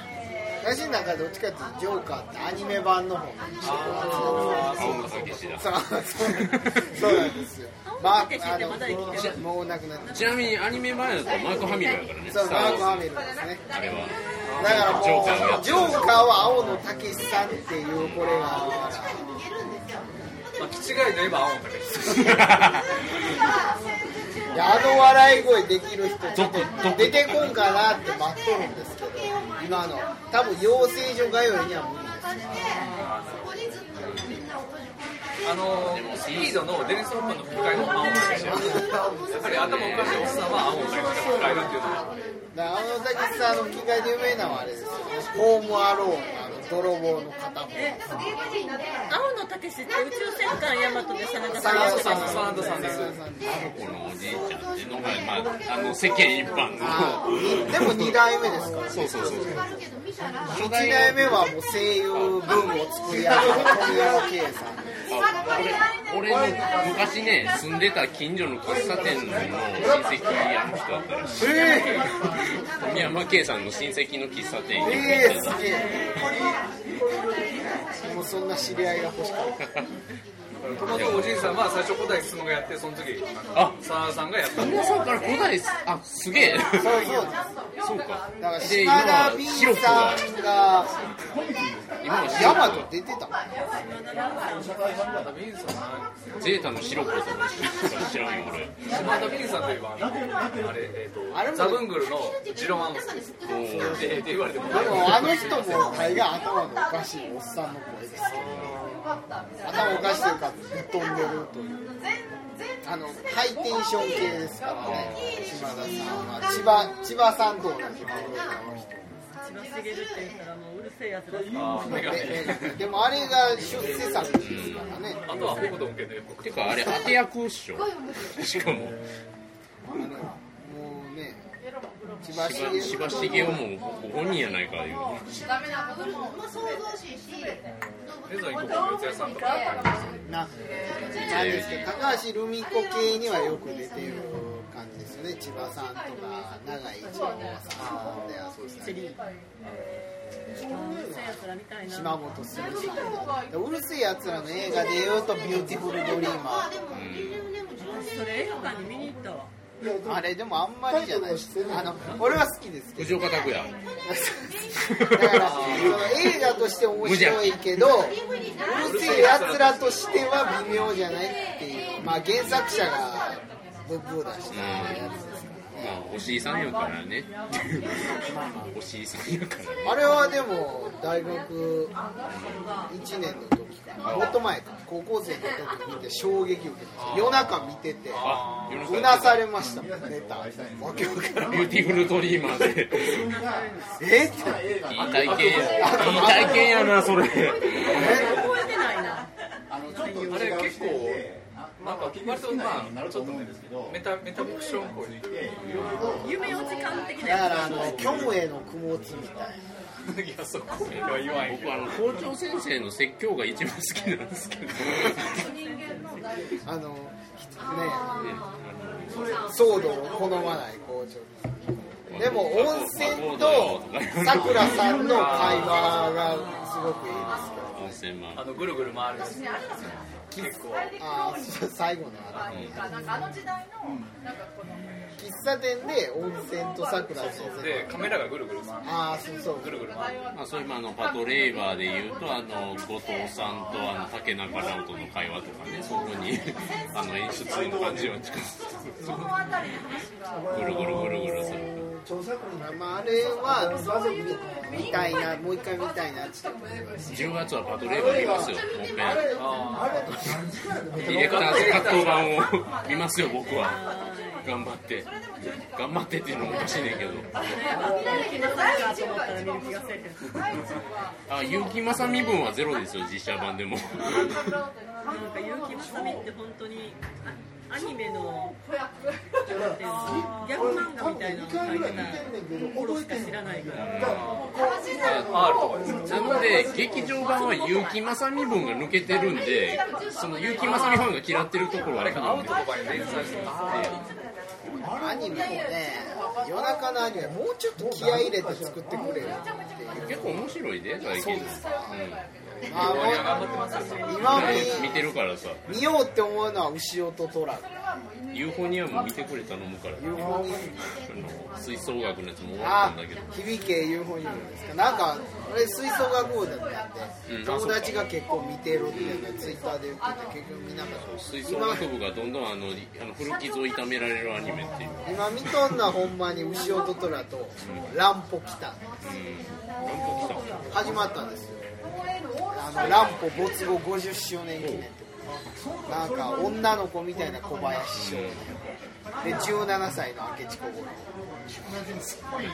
[SPEAKER 7] 私の中でどっちかっていうとジョーカーってアニメ版の方
[SPEAKER 4] あ
[SPEAKER 3] 青岡武史だ
[SPEAKER 7] そうそうなんですよまああのもうなくなって
[SPEAKER 3] ちなみにアニメ前だとマーク・ハミルやからね
[SPEAKER 7] そうマーク・ハミル
[SPEAKER 3] ル
[SPEAKER 7] ですね
[SPEAKER 3] あれは
[SPEAKER 7] だから
[SPEAKER 3] ジョーカーをやって
[SPEAKER 7] もうジョーカーは青野武さんっていうこれがあるから
[SPEAKER 4] まあ、気違いといえば青の武史
[SPEAKER 7] いやあの笑い声できる人ちょっ
[SPEAKER 3] どこと
[SPEAKER 7] 出てこんかなって待っとるんですけど今の多分養成所通いには無理です
[SPEAKER 4] あのスピードのデニス・ホッパーの吹き替えの青の武史やっぱり頭おかしいおっさんは青の武史が吹き替えるっていうのは
[SPEAKER 7] だから青野武さんの吹き替えで有名なのはあれですよホームアローンあの泥棒の片方
[SPEAKER 8] 青のたけしって宇宙戦艦ヤマトでさなんか
[SPEAKER 7] サンド
[SPEAKER 8] さ
[SPEAKER 7] さん
[SPEAKER 4] サンドさんです
[SPEAKER 3] このおじいちゃんっていうのが、まあ、あの世間一般
[SPEAKER 7] あ
[SPEAKER 3] の
[SPEAKER 7] でも2代目ですから
[SPEAKER 3] そうそうそう
[SPEAKER 7] 1代目はもう声優ブームを作り上げた富山圭さん
[SPEAKER 3] あ俺俺の昔ね住んでた近所の喫茶店の親戚あの人だったらしい宮山圭さんの親戚の喫茶店に
[SPEAKER 7] ええすげえもうそんな知り合いが欲しかった
[SPEAKER 4] このおじいさんは最初古代進がやってその時
[SPEAKER 3] あ
[SPEAKER 4] 沢田さんがやった
[SPEAKER 3] 旦那さんから古代あす
[SPEAKER 7] *laughs*
[SPEAKER 3] げえ
[SPEAKER 7] そうそうです
[SPEAKER 3] そうか
[SPEAKER 7] だから
[SPEAKER 3] で
[SPEAKER 7] 島
[SPEAKER 3] 今
[SPEAKER 7] 田
[SPEAKER 3] は
[SPEAKER 7] B
[SPEAKER 3] シロップ
[SPEAKER 7] さ
[SPEAKER 3] が
[SPEAKER 7] んが
[SPEAKER 3] 今はシロ
[SPEAKER 7] ヤマ
[SPEAKER 3] ッ
[SPEAKER 7] ト出てたもん
[SPEAKER 3] プゼータのシロップとか知らんよ俺
[SPEAKER 4] 島田ビンさんといえばあのあれ、えー、と
[SPEAKER 7] あれも
[SPEAKER 4] ザブングルのジロアンスって
[SPEAKER 3] おー
[SPEAKER 4] 言われても
[SPEAKER 7] でもあの人も大概頭のおかしいおっさんの声ですけど頭おかしいというかぶっ飛んでるというあのハイテンション系ですからね島田さんは千葉千葉さんと同じ
[SPEAKER 8] 千葉茂って言ったらもううるせえやつだから
[SPEAKER 4] あー目が
[SPEAKER 7] でででもあれが出世作ですからね
[SPEAKER 4] あとは北斗の拳の予告
[SPEAKER 3] てかあれ当て役っしょしかも
[SPEAKER 7] あのもうね千葉茂
[SPEAKER 3] 芝芝茂雄もご本人やないかいう
[SPEAKER 4] レゾン行こう四谷さんとか
[SPEAKER 7] ななんですけど高橋留美子系にはよく出てる感じですよね千葉さんとか永井一郎さんであそうですね
[SPEAKER 8] うるせえやつらみたいな
[SPEAKER 7] 島本するしうるせえやつらの映画でいうと「ビューティフルドリーマー
[SPEAKER 8] それ映画館に見に行ったわ」
[SPEAKER 7] あれでもあんまりじゃないですあの俺は好きですけど
[SPEAKER 3] 藤岡拓也
[SPEAKER 7] だからその映画として面白いけどうるせえやつらとしては微妙じゃないっていうまあ原作者がブッブー出したやつですから
[SPEAKER 3] まあ、おしいさんやからね。おしいさんやからね。
[SPEAKER 7] あれはでも大学1年の時かなもっと前か高校生の時見て衝撃受けました夜中見てて
[SPEAKER 3] あ、よろしく
[SPEAKER 7] うなされましたもんネタわけわからん
[SPEAKER 3] ビューティフルドリーマーで。
[SPEAKER 7] えっっ
[SPEAKER 3] い
[SPEAKER 7] て
[SPEAKER 3] い体験や。いい体験やな、それ。
[SPEAKER 8] 覚えてないな
[SPEAKER 6] あのちょっと
[SPEAKER 4] あれ結構
[SPEAKER 6] ま
[SPEAKER 4] なんか割とまあ
[SPEAKER 6] なると思うんですけど
[SPEAKER 4] メタメタフィクションっぽい
[SPEAKER 8] 夢の時間的な
[SPEAKER 7] だか
[SPEAKER 8] や
[SPEAKER 7] らあのキョンウェイの雲落ちみたい
[SPEAKER 4] いやそこは言わんけど
[SPEAKER 3] 僕、あの、校長先生の説教が一番好きなんですけど。
[SPEAKER 7] なあのね騒動を好まない校長でも温泉とさくらさんの会話がすごくいいですけど
[SPEAKER 3] 温泉ま
[SPEAKER 4] あのぐるぐる回るやつ
[SPEAKER 7] あー最後のあの喫茶店で温泉とさくら先生
[SPEAKER 4] でカメラがぐるぐる回る
[SPEAKER 7] ああそうそう
[SPEAKER 4] ぐるぐる回る
[SPEAKER 3] あ、まあ、そういう、まあ、あの、パトレーバーで言うと、あの、後藤さんと、あの、竹中直人の会話とかね、そこに。あの、演出の感じは近づく。ぐるぐるぐるぐるする。
[SPEAKER 9] 調査官が
[SPEAKER 7] まああれは見見たいなもう一回見たいなって
[SPEAKER 3] 10月はパトレーバー見ますよ、もう一遍。
[SPEAKER 9] あれ何時間やで
[SPEAKER 3] ディレクターズカット版を見ますよ、僕は。頑張って頑張ってっていうのもおかしいねんけどあ結城まさみ分はゼロですよ実写版でも
[SPEAKER 8] なんか結城まさみって本当にあアニメのなんていうのギャグ漫画みたいなのを描いてた頃しか知らないから。
[SPEAKER 4] R とかです
[SPEAKER 3] なので劇場版は結城まさみ分が抜けてるんでその結城まさみファンが嫌ってるところはあるんで
[SPEAKER 4] アウトとかに連載してますね
[SPEAKER 7] アニメもね夜中のアニメもうちょっと気合い入れて作ってくれる
[SPEAKER 3] 結構面白いで最近、
[SPEAKER 7] まあもう今
[SPEAKER 3] うん、見てるからさ
[SPEAKER 7] 見見ようって思うのは牛尾とトラ
[SPEAKER 3] ユーフォニアム見てくれ頼むから
[SPEAKER 7] ユーフォニ
[SPEAKER 3] あの吹奏楽のやつも終わっ
[SPEAKER 7] あ
[SPEAKER 3] たんだけど
[SPEAKER 7] 響け UFO にいるんですかなんか俺吹奏楽部だったんで、
[SPEAKER 3] うん
[SPEAKER 7] 友達が結構見てるっていうのをツイッターで言ってて結局見なかった
[SPEAKER 3] 吹奏楽部がどんどんあのあの古傷を痛められるアニメっていう
[SPEAKER 7] 今見とんのはほんまに牛尾とトラとランポ来た
[SPEAKER 3] 本当来た
[SPEAKER 7] 始まったんですよあの乱歩没後50周年記念ってなんか女の子みたいな小林翔で17歳の明智小五
[SPEAKER 3] 今っ
[SPEAKER 7] 郎
[SPEAKER 3] ぽい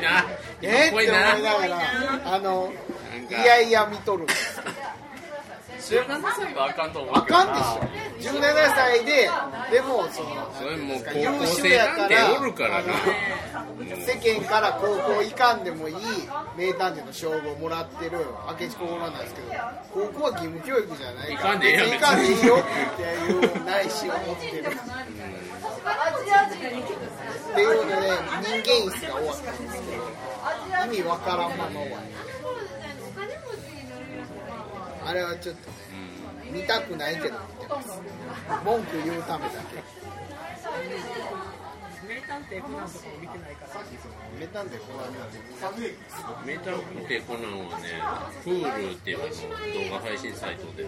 [SPEAKER 3] な
[SPEAKER 7] え
[SPEAKER 3] 今っぽ
[SPEAKER 7] ー、って思い
[SPEAKER 3] いな
[SPEAKER 7] ながらあの
[SPEAKER 3] なん
[SPEAKER 7] い
[SPEAKER 3] か
[SPEAKER 7] やいや見とるんです
[SPEAKER 4] 17歳はあかんと思う
[SPEAKER 7] あ
[SPEAKER 4] けど
[SPEAKER 7] かんでしょ17歳ででもその
[SPEAKER 3] それもう高校生なんておるからな
[SPEAKER 7] 世間から高校行かんでもいい名探偵の称号をもらってる明智小五郎なんですけど高校は義務教育じゃないか
[SPEAKER 3] 行か
[SPEAKER 7] ら
[SPEAKER 3] んでええやん
[SPEAKER 7] 別に行かんでいいよっていうないし思ってるっていうので人間椅子が終わったんですけど意味わからんまま終わったあれはちょっとね見たくないけど見てます文句言うためだけ
[SPEAKER 8] 名探偵コナンとかも見てないから。
[SPEAKER 7] 名探偵コナンなんて
[SPEAKER 3] メタルってコナンはね Hulu っていうあの動画配信サイトで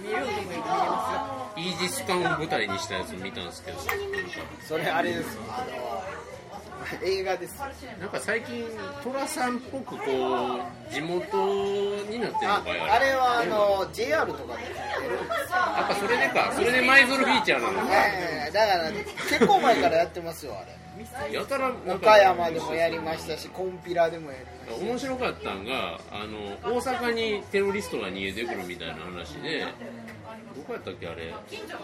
[SPEAKER 8] 見ようとも見えま
[SPEAKER 3] イージス艦を舞台にしたやつ見たんですけどなんか
[SPEAKER 7] それあれですよあの映画ですよ
[SPEAKER 3] なんか最近寅さんっぽくこう地元になってるの
[SPEAKER 7] あ
[SPEAKER 3] かよ
[SPEAKER 7] あれはあの JR とかでやってるんですよ
[SPEAKER 3] やっぱそれでかそれで舞鶴フィーチャーなのか
[SPEAKER 7] ねえだから結構前からやってますよあれ
[SPEAKER 3] やたらなんか
[SPEAKER 7] 岡山でもやりましたしコンピラでもやりま
[SPEAKER 3] 面白かったんがあの大阪にテロリストが逃げてくるみたいな話でどこやったっけあれ
[SPEAKER 7] した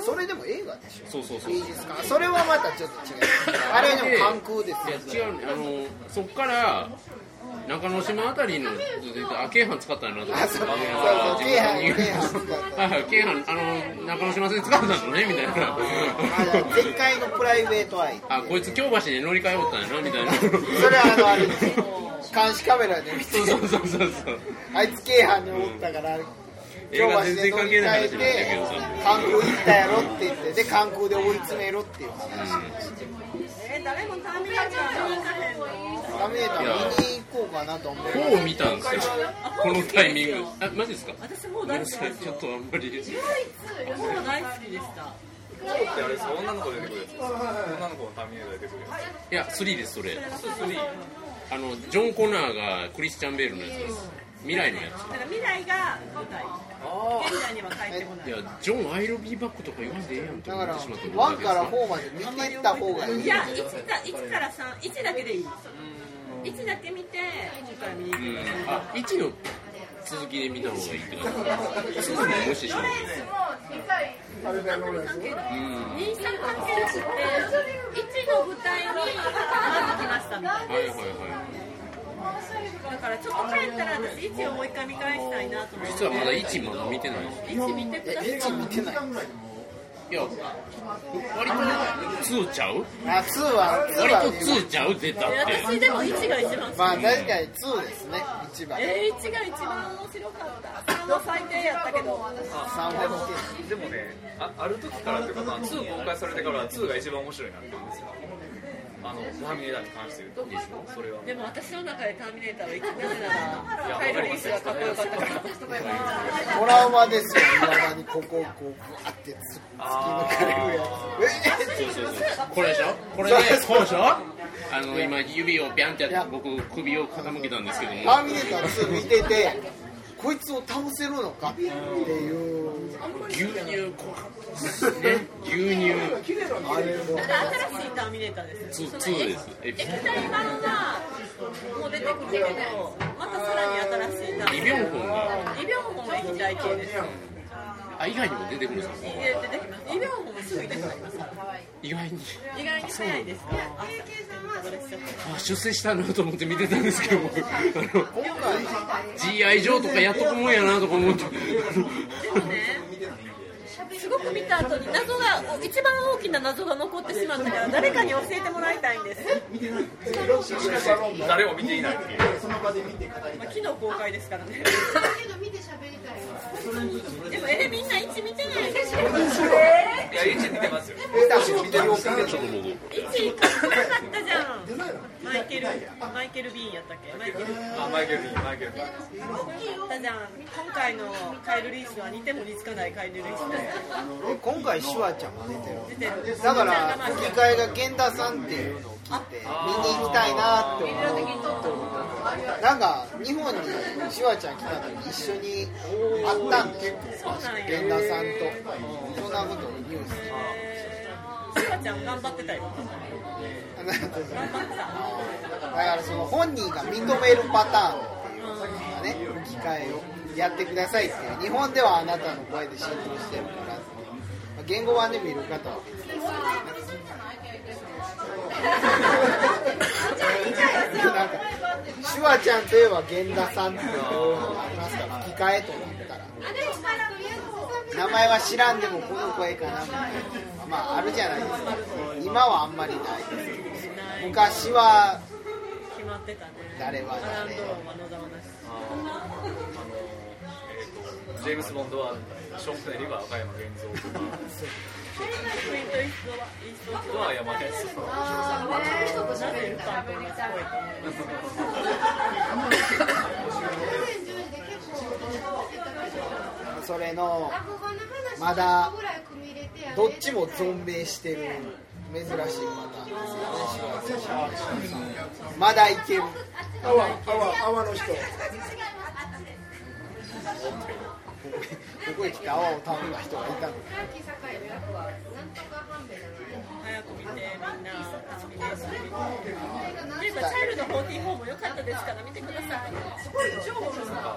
[SPEAKER 7] それでも映画でし
[SPEAKER 3] そうそうそう
[SPEAKER 7] ょいいですかそれはまたちょっと違うあれはでも関空です
[SPEAKER 3] いや違うねあのそっから中之島あたりのあ京阪使ったんやなと思
[SPEAKER 7] あ
[SPEAKER 3] って
[SPEAKER 7] そうそうそう
[SPEAKER 3] あー
[SPEAKER 7] 京阪
[SPEAKER 3] 自
[SPEAKER 7] 京
[SPEAKER 3] 分に
[SPEAKER 7] 阪使った
[SPEAKER 3] あ京阪あの中之島線使ったのねみたいな
[SPEAKER 7] あの絶海のプライベートアイっていう
[SPEAKER 3] あこいつ京橋で乗り換えおったんやなみたいな
[SPEAKER 7] それはあのあれですよ監視カメラで見て
[SPEAKER 3] そうそうそうそうそう
[SPEAKER 7] あいつ京阪におったから
[SPEAKER 3] 映画全然関係ない話になったけどさ
[SPEAKER 7] 関空行ったやろって言ってで関空で追い詰めろっていう話
[SPEAKER 8] す。えー、誰もターミナルに行かへんの。
[SPEAKER 7] ダメだ見に行こうかなと思って
[SPEAKER 3] こう見たんですよこのタイミングあマジですか
[SPEAKER 8] 私も
[SPEAKER 3] ご
[SPEAKER 8] う
[SPEAKER 3] めん
[SPEAKER 8] 大
[SPEAKER 3] な
[SPEAKER 8] 好
[SPEAKER 3] さい
[SPEAKER 8] きです
[SPEAKER 3] ちょ
[SPEAKER 8] よ
[SPEAKER 3] っ。とあんまり
[SPEAKER 8] もう大好きでした。
[SPEAKER 4] ってあれですか女の子出てくるやつですか女の子のターミネーター出てくるや
[SPEAKER 3] いや3ですそれあのジョン・コナーがクリスチャン・ベールのやつです未来のや
[SPEAKER 8] だから未来が舞台。現在には帰ってこな
[SPEAKER 3] つい
[SPEAKER 8] い。
[SPEAKER 3] やジョン・アイロビーバックとか言わんでええやんと
[SPEAKER 7] だ
[SPEAKER 3] 思
[SPEAKER 7] か
[SPEAKER 3] っ
[SPEAKER 7] ら
[SPEAKER 3] てしまって
[SPEAKER 7] ワンからフォーまで見ていった方がいい
[SPEAKER 8] いや、一か一から三一だけでいい。一だけ見て、ここから見に行く。
[SPEAKER 3] あ1の続きで見た方がいいって感じ続きも無視しない
[SPEAKER 9] あれであのやつ
[SPEAKER 8] 認識関係なくて、一の舞台にまず来ましたみたいな。
[SPEAKER 3] はいはいはい
[SPEAKER 8] だからちょっと帰ったら私一をもう一回見返したいなと思って
[SPEAKER 3] 実はまだ1まだ見てないです
[SPEAKER 8] 一見てください
[SPEAKER 7] 1見てない
[SPEAKER 3] いや割と2ちゃう
[SPEAKER 7] あ2は2
[SPEAKER 3] 割と
[SPEAKER 7] はね
[SPEAKER 3] 2ちゃう出たって
[SPEAKER 8] 私でも一が一番好き
[SPEAKER 7] まあ確かに2ですね一番
[SPEAKER 8] えー、1が一番面白かった3は最低やったけど
[SPEAKER 7] 3は見て
[SPEAKER 4] つでもねあある時からってことは2公開されてから2が一番面白いなって思うんですよあのターミネーターに関して言うとそれは
[SPEAKER 8] でも私の中でターミネーターは一なぜならカイロリースがかっこよかったから
[SPEAKER 7] ないトラウマですよいまだにここをこうぶわってつ突き抜かれるやつえ
[SPEAKER 3] そうそうそうこれでしょこれでこうでしょあの今指をビャンってやって僕首を傾けたんですけど
[SPEAKER 7] ター
[SPEAKER 3] も
[SPEAKER 7] ミネーター2見ててこいつを倒せるのかっていう
[SPEAKER 3] 牛乳怖かったですね牛乳
[SPEAKER 7] あれも
[SPEAKER 8] 新しいターミネーターです
[SPEAKER 3] ツ
[SPEAKER 8] よ
[SPEAKER 3] ー
[SPEAKER 8] その
[SPEAKER 3] ツーですエピ
[SPEAKER 8] 液体版はもう出てくるけどまたさらに新しいターミ
[SPEAKER 3] イ・
[SPEAKER 8] ネ
[SPEAKER 3] ビ
[SPEAKER 8] ー
[SPEAKER 3] ョンホンが
[SPEAKER 8] ターイ・ビョンホンは液体系です
[SPEAKER 3] あ以外にも出てくるんですよ
[SPEAKER 8] いや出てきますイ・ビョンホンもすぐ出てきますから
[SPEAKER 3] 意外に
[SPEAKER 8] 意外に早いですから朝
[SPEAKER 3] あ出世したなと思って見てたんですけど僕あの
[SPEAKER 7] 今回
[SPEAKER 3] GI 上とかやっとくもんやなとか思って
[SPEAKER 8] でもねすごく見た後に謎が一番大きな謎が残ってしまったから誰かに教えてもらいたいんです、
[SPEAKER 4] 誰も見ていないっていう
[SPEAKER 6] その場で見て語りたい
[SPEAKER 8] まあ、昨日公開ですからね
[SPEAKER 2] けど見て喋りたいわ
[SPEAKER 8] でもえみんな位置見てないですよ
[SPEAKER 4] いや、エッチ見てますよ
[SPEAKER 3] ちょっと僕
[SPEAKER 8] 位置一個少なかったじゃん
[SPEAKER 9] 出ないの
[SPEAKER 8] マイケルマイケル・ビーンやったっけマイケル・ビーン
[SPEAKER 4] あ、マイケル・ビーン、マイケル・ビーン
[SPEAKER 8] やったじゃん今回のカイル・リースは似ても似つかないカイル・リースで
[SPEAKER 7] え今回シュワちゃんも出て
[SPEAKER 8] 出
[SPEAKER 7] る
[SPEAKER 8] てる
[SPEAKER 7] だから吹き替えが源田さんっていうのを聞いて見に行きたいなって思うなんか日本にシュワちゃん来た時一緒に会ったんですよ
[SPEAKER 8] そうなんや
[SPEAKER 7] 源田さんとそんなことをニュースで
[SPEAKER 8] シュワちゃん頑張ってたよ
[SPEAKER 7] あなるほど
[SPEAKER 8] 頑張ってた
[SPEAKER 7] だからその本人が認めるパターンっていうのがね吹き替えをやってくださいっていう日本ではあなたの声で浸透してるからっていうまあ言語版で見る方は別ですけどねなんかシュワちゃんといえば源田さんっていうのがありますから吹き替えとなったら名前は知らんでもこの声かなみたいなまああるじゃないですか今はあんまりないですけど昔は
[SPEAKER 8] 決まってたね
[SPEAKER 7] 誰は
[SPEAKER 8] アラン
[SPEAKER 7] 誰
[SPEAKER 8] ドロンは野沢なし
[SPEAKER 4] あのえーとジェームス・ボンドはショーン・コネリーは赤山源三とか
[SPEAKER 8] クリント・イーストはイーストウッド
[SPEAKER 4] は山田康夫
[SPEAKER 8] なぜルパンと同じ声か
[SPEAKER 7] それの
[SPEAKER 2] まだ
[SPEAKER 7] まだ
[SPEAKER 2] ど
[SPEAKER 7] ど
[SPEAKER 2] っ
[SPEAKER 7] っ
[SPEAKER 2] ち
[SPEAKER 7] ち
[SPEAKER 2] も
[SPEAKER 7] も
[SPEAKER 2] 存
[SPEAKER 7] 存命してる珍しいパターンですよねまだいける
[SPEAKER 9] 泡泡泡の人
[SPEAKER 7] ここへ来て泡を食べた人がいたの
[SPEAKER 8] 早く見てみんな遊びです見ればチャイルド44も良かったですから見てくださいすごい超面白か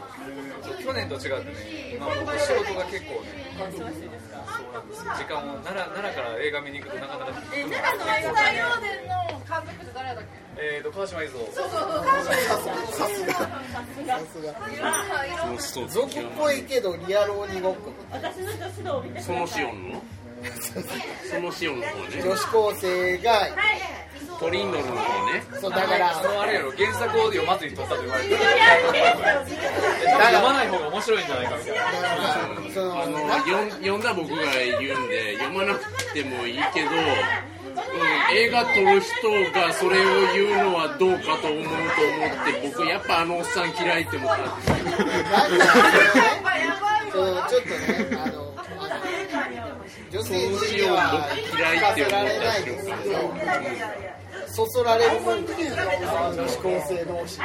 [SPEAKER 8] っ
[SPEAKER 4] 去年と違ってね、今僕仕事が結構ね、
[SPEAKER 8] た忙しいですか
[SPEAKER 4] 時間を奈良奈良から映画見に行くとなかなか、
[SPEAKER 8] え奈良の映画館よ
[SPEAKER 4] えーと川島伊蔵、
[SPEAKER 7] さすがさすが
[SPEAKER 3] ロストー
[SPEAKER 7] 俗っぽいけどリアル鬼ごっこ
[SPEAKER 8] 私の女子道を見てく
[SPEAKER 3] その
[SPEAKER 8] だ
[SPEAKER 3] シオ
[SPEAKER 8] さい
[SPEAKER 3] ンのそのシオンの方
[SPEAKER 7] 女
[SPEAKER 3] ね
[SPEAKER 7] 子高生が
[SPEAKER 3] トリンドルの方ね
[SPEAKER 7] そうだから
[SPEAKER 4] あのあれやろ、原作を読まずに撮ったと言われてる、
[SPEAKER 7] だ
[SPEAKER 4] 読
[SPEAKER 7] か
[SPEAKER 4] まない方が面白いんじゃないかみたいな、
[SPEAKER 7] らその
[SPEAKER 3] あの読ん読んだ僕が言うんで読まなくてもいいけど、うん、映画撮る人がそれを言うのはどうかと思うと思って僕やっぱあのおっさん嫌いって思った
[SPEAKER 7] なんかそのちょっとねあの女性
[SPEAKER 3] どう
[SPEAKER 7] 自
[SPEAKER 3] し
[SPEAKER 7] 身
[SPEAKER 3] よう
[SPEAKER 7] は
[SPEAKER 3] 僕嫌いって
[SPEAKER 7] 聞かせられない
[SPEAKER 3] 思
[SPEAKER 7] です
[SPEAKER 3] った
[SPEAKER 7] け
[SPEAKER 3] 瞬間
[SPEAKER 7] どそそられるもんですよ女子高生同士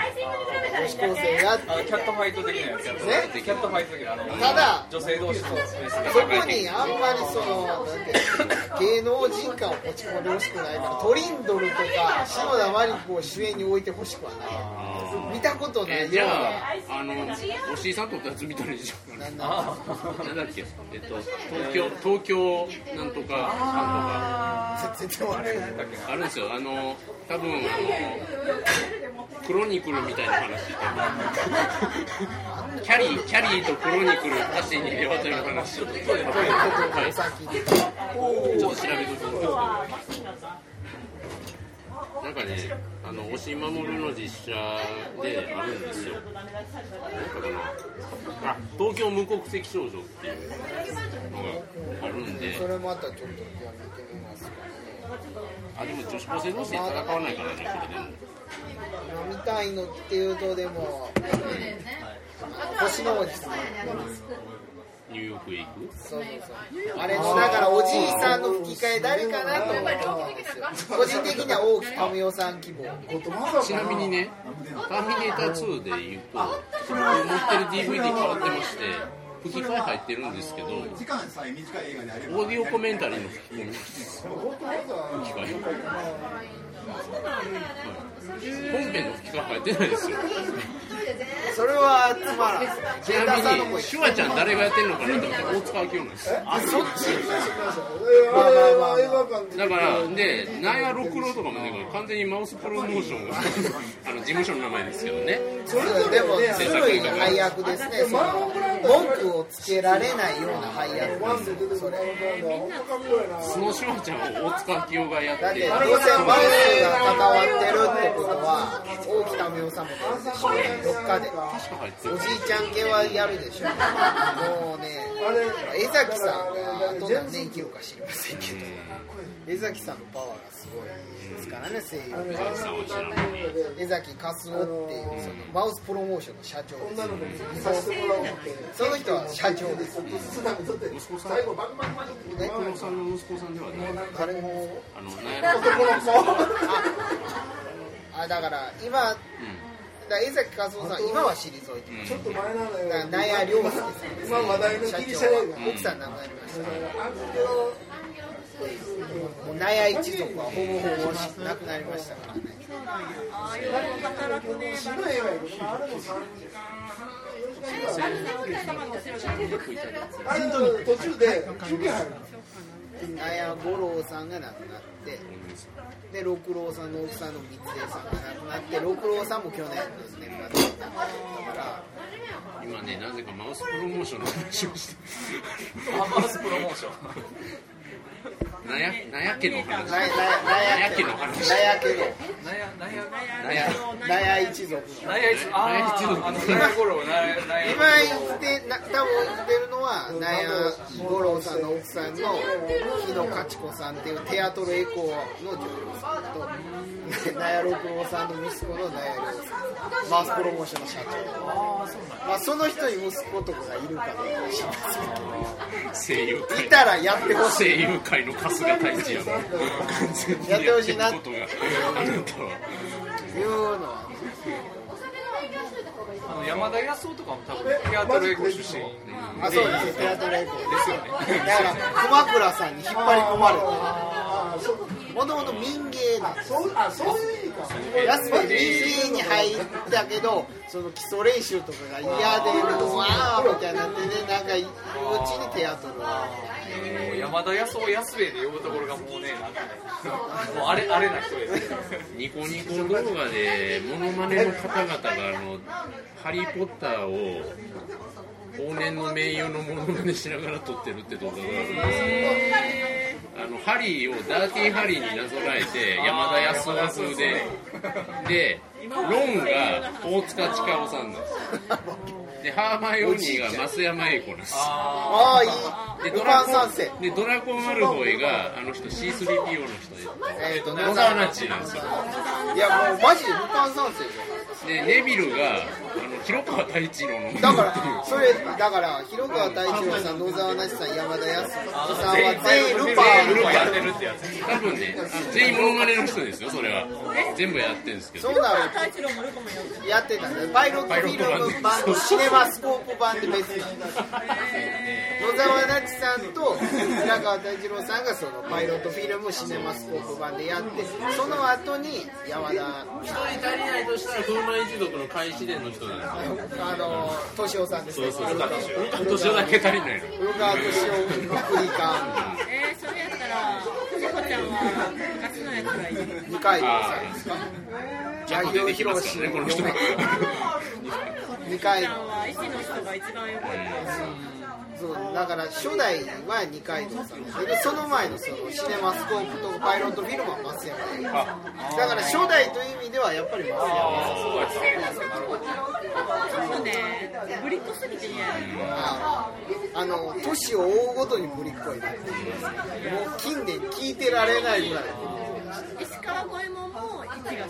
[SPEAKER 7] 女子高生が
[SPEAKER 4] あのキャットファイト的なやつや
[SPEAKER 7] ね
[SPEAKER 4] キャットファイト的な、あの
[SPEAKER 7] ただ
[SPEAKER 4] 女性同士のスペース
[SPEAKER 7] そこにあんまりそのなんていうの芸能人感を持ち込んでほしくないからトリンドルとか篠田麻里子を主演に置いてほしくはない見たことな
[SPEAKER 3] え
[SPEAKER 7] い
[SPEAKER 3] じ
[SPEAKER 7] よう
[SPEAKER 3] ゃ
[SPEAKER 7] な
[SPEAKER 3] ああのおしいさんとったやつみたいにしようか
[SPEAKER 7] なんなん
[SPEAKER 4] あ
[SPEAKER 3] ななんだっけえっと東京東京なんとかなん
[SPEAKER 7] 全然わかんない
[SPEAKER 3] とかあるんですよあの多分あのクロニクルみたいな話多分キャリーキャリーとクロニクル足して2で渡る話はい
[SPEAKER 7] 先に
[SPEAKER 3] ちょっと調べときますなんかね、あの押井守の実写であるんですよ。なんかこのあ東京無国籍少女っていうのがあるんで、
[SPEAKER 7] それまたちょっとじゃあ見てみますか
[SPEAKER 3] あでも女子高生同士で戦わないからね、これでも。
[SPEAKER 7] 飲みたいのっていうとでも星の王子さん
[SPEAKER 3] ニューヨークへ行く。
[SPEAKER 7] そうそうそうあれのだからおじいさんの吹き替え誰かなと思ったんですよ個人的には大木民生さん希望
[SPEAKER 9] ことまだ
[SPEAKER 3] ちなみにね、ターミネーター2で言うと、それを持ってる DVD 変わってまして吹き替え入ってるんですけど
[SPEAKER 6] 時間さえ短い映画であれば
[SPEAKER 3] オーディオコメンタリーの吹き込みです吹き替え本編の吹き替え入ってないですよ
[SPEAKER 7] それはつまらん
[SPEAKER 3] ちなみにシュワちゃん誰がやってるのかなと思ったら大塚明夫なんです
[SPEAKER 7] あそっち
[SPEAKER 9] は映画館で
[SPEAKER 3] だからでなんやろくろとかもね完全にマウスプロモーションが *laughs* あの事務所の名前ですけどね
[SPEAKER 7] それでもねすごい配役ですねその文句をつけられないような配役
[SPEAKER 9] ワンで出てくるのがかっこいいな
[SPEAKER 3] そのシュワちゃんを大塚明夫がや
[SPEAKER 7] だっ
[SPEAKER 3] ってて
[SPEAKER 7] どうせマウスが関わってるってことは大きな目を覚めてるでしょどっかで
[SPEAKER 3] 確か入って
[SPEAKER 7] お
[SPEAKER 3] る
[SPEAKER 7] じいちゃん系はやるでしょもうね江崎さんがあと何年生きようか知りませんけど江崎さんのパワーがすごいですからね声優が
[SPEAKER 3] さんは知らない
[SPEAKER 7] 江崎かすおっていうそのマウスプロモーションの社長です
[SPEAKER 9] 女の子にさせてもらおうって
[SPEAKER 7] その人は社長です
[SPEAKER 9] ずっとつなだって最後バンバンバンって
[SPEAKER 3] 大
[SPEAKER 7] ね
[SPEAKER 3] 塚さんの息子さんではない
[SPEAKER 7] 誰も
[SPEAKER 3] あのなんやろ
[SPEAKER 9] 男の
[SPEAKER 7] あだから今だから江崎かすおさん今は退いてる
[SPEAKER 3] う
[SPEAKER 9] 子
[SPEAKER 3] ん
[SPEAKER 9] ちょっと前なの
[SPEAKER 7] だ
[SPEAKER 9] よ
[SPEAKER 7] から納屋良介さんです
[SPEAKER 9] 今話題の
[SPEAKER 7] 社
[SPEAKER 9] ギリシャ映
[SPEAKER 7] 長
[SPEAKER 9] 画
[SPEAKER 7] は奥さん亡くなりました
[SPEAKER 9] アンテロ
[SPEAKER 7] もう納屋一族はほぼほぼし亡くなりましたからね
[SPEAKER 8] ああいうの働くね
[SPEAKER 9] 渋い映画やけどなあれも3時間半4時間ぐらいあれ途中で休憩入るの
[SPEAKER 7] 納屋五郎さんが亡くなってで六郎さんの奥さんの三江さんが亡くなって六郎さんも去年ですねだから
[SPEAKER 3] 今ねなぜかマウスプロモーションの話をして
[SPEAKER 4] マウスプロモーション
[SPEAKER 3] なんやなんやけの話
[SPEAKER 7] 納屋納屋家の納屋家の
[SPEAKER 4] なんやなんや
[SPEAKER 3] なんや
[SPEAKER 7] 納屋一族の
[SPEAKER 4] なんや一あ
[SPEAKER 3] なんや一
[SPEAKER 4] ああのなんや頃なんやなんや
[SPEAKER 7] 今言ってな多分言ってるのは納屋五郎さんの奥さんの日野勝子さんっていうテアトルエコーの女優さんと納屋六郎さんの息子の納屋良さんマウスプロモーションの社長まあその人に息子とかがいるかどうかは知りませんけ
[SPEAKER 3] 声
[SPEAKER 7] ど
[SPEAKER 3] 優界
[SPEAKER 7] いたらやってほしい
[SPEAKER 3] 声優界の春日太一やもん完全に
[SPEAKER 7] やって
[SPEAKER 3] *laughs*
[SPEAKER 7] ほしいな
[SPEAKER 3] やってることがあなたは
[SPEAKER 7] っていうのは
[SPEAKER 4] あの山田康夫とかも多分テアトルエコ出身
[SPEAKER 7] あそうですテアトルエコー
[SPEAKER 4] ですよね
[SPEAKER 7] だから熊倉さんに引っ張り込まれてもともと民芸なんです
[SPEAKER 9] そうあそういう意味か
[SPEAKER 7] 安く民芸に入ったけどその基礎練習とかが嫌でわあみたいになってねなんかいううちにテアトルは
[SPEAKER 4] もう山田康夫安江で呼ぶところがもうねなんかねもうあれあれな人ですね
[SPEAKER 3] ニコニコ動画でモノマネの方々があの「ハリー・ポッター」を往年の名優のモノマネしながら撮ってるって動画があるんですけどあのハリーをダーティーハリーになぞらえて山田康夫風ででロンが大塚千佳夫さんなんですでハーマイオニーが増山英子なんです
[SPEAKER 7] ああい
[SPEAKER 3] で
[SPEAKER 7] い
[SPEAKER 3] ド
[SPEAKER 7] ル
[SPEAKER 3] ラ
[SPEAKER 7] パン
[SPEAKER 3] ゴ
[SPEAKER 7] 三世
[SPEAKER 3] ンでドラゴンマルフォイがあの人 C3PO の人で
[SPEAKER 7] えっ、とね
[SPEAKER 3] 野沢那智なんですよ
[SPEAKER 7] いやもうマジでルパン三世じゃん
[SPEAKER 3] でネビルがあの広川太一郎の
[SPEAKER 7] だから、それ、だから、広川大一郎さん、野沢那智さん、山田康さんは全員ルパ
[SPEAKER 4] ル
[SPEAKER 7] ー。
[SPEAKER 4] パンやってるってやつ
[SPEAKER 3] 多分ねあの全員モノマネの人ですよそれは全部やってるんですけど
[SPEAKER 7] そうなる
[SPEAKER 8] 太一郎もルコもやる
[SPEAKER 7] とやってたね。パイロットフィルム版とシネマスコープ版で別に。野沢那智さんと平川大一郎さんがそのパイロットフィルムシネマスコープ版でやってその後に山田
[SPEAKER 3] 一人足りないとしたら風魔一族の開始伝の人なんですよ
[SPEAKER 7] あの敏夫さんです
[SPEAKER 3] そう
[SPEAKER 7] ね
[SPEAKER 3] そう年だけ足りないの
[SPEAKER 7] 古川敏夫の振り感
[SPEAKER 8] えー、それやったら藤子ちゃんは昔のやつがいい
[SPEAKER 7] 二階堂
[SPEAKER 3] あ
[SPEAKER 7] さんですか
[SPEAKER 3] あ出てきますからねこの人
[SPEAKER 7] 二階
[SPEAKER 8] ち
[SPEAKER 7] 堂
[SPEAKER 8] ゃんは医師の人が一番よかった
[SPEAKER 7] そうだから初代は二階堂さんですでその前のそのシネマスコープとパイロットフィルムは松山英子だから初代という意味ではやっぱり松山
[SPEAKER 8] ちょっとねぶりっ子すぎて嫌や
[SPEAKER 7] ああの年を追うごとにぶりっこいなもう近年聞いてられないぐらい
[SPEAKER 8] 石川五右衛門も息が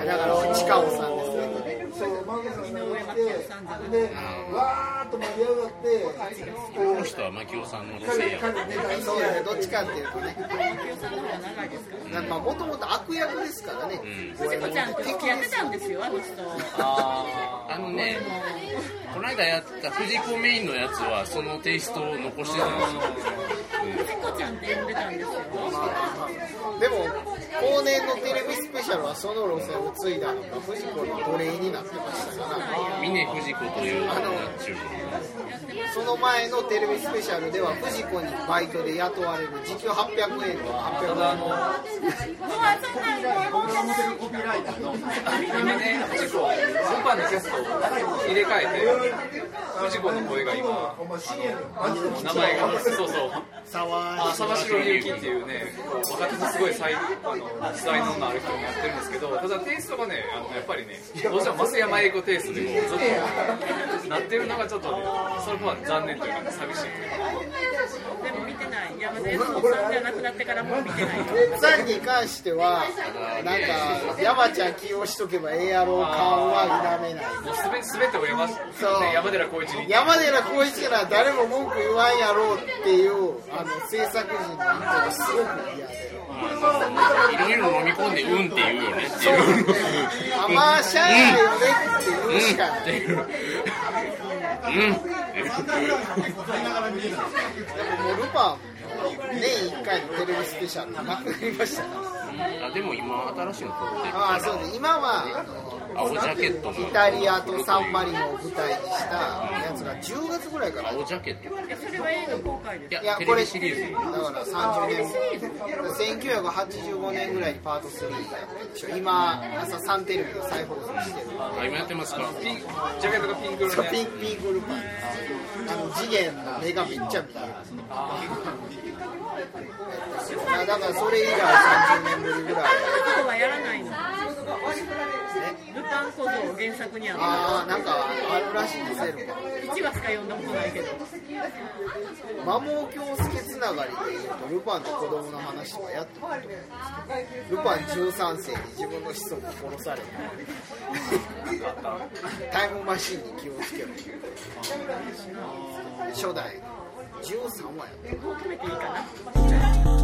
[SPEAKER 7] あだから近尾さんですね
[SPEAKER 9] そう漫画さんがいてでわーっと盛り上がって
[SPEAKER 3] この人は牧雄さんのごせいや
[SPEAKER 9] 彼のネタに
[SPEAKER 7] そうだねどっちかっていうとね
[SPEAKER 8] 好きさんの方が長いですから
[SPEAKER 7] もともと悪役ですからね、
[SPEAKER 8] 藤子ちゃんと付き合ってたんですよあの人
[SPEAKER 3] あのねこの間やった藤子メインのやつはそのテイストを残してたんですよ
[SPEAKER 8] 藤子ちゃんって呼んでたんですよ
[SPEAKER 7] でも往年のテレビスペシャルはその路線を継いだのが藤子の奴隷になってましたから
[SPEAKER 3] 峰藤子というのになっちゅう
[SPEAKER 7] その前のテレビスペシャルでは藤子にバイトで雇われる時給800円とか800円の
[SPEAKER 8] もうあそんなん五右衛門じゃない
[SPEAKER 6] コピーライターの
[SPEAKER 4] 今ね藤子ルパンのキャストを入れ替えて藤子の声が今
[SPEAKER 9] お前深夜のマジで貴
[SPEAKER 4] 名
[SPEAKER 9] 重
[SPEAKER 4] 前がそうそう
[SPEAKER 7] 沢
[SPEAKER 4] あ沢城ゆきっていうねこう若手のすごい才あの才能のある人もやってるんですけどただテイストがねあのやっぱりねどうしても増山英子テイストでこうずっとなってるのがちょっとねそれも残念というか寂しいというか
[SPEAKER 8] でも見てない山田康夫さんが亡くなってからもう見てないよ
[SPEAKER 7] さんに関してはなんか山ちゃん起用しとけばええやろう感は否めない
[SPEAKER 4] もうすべすべてを山,、ね
[SPEAKER 7] そう、
[SPEAKER 4] 山寺宏一に
[SPEAKER 7] 山寺宏一なら誰も文句言わんやろうっていうあの制作陣の意図がすごく嫌で。
[SPEAKER 3] いろいろ飲み込んで「うん」って言うよねっていう
[SPEAKER 7] あまあしゃあないよねって言うしかない、でももうルパン年1回のテレビスペシャルなくなりましたから
[SPEAKER 3] あでも今新しいの撮ってる
[SPEAKER 7] ああそうね今は
[SPEAKER 3] 青ジャケットの
[SPEAKER 7] イタリアとサンマリノを舞台にしたやつが10月ぐらいから
[SPEAKER 3] 青ジャケット
[SPEAKER 8] えそれは映画公開です
[SPEAKER 3] いや
[SPEAKER 7] いや
[SPEAKER 3] テ
[SPEAKER 7] こ
[SPEAKER 3] レ
[SPEAKER 7] れ
[SPEAKER 3] ビ
[SPEAKER 7] だ
[SPEAKER 3] シリーズ
[SPEAKER 7] から30年後1985年ぐらいにパート3やってでしょ今朝サンテレビで再放送してる
[SPEAKER 3] あ今やってますか
[SPEAKER 4] ピンジャケットがピンク色
[SPEAKER 7] そ
[SPEAKER 4] の
[SPEAKER 7] う
[SPEAKER 4] や
[SPEAKER 7] ピンピンクルパンあの次元の目がめっちゃ見えるだからそれ以来30年ぶりぐらい
[SPEAKER 8] 今はやらないのルパン小僧原作にある
[SPEAKER 7] ああなんかあるらしいですね
[SPEAKER 8] 1話しか読んだことないけど
[SPEAKER 7] 摩耗京介つながりでいうとルパンの子供の話とかやってると思うんですけどルパン13世に自分の子孫が殺されたタイムマシンに気をつけろ初代13話やった
[SPEAKER 8] もう止めていいかな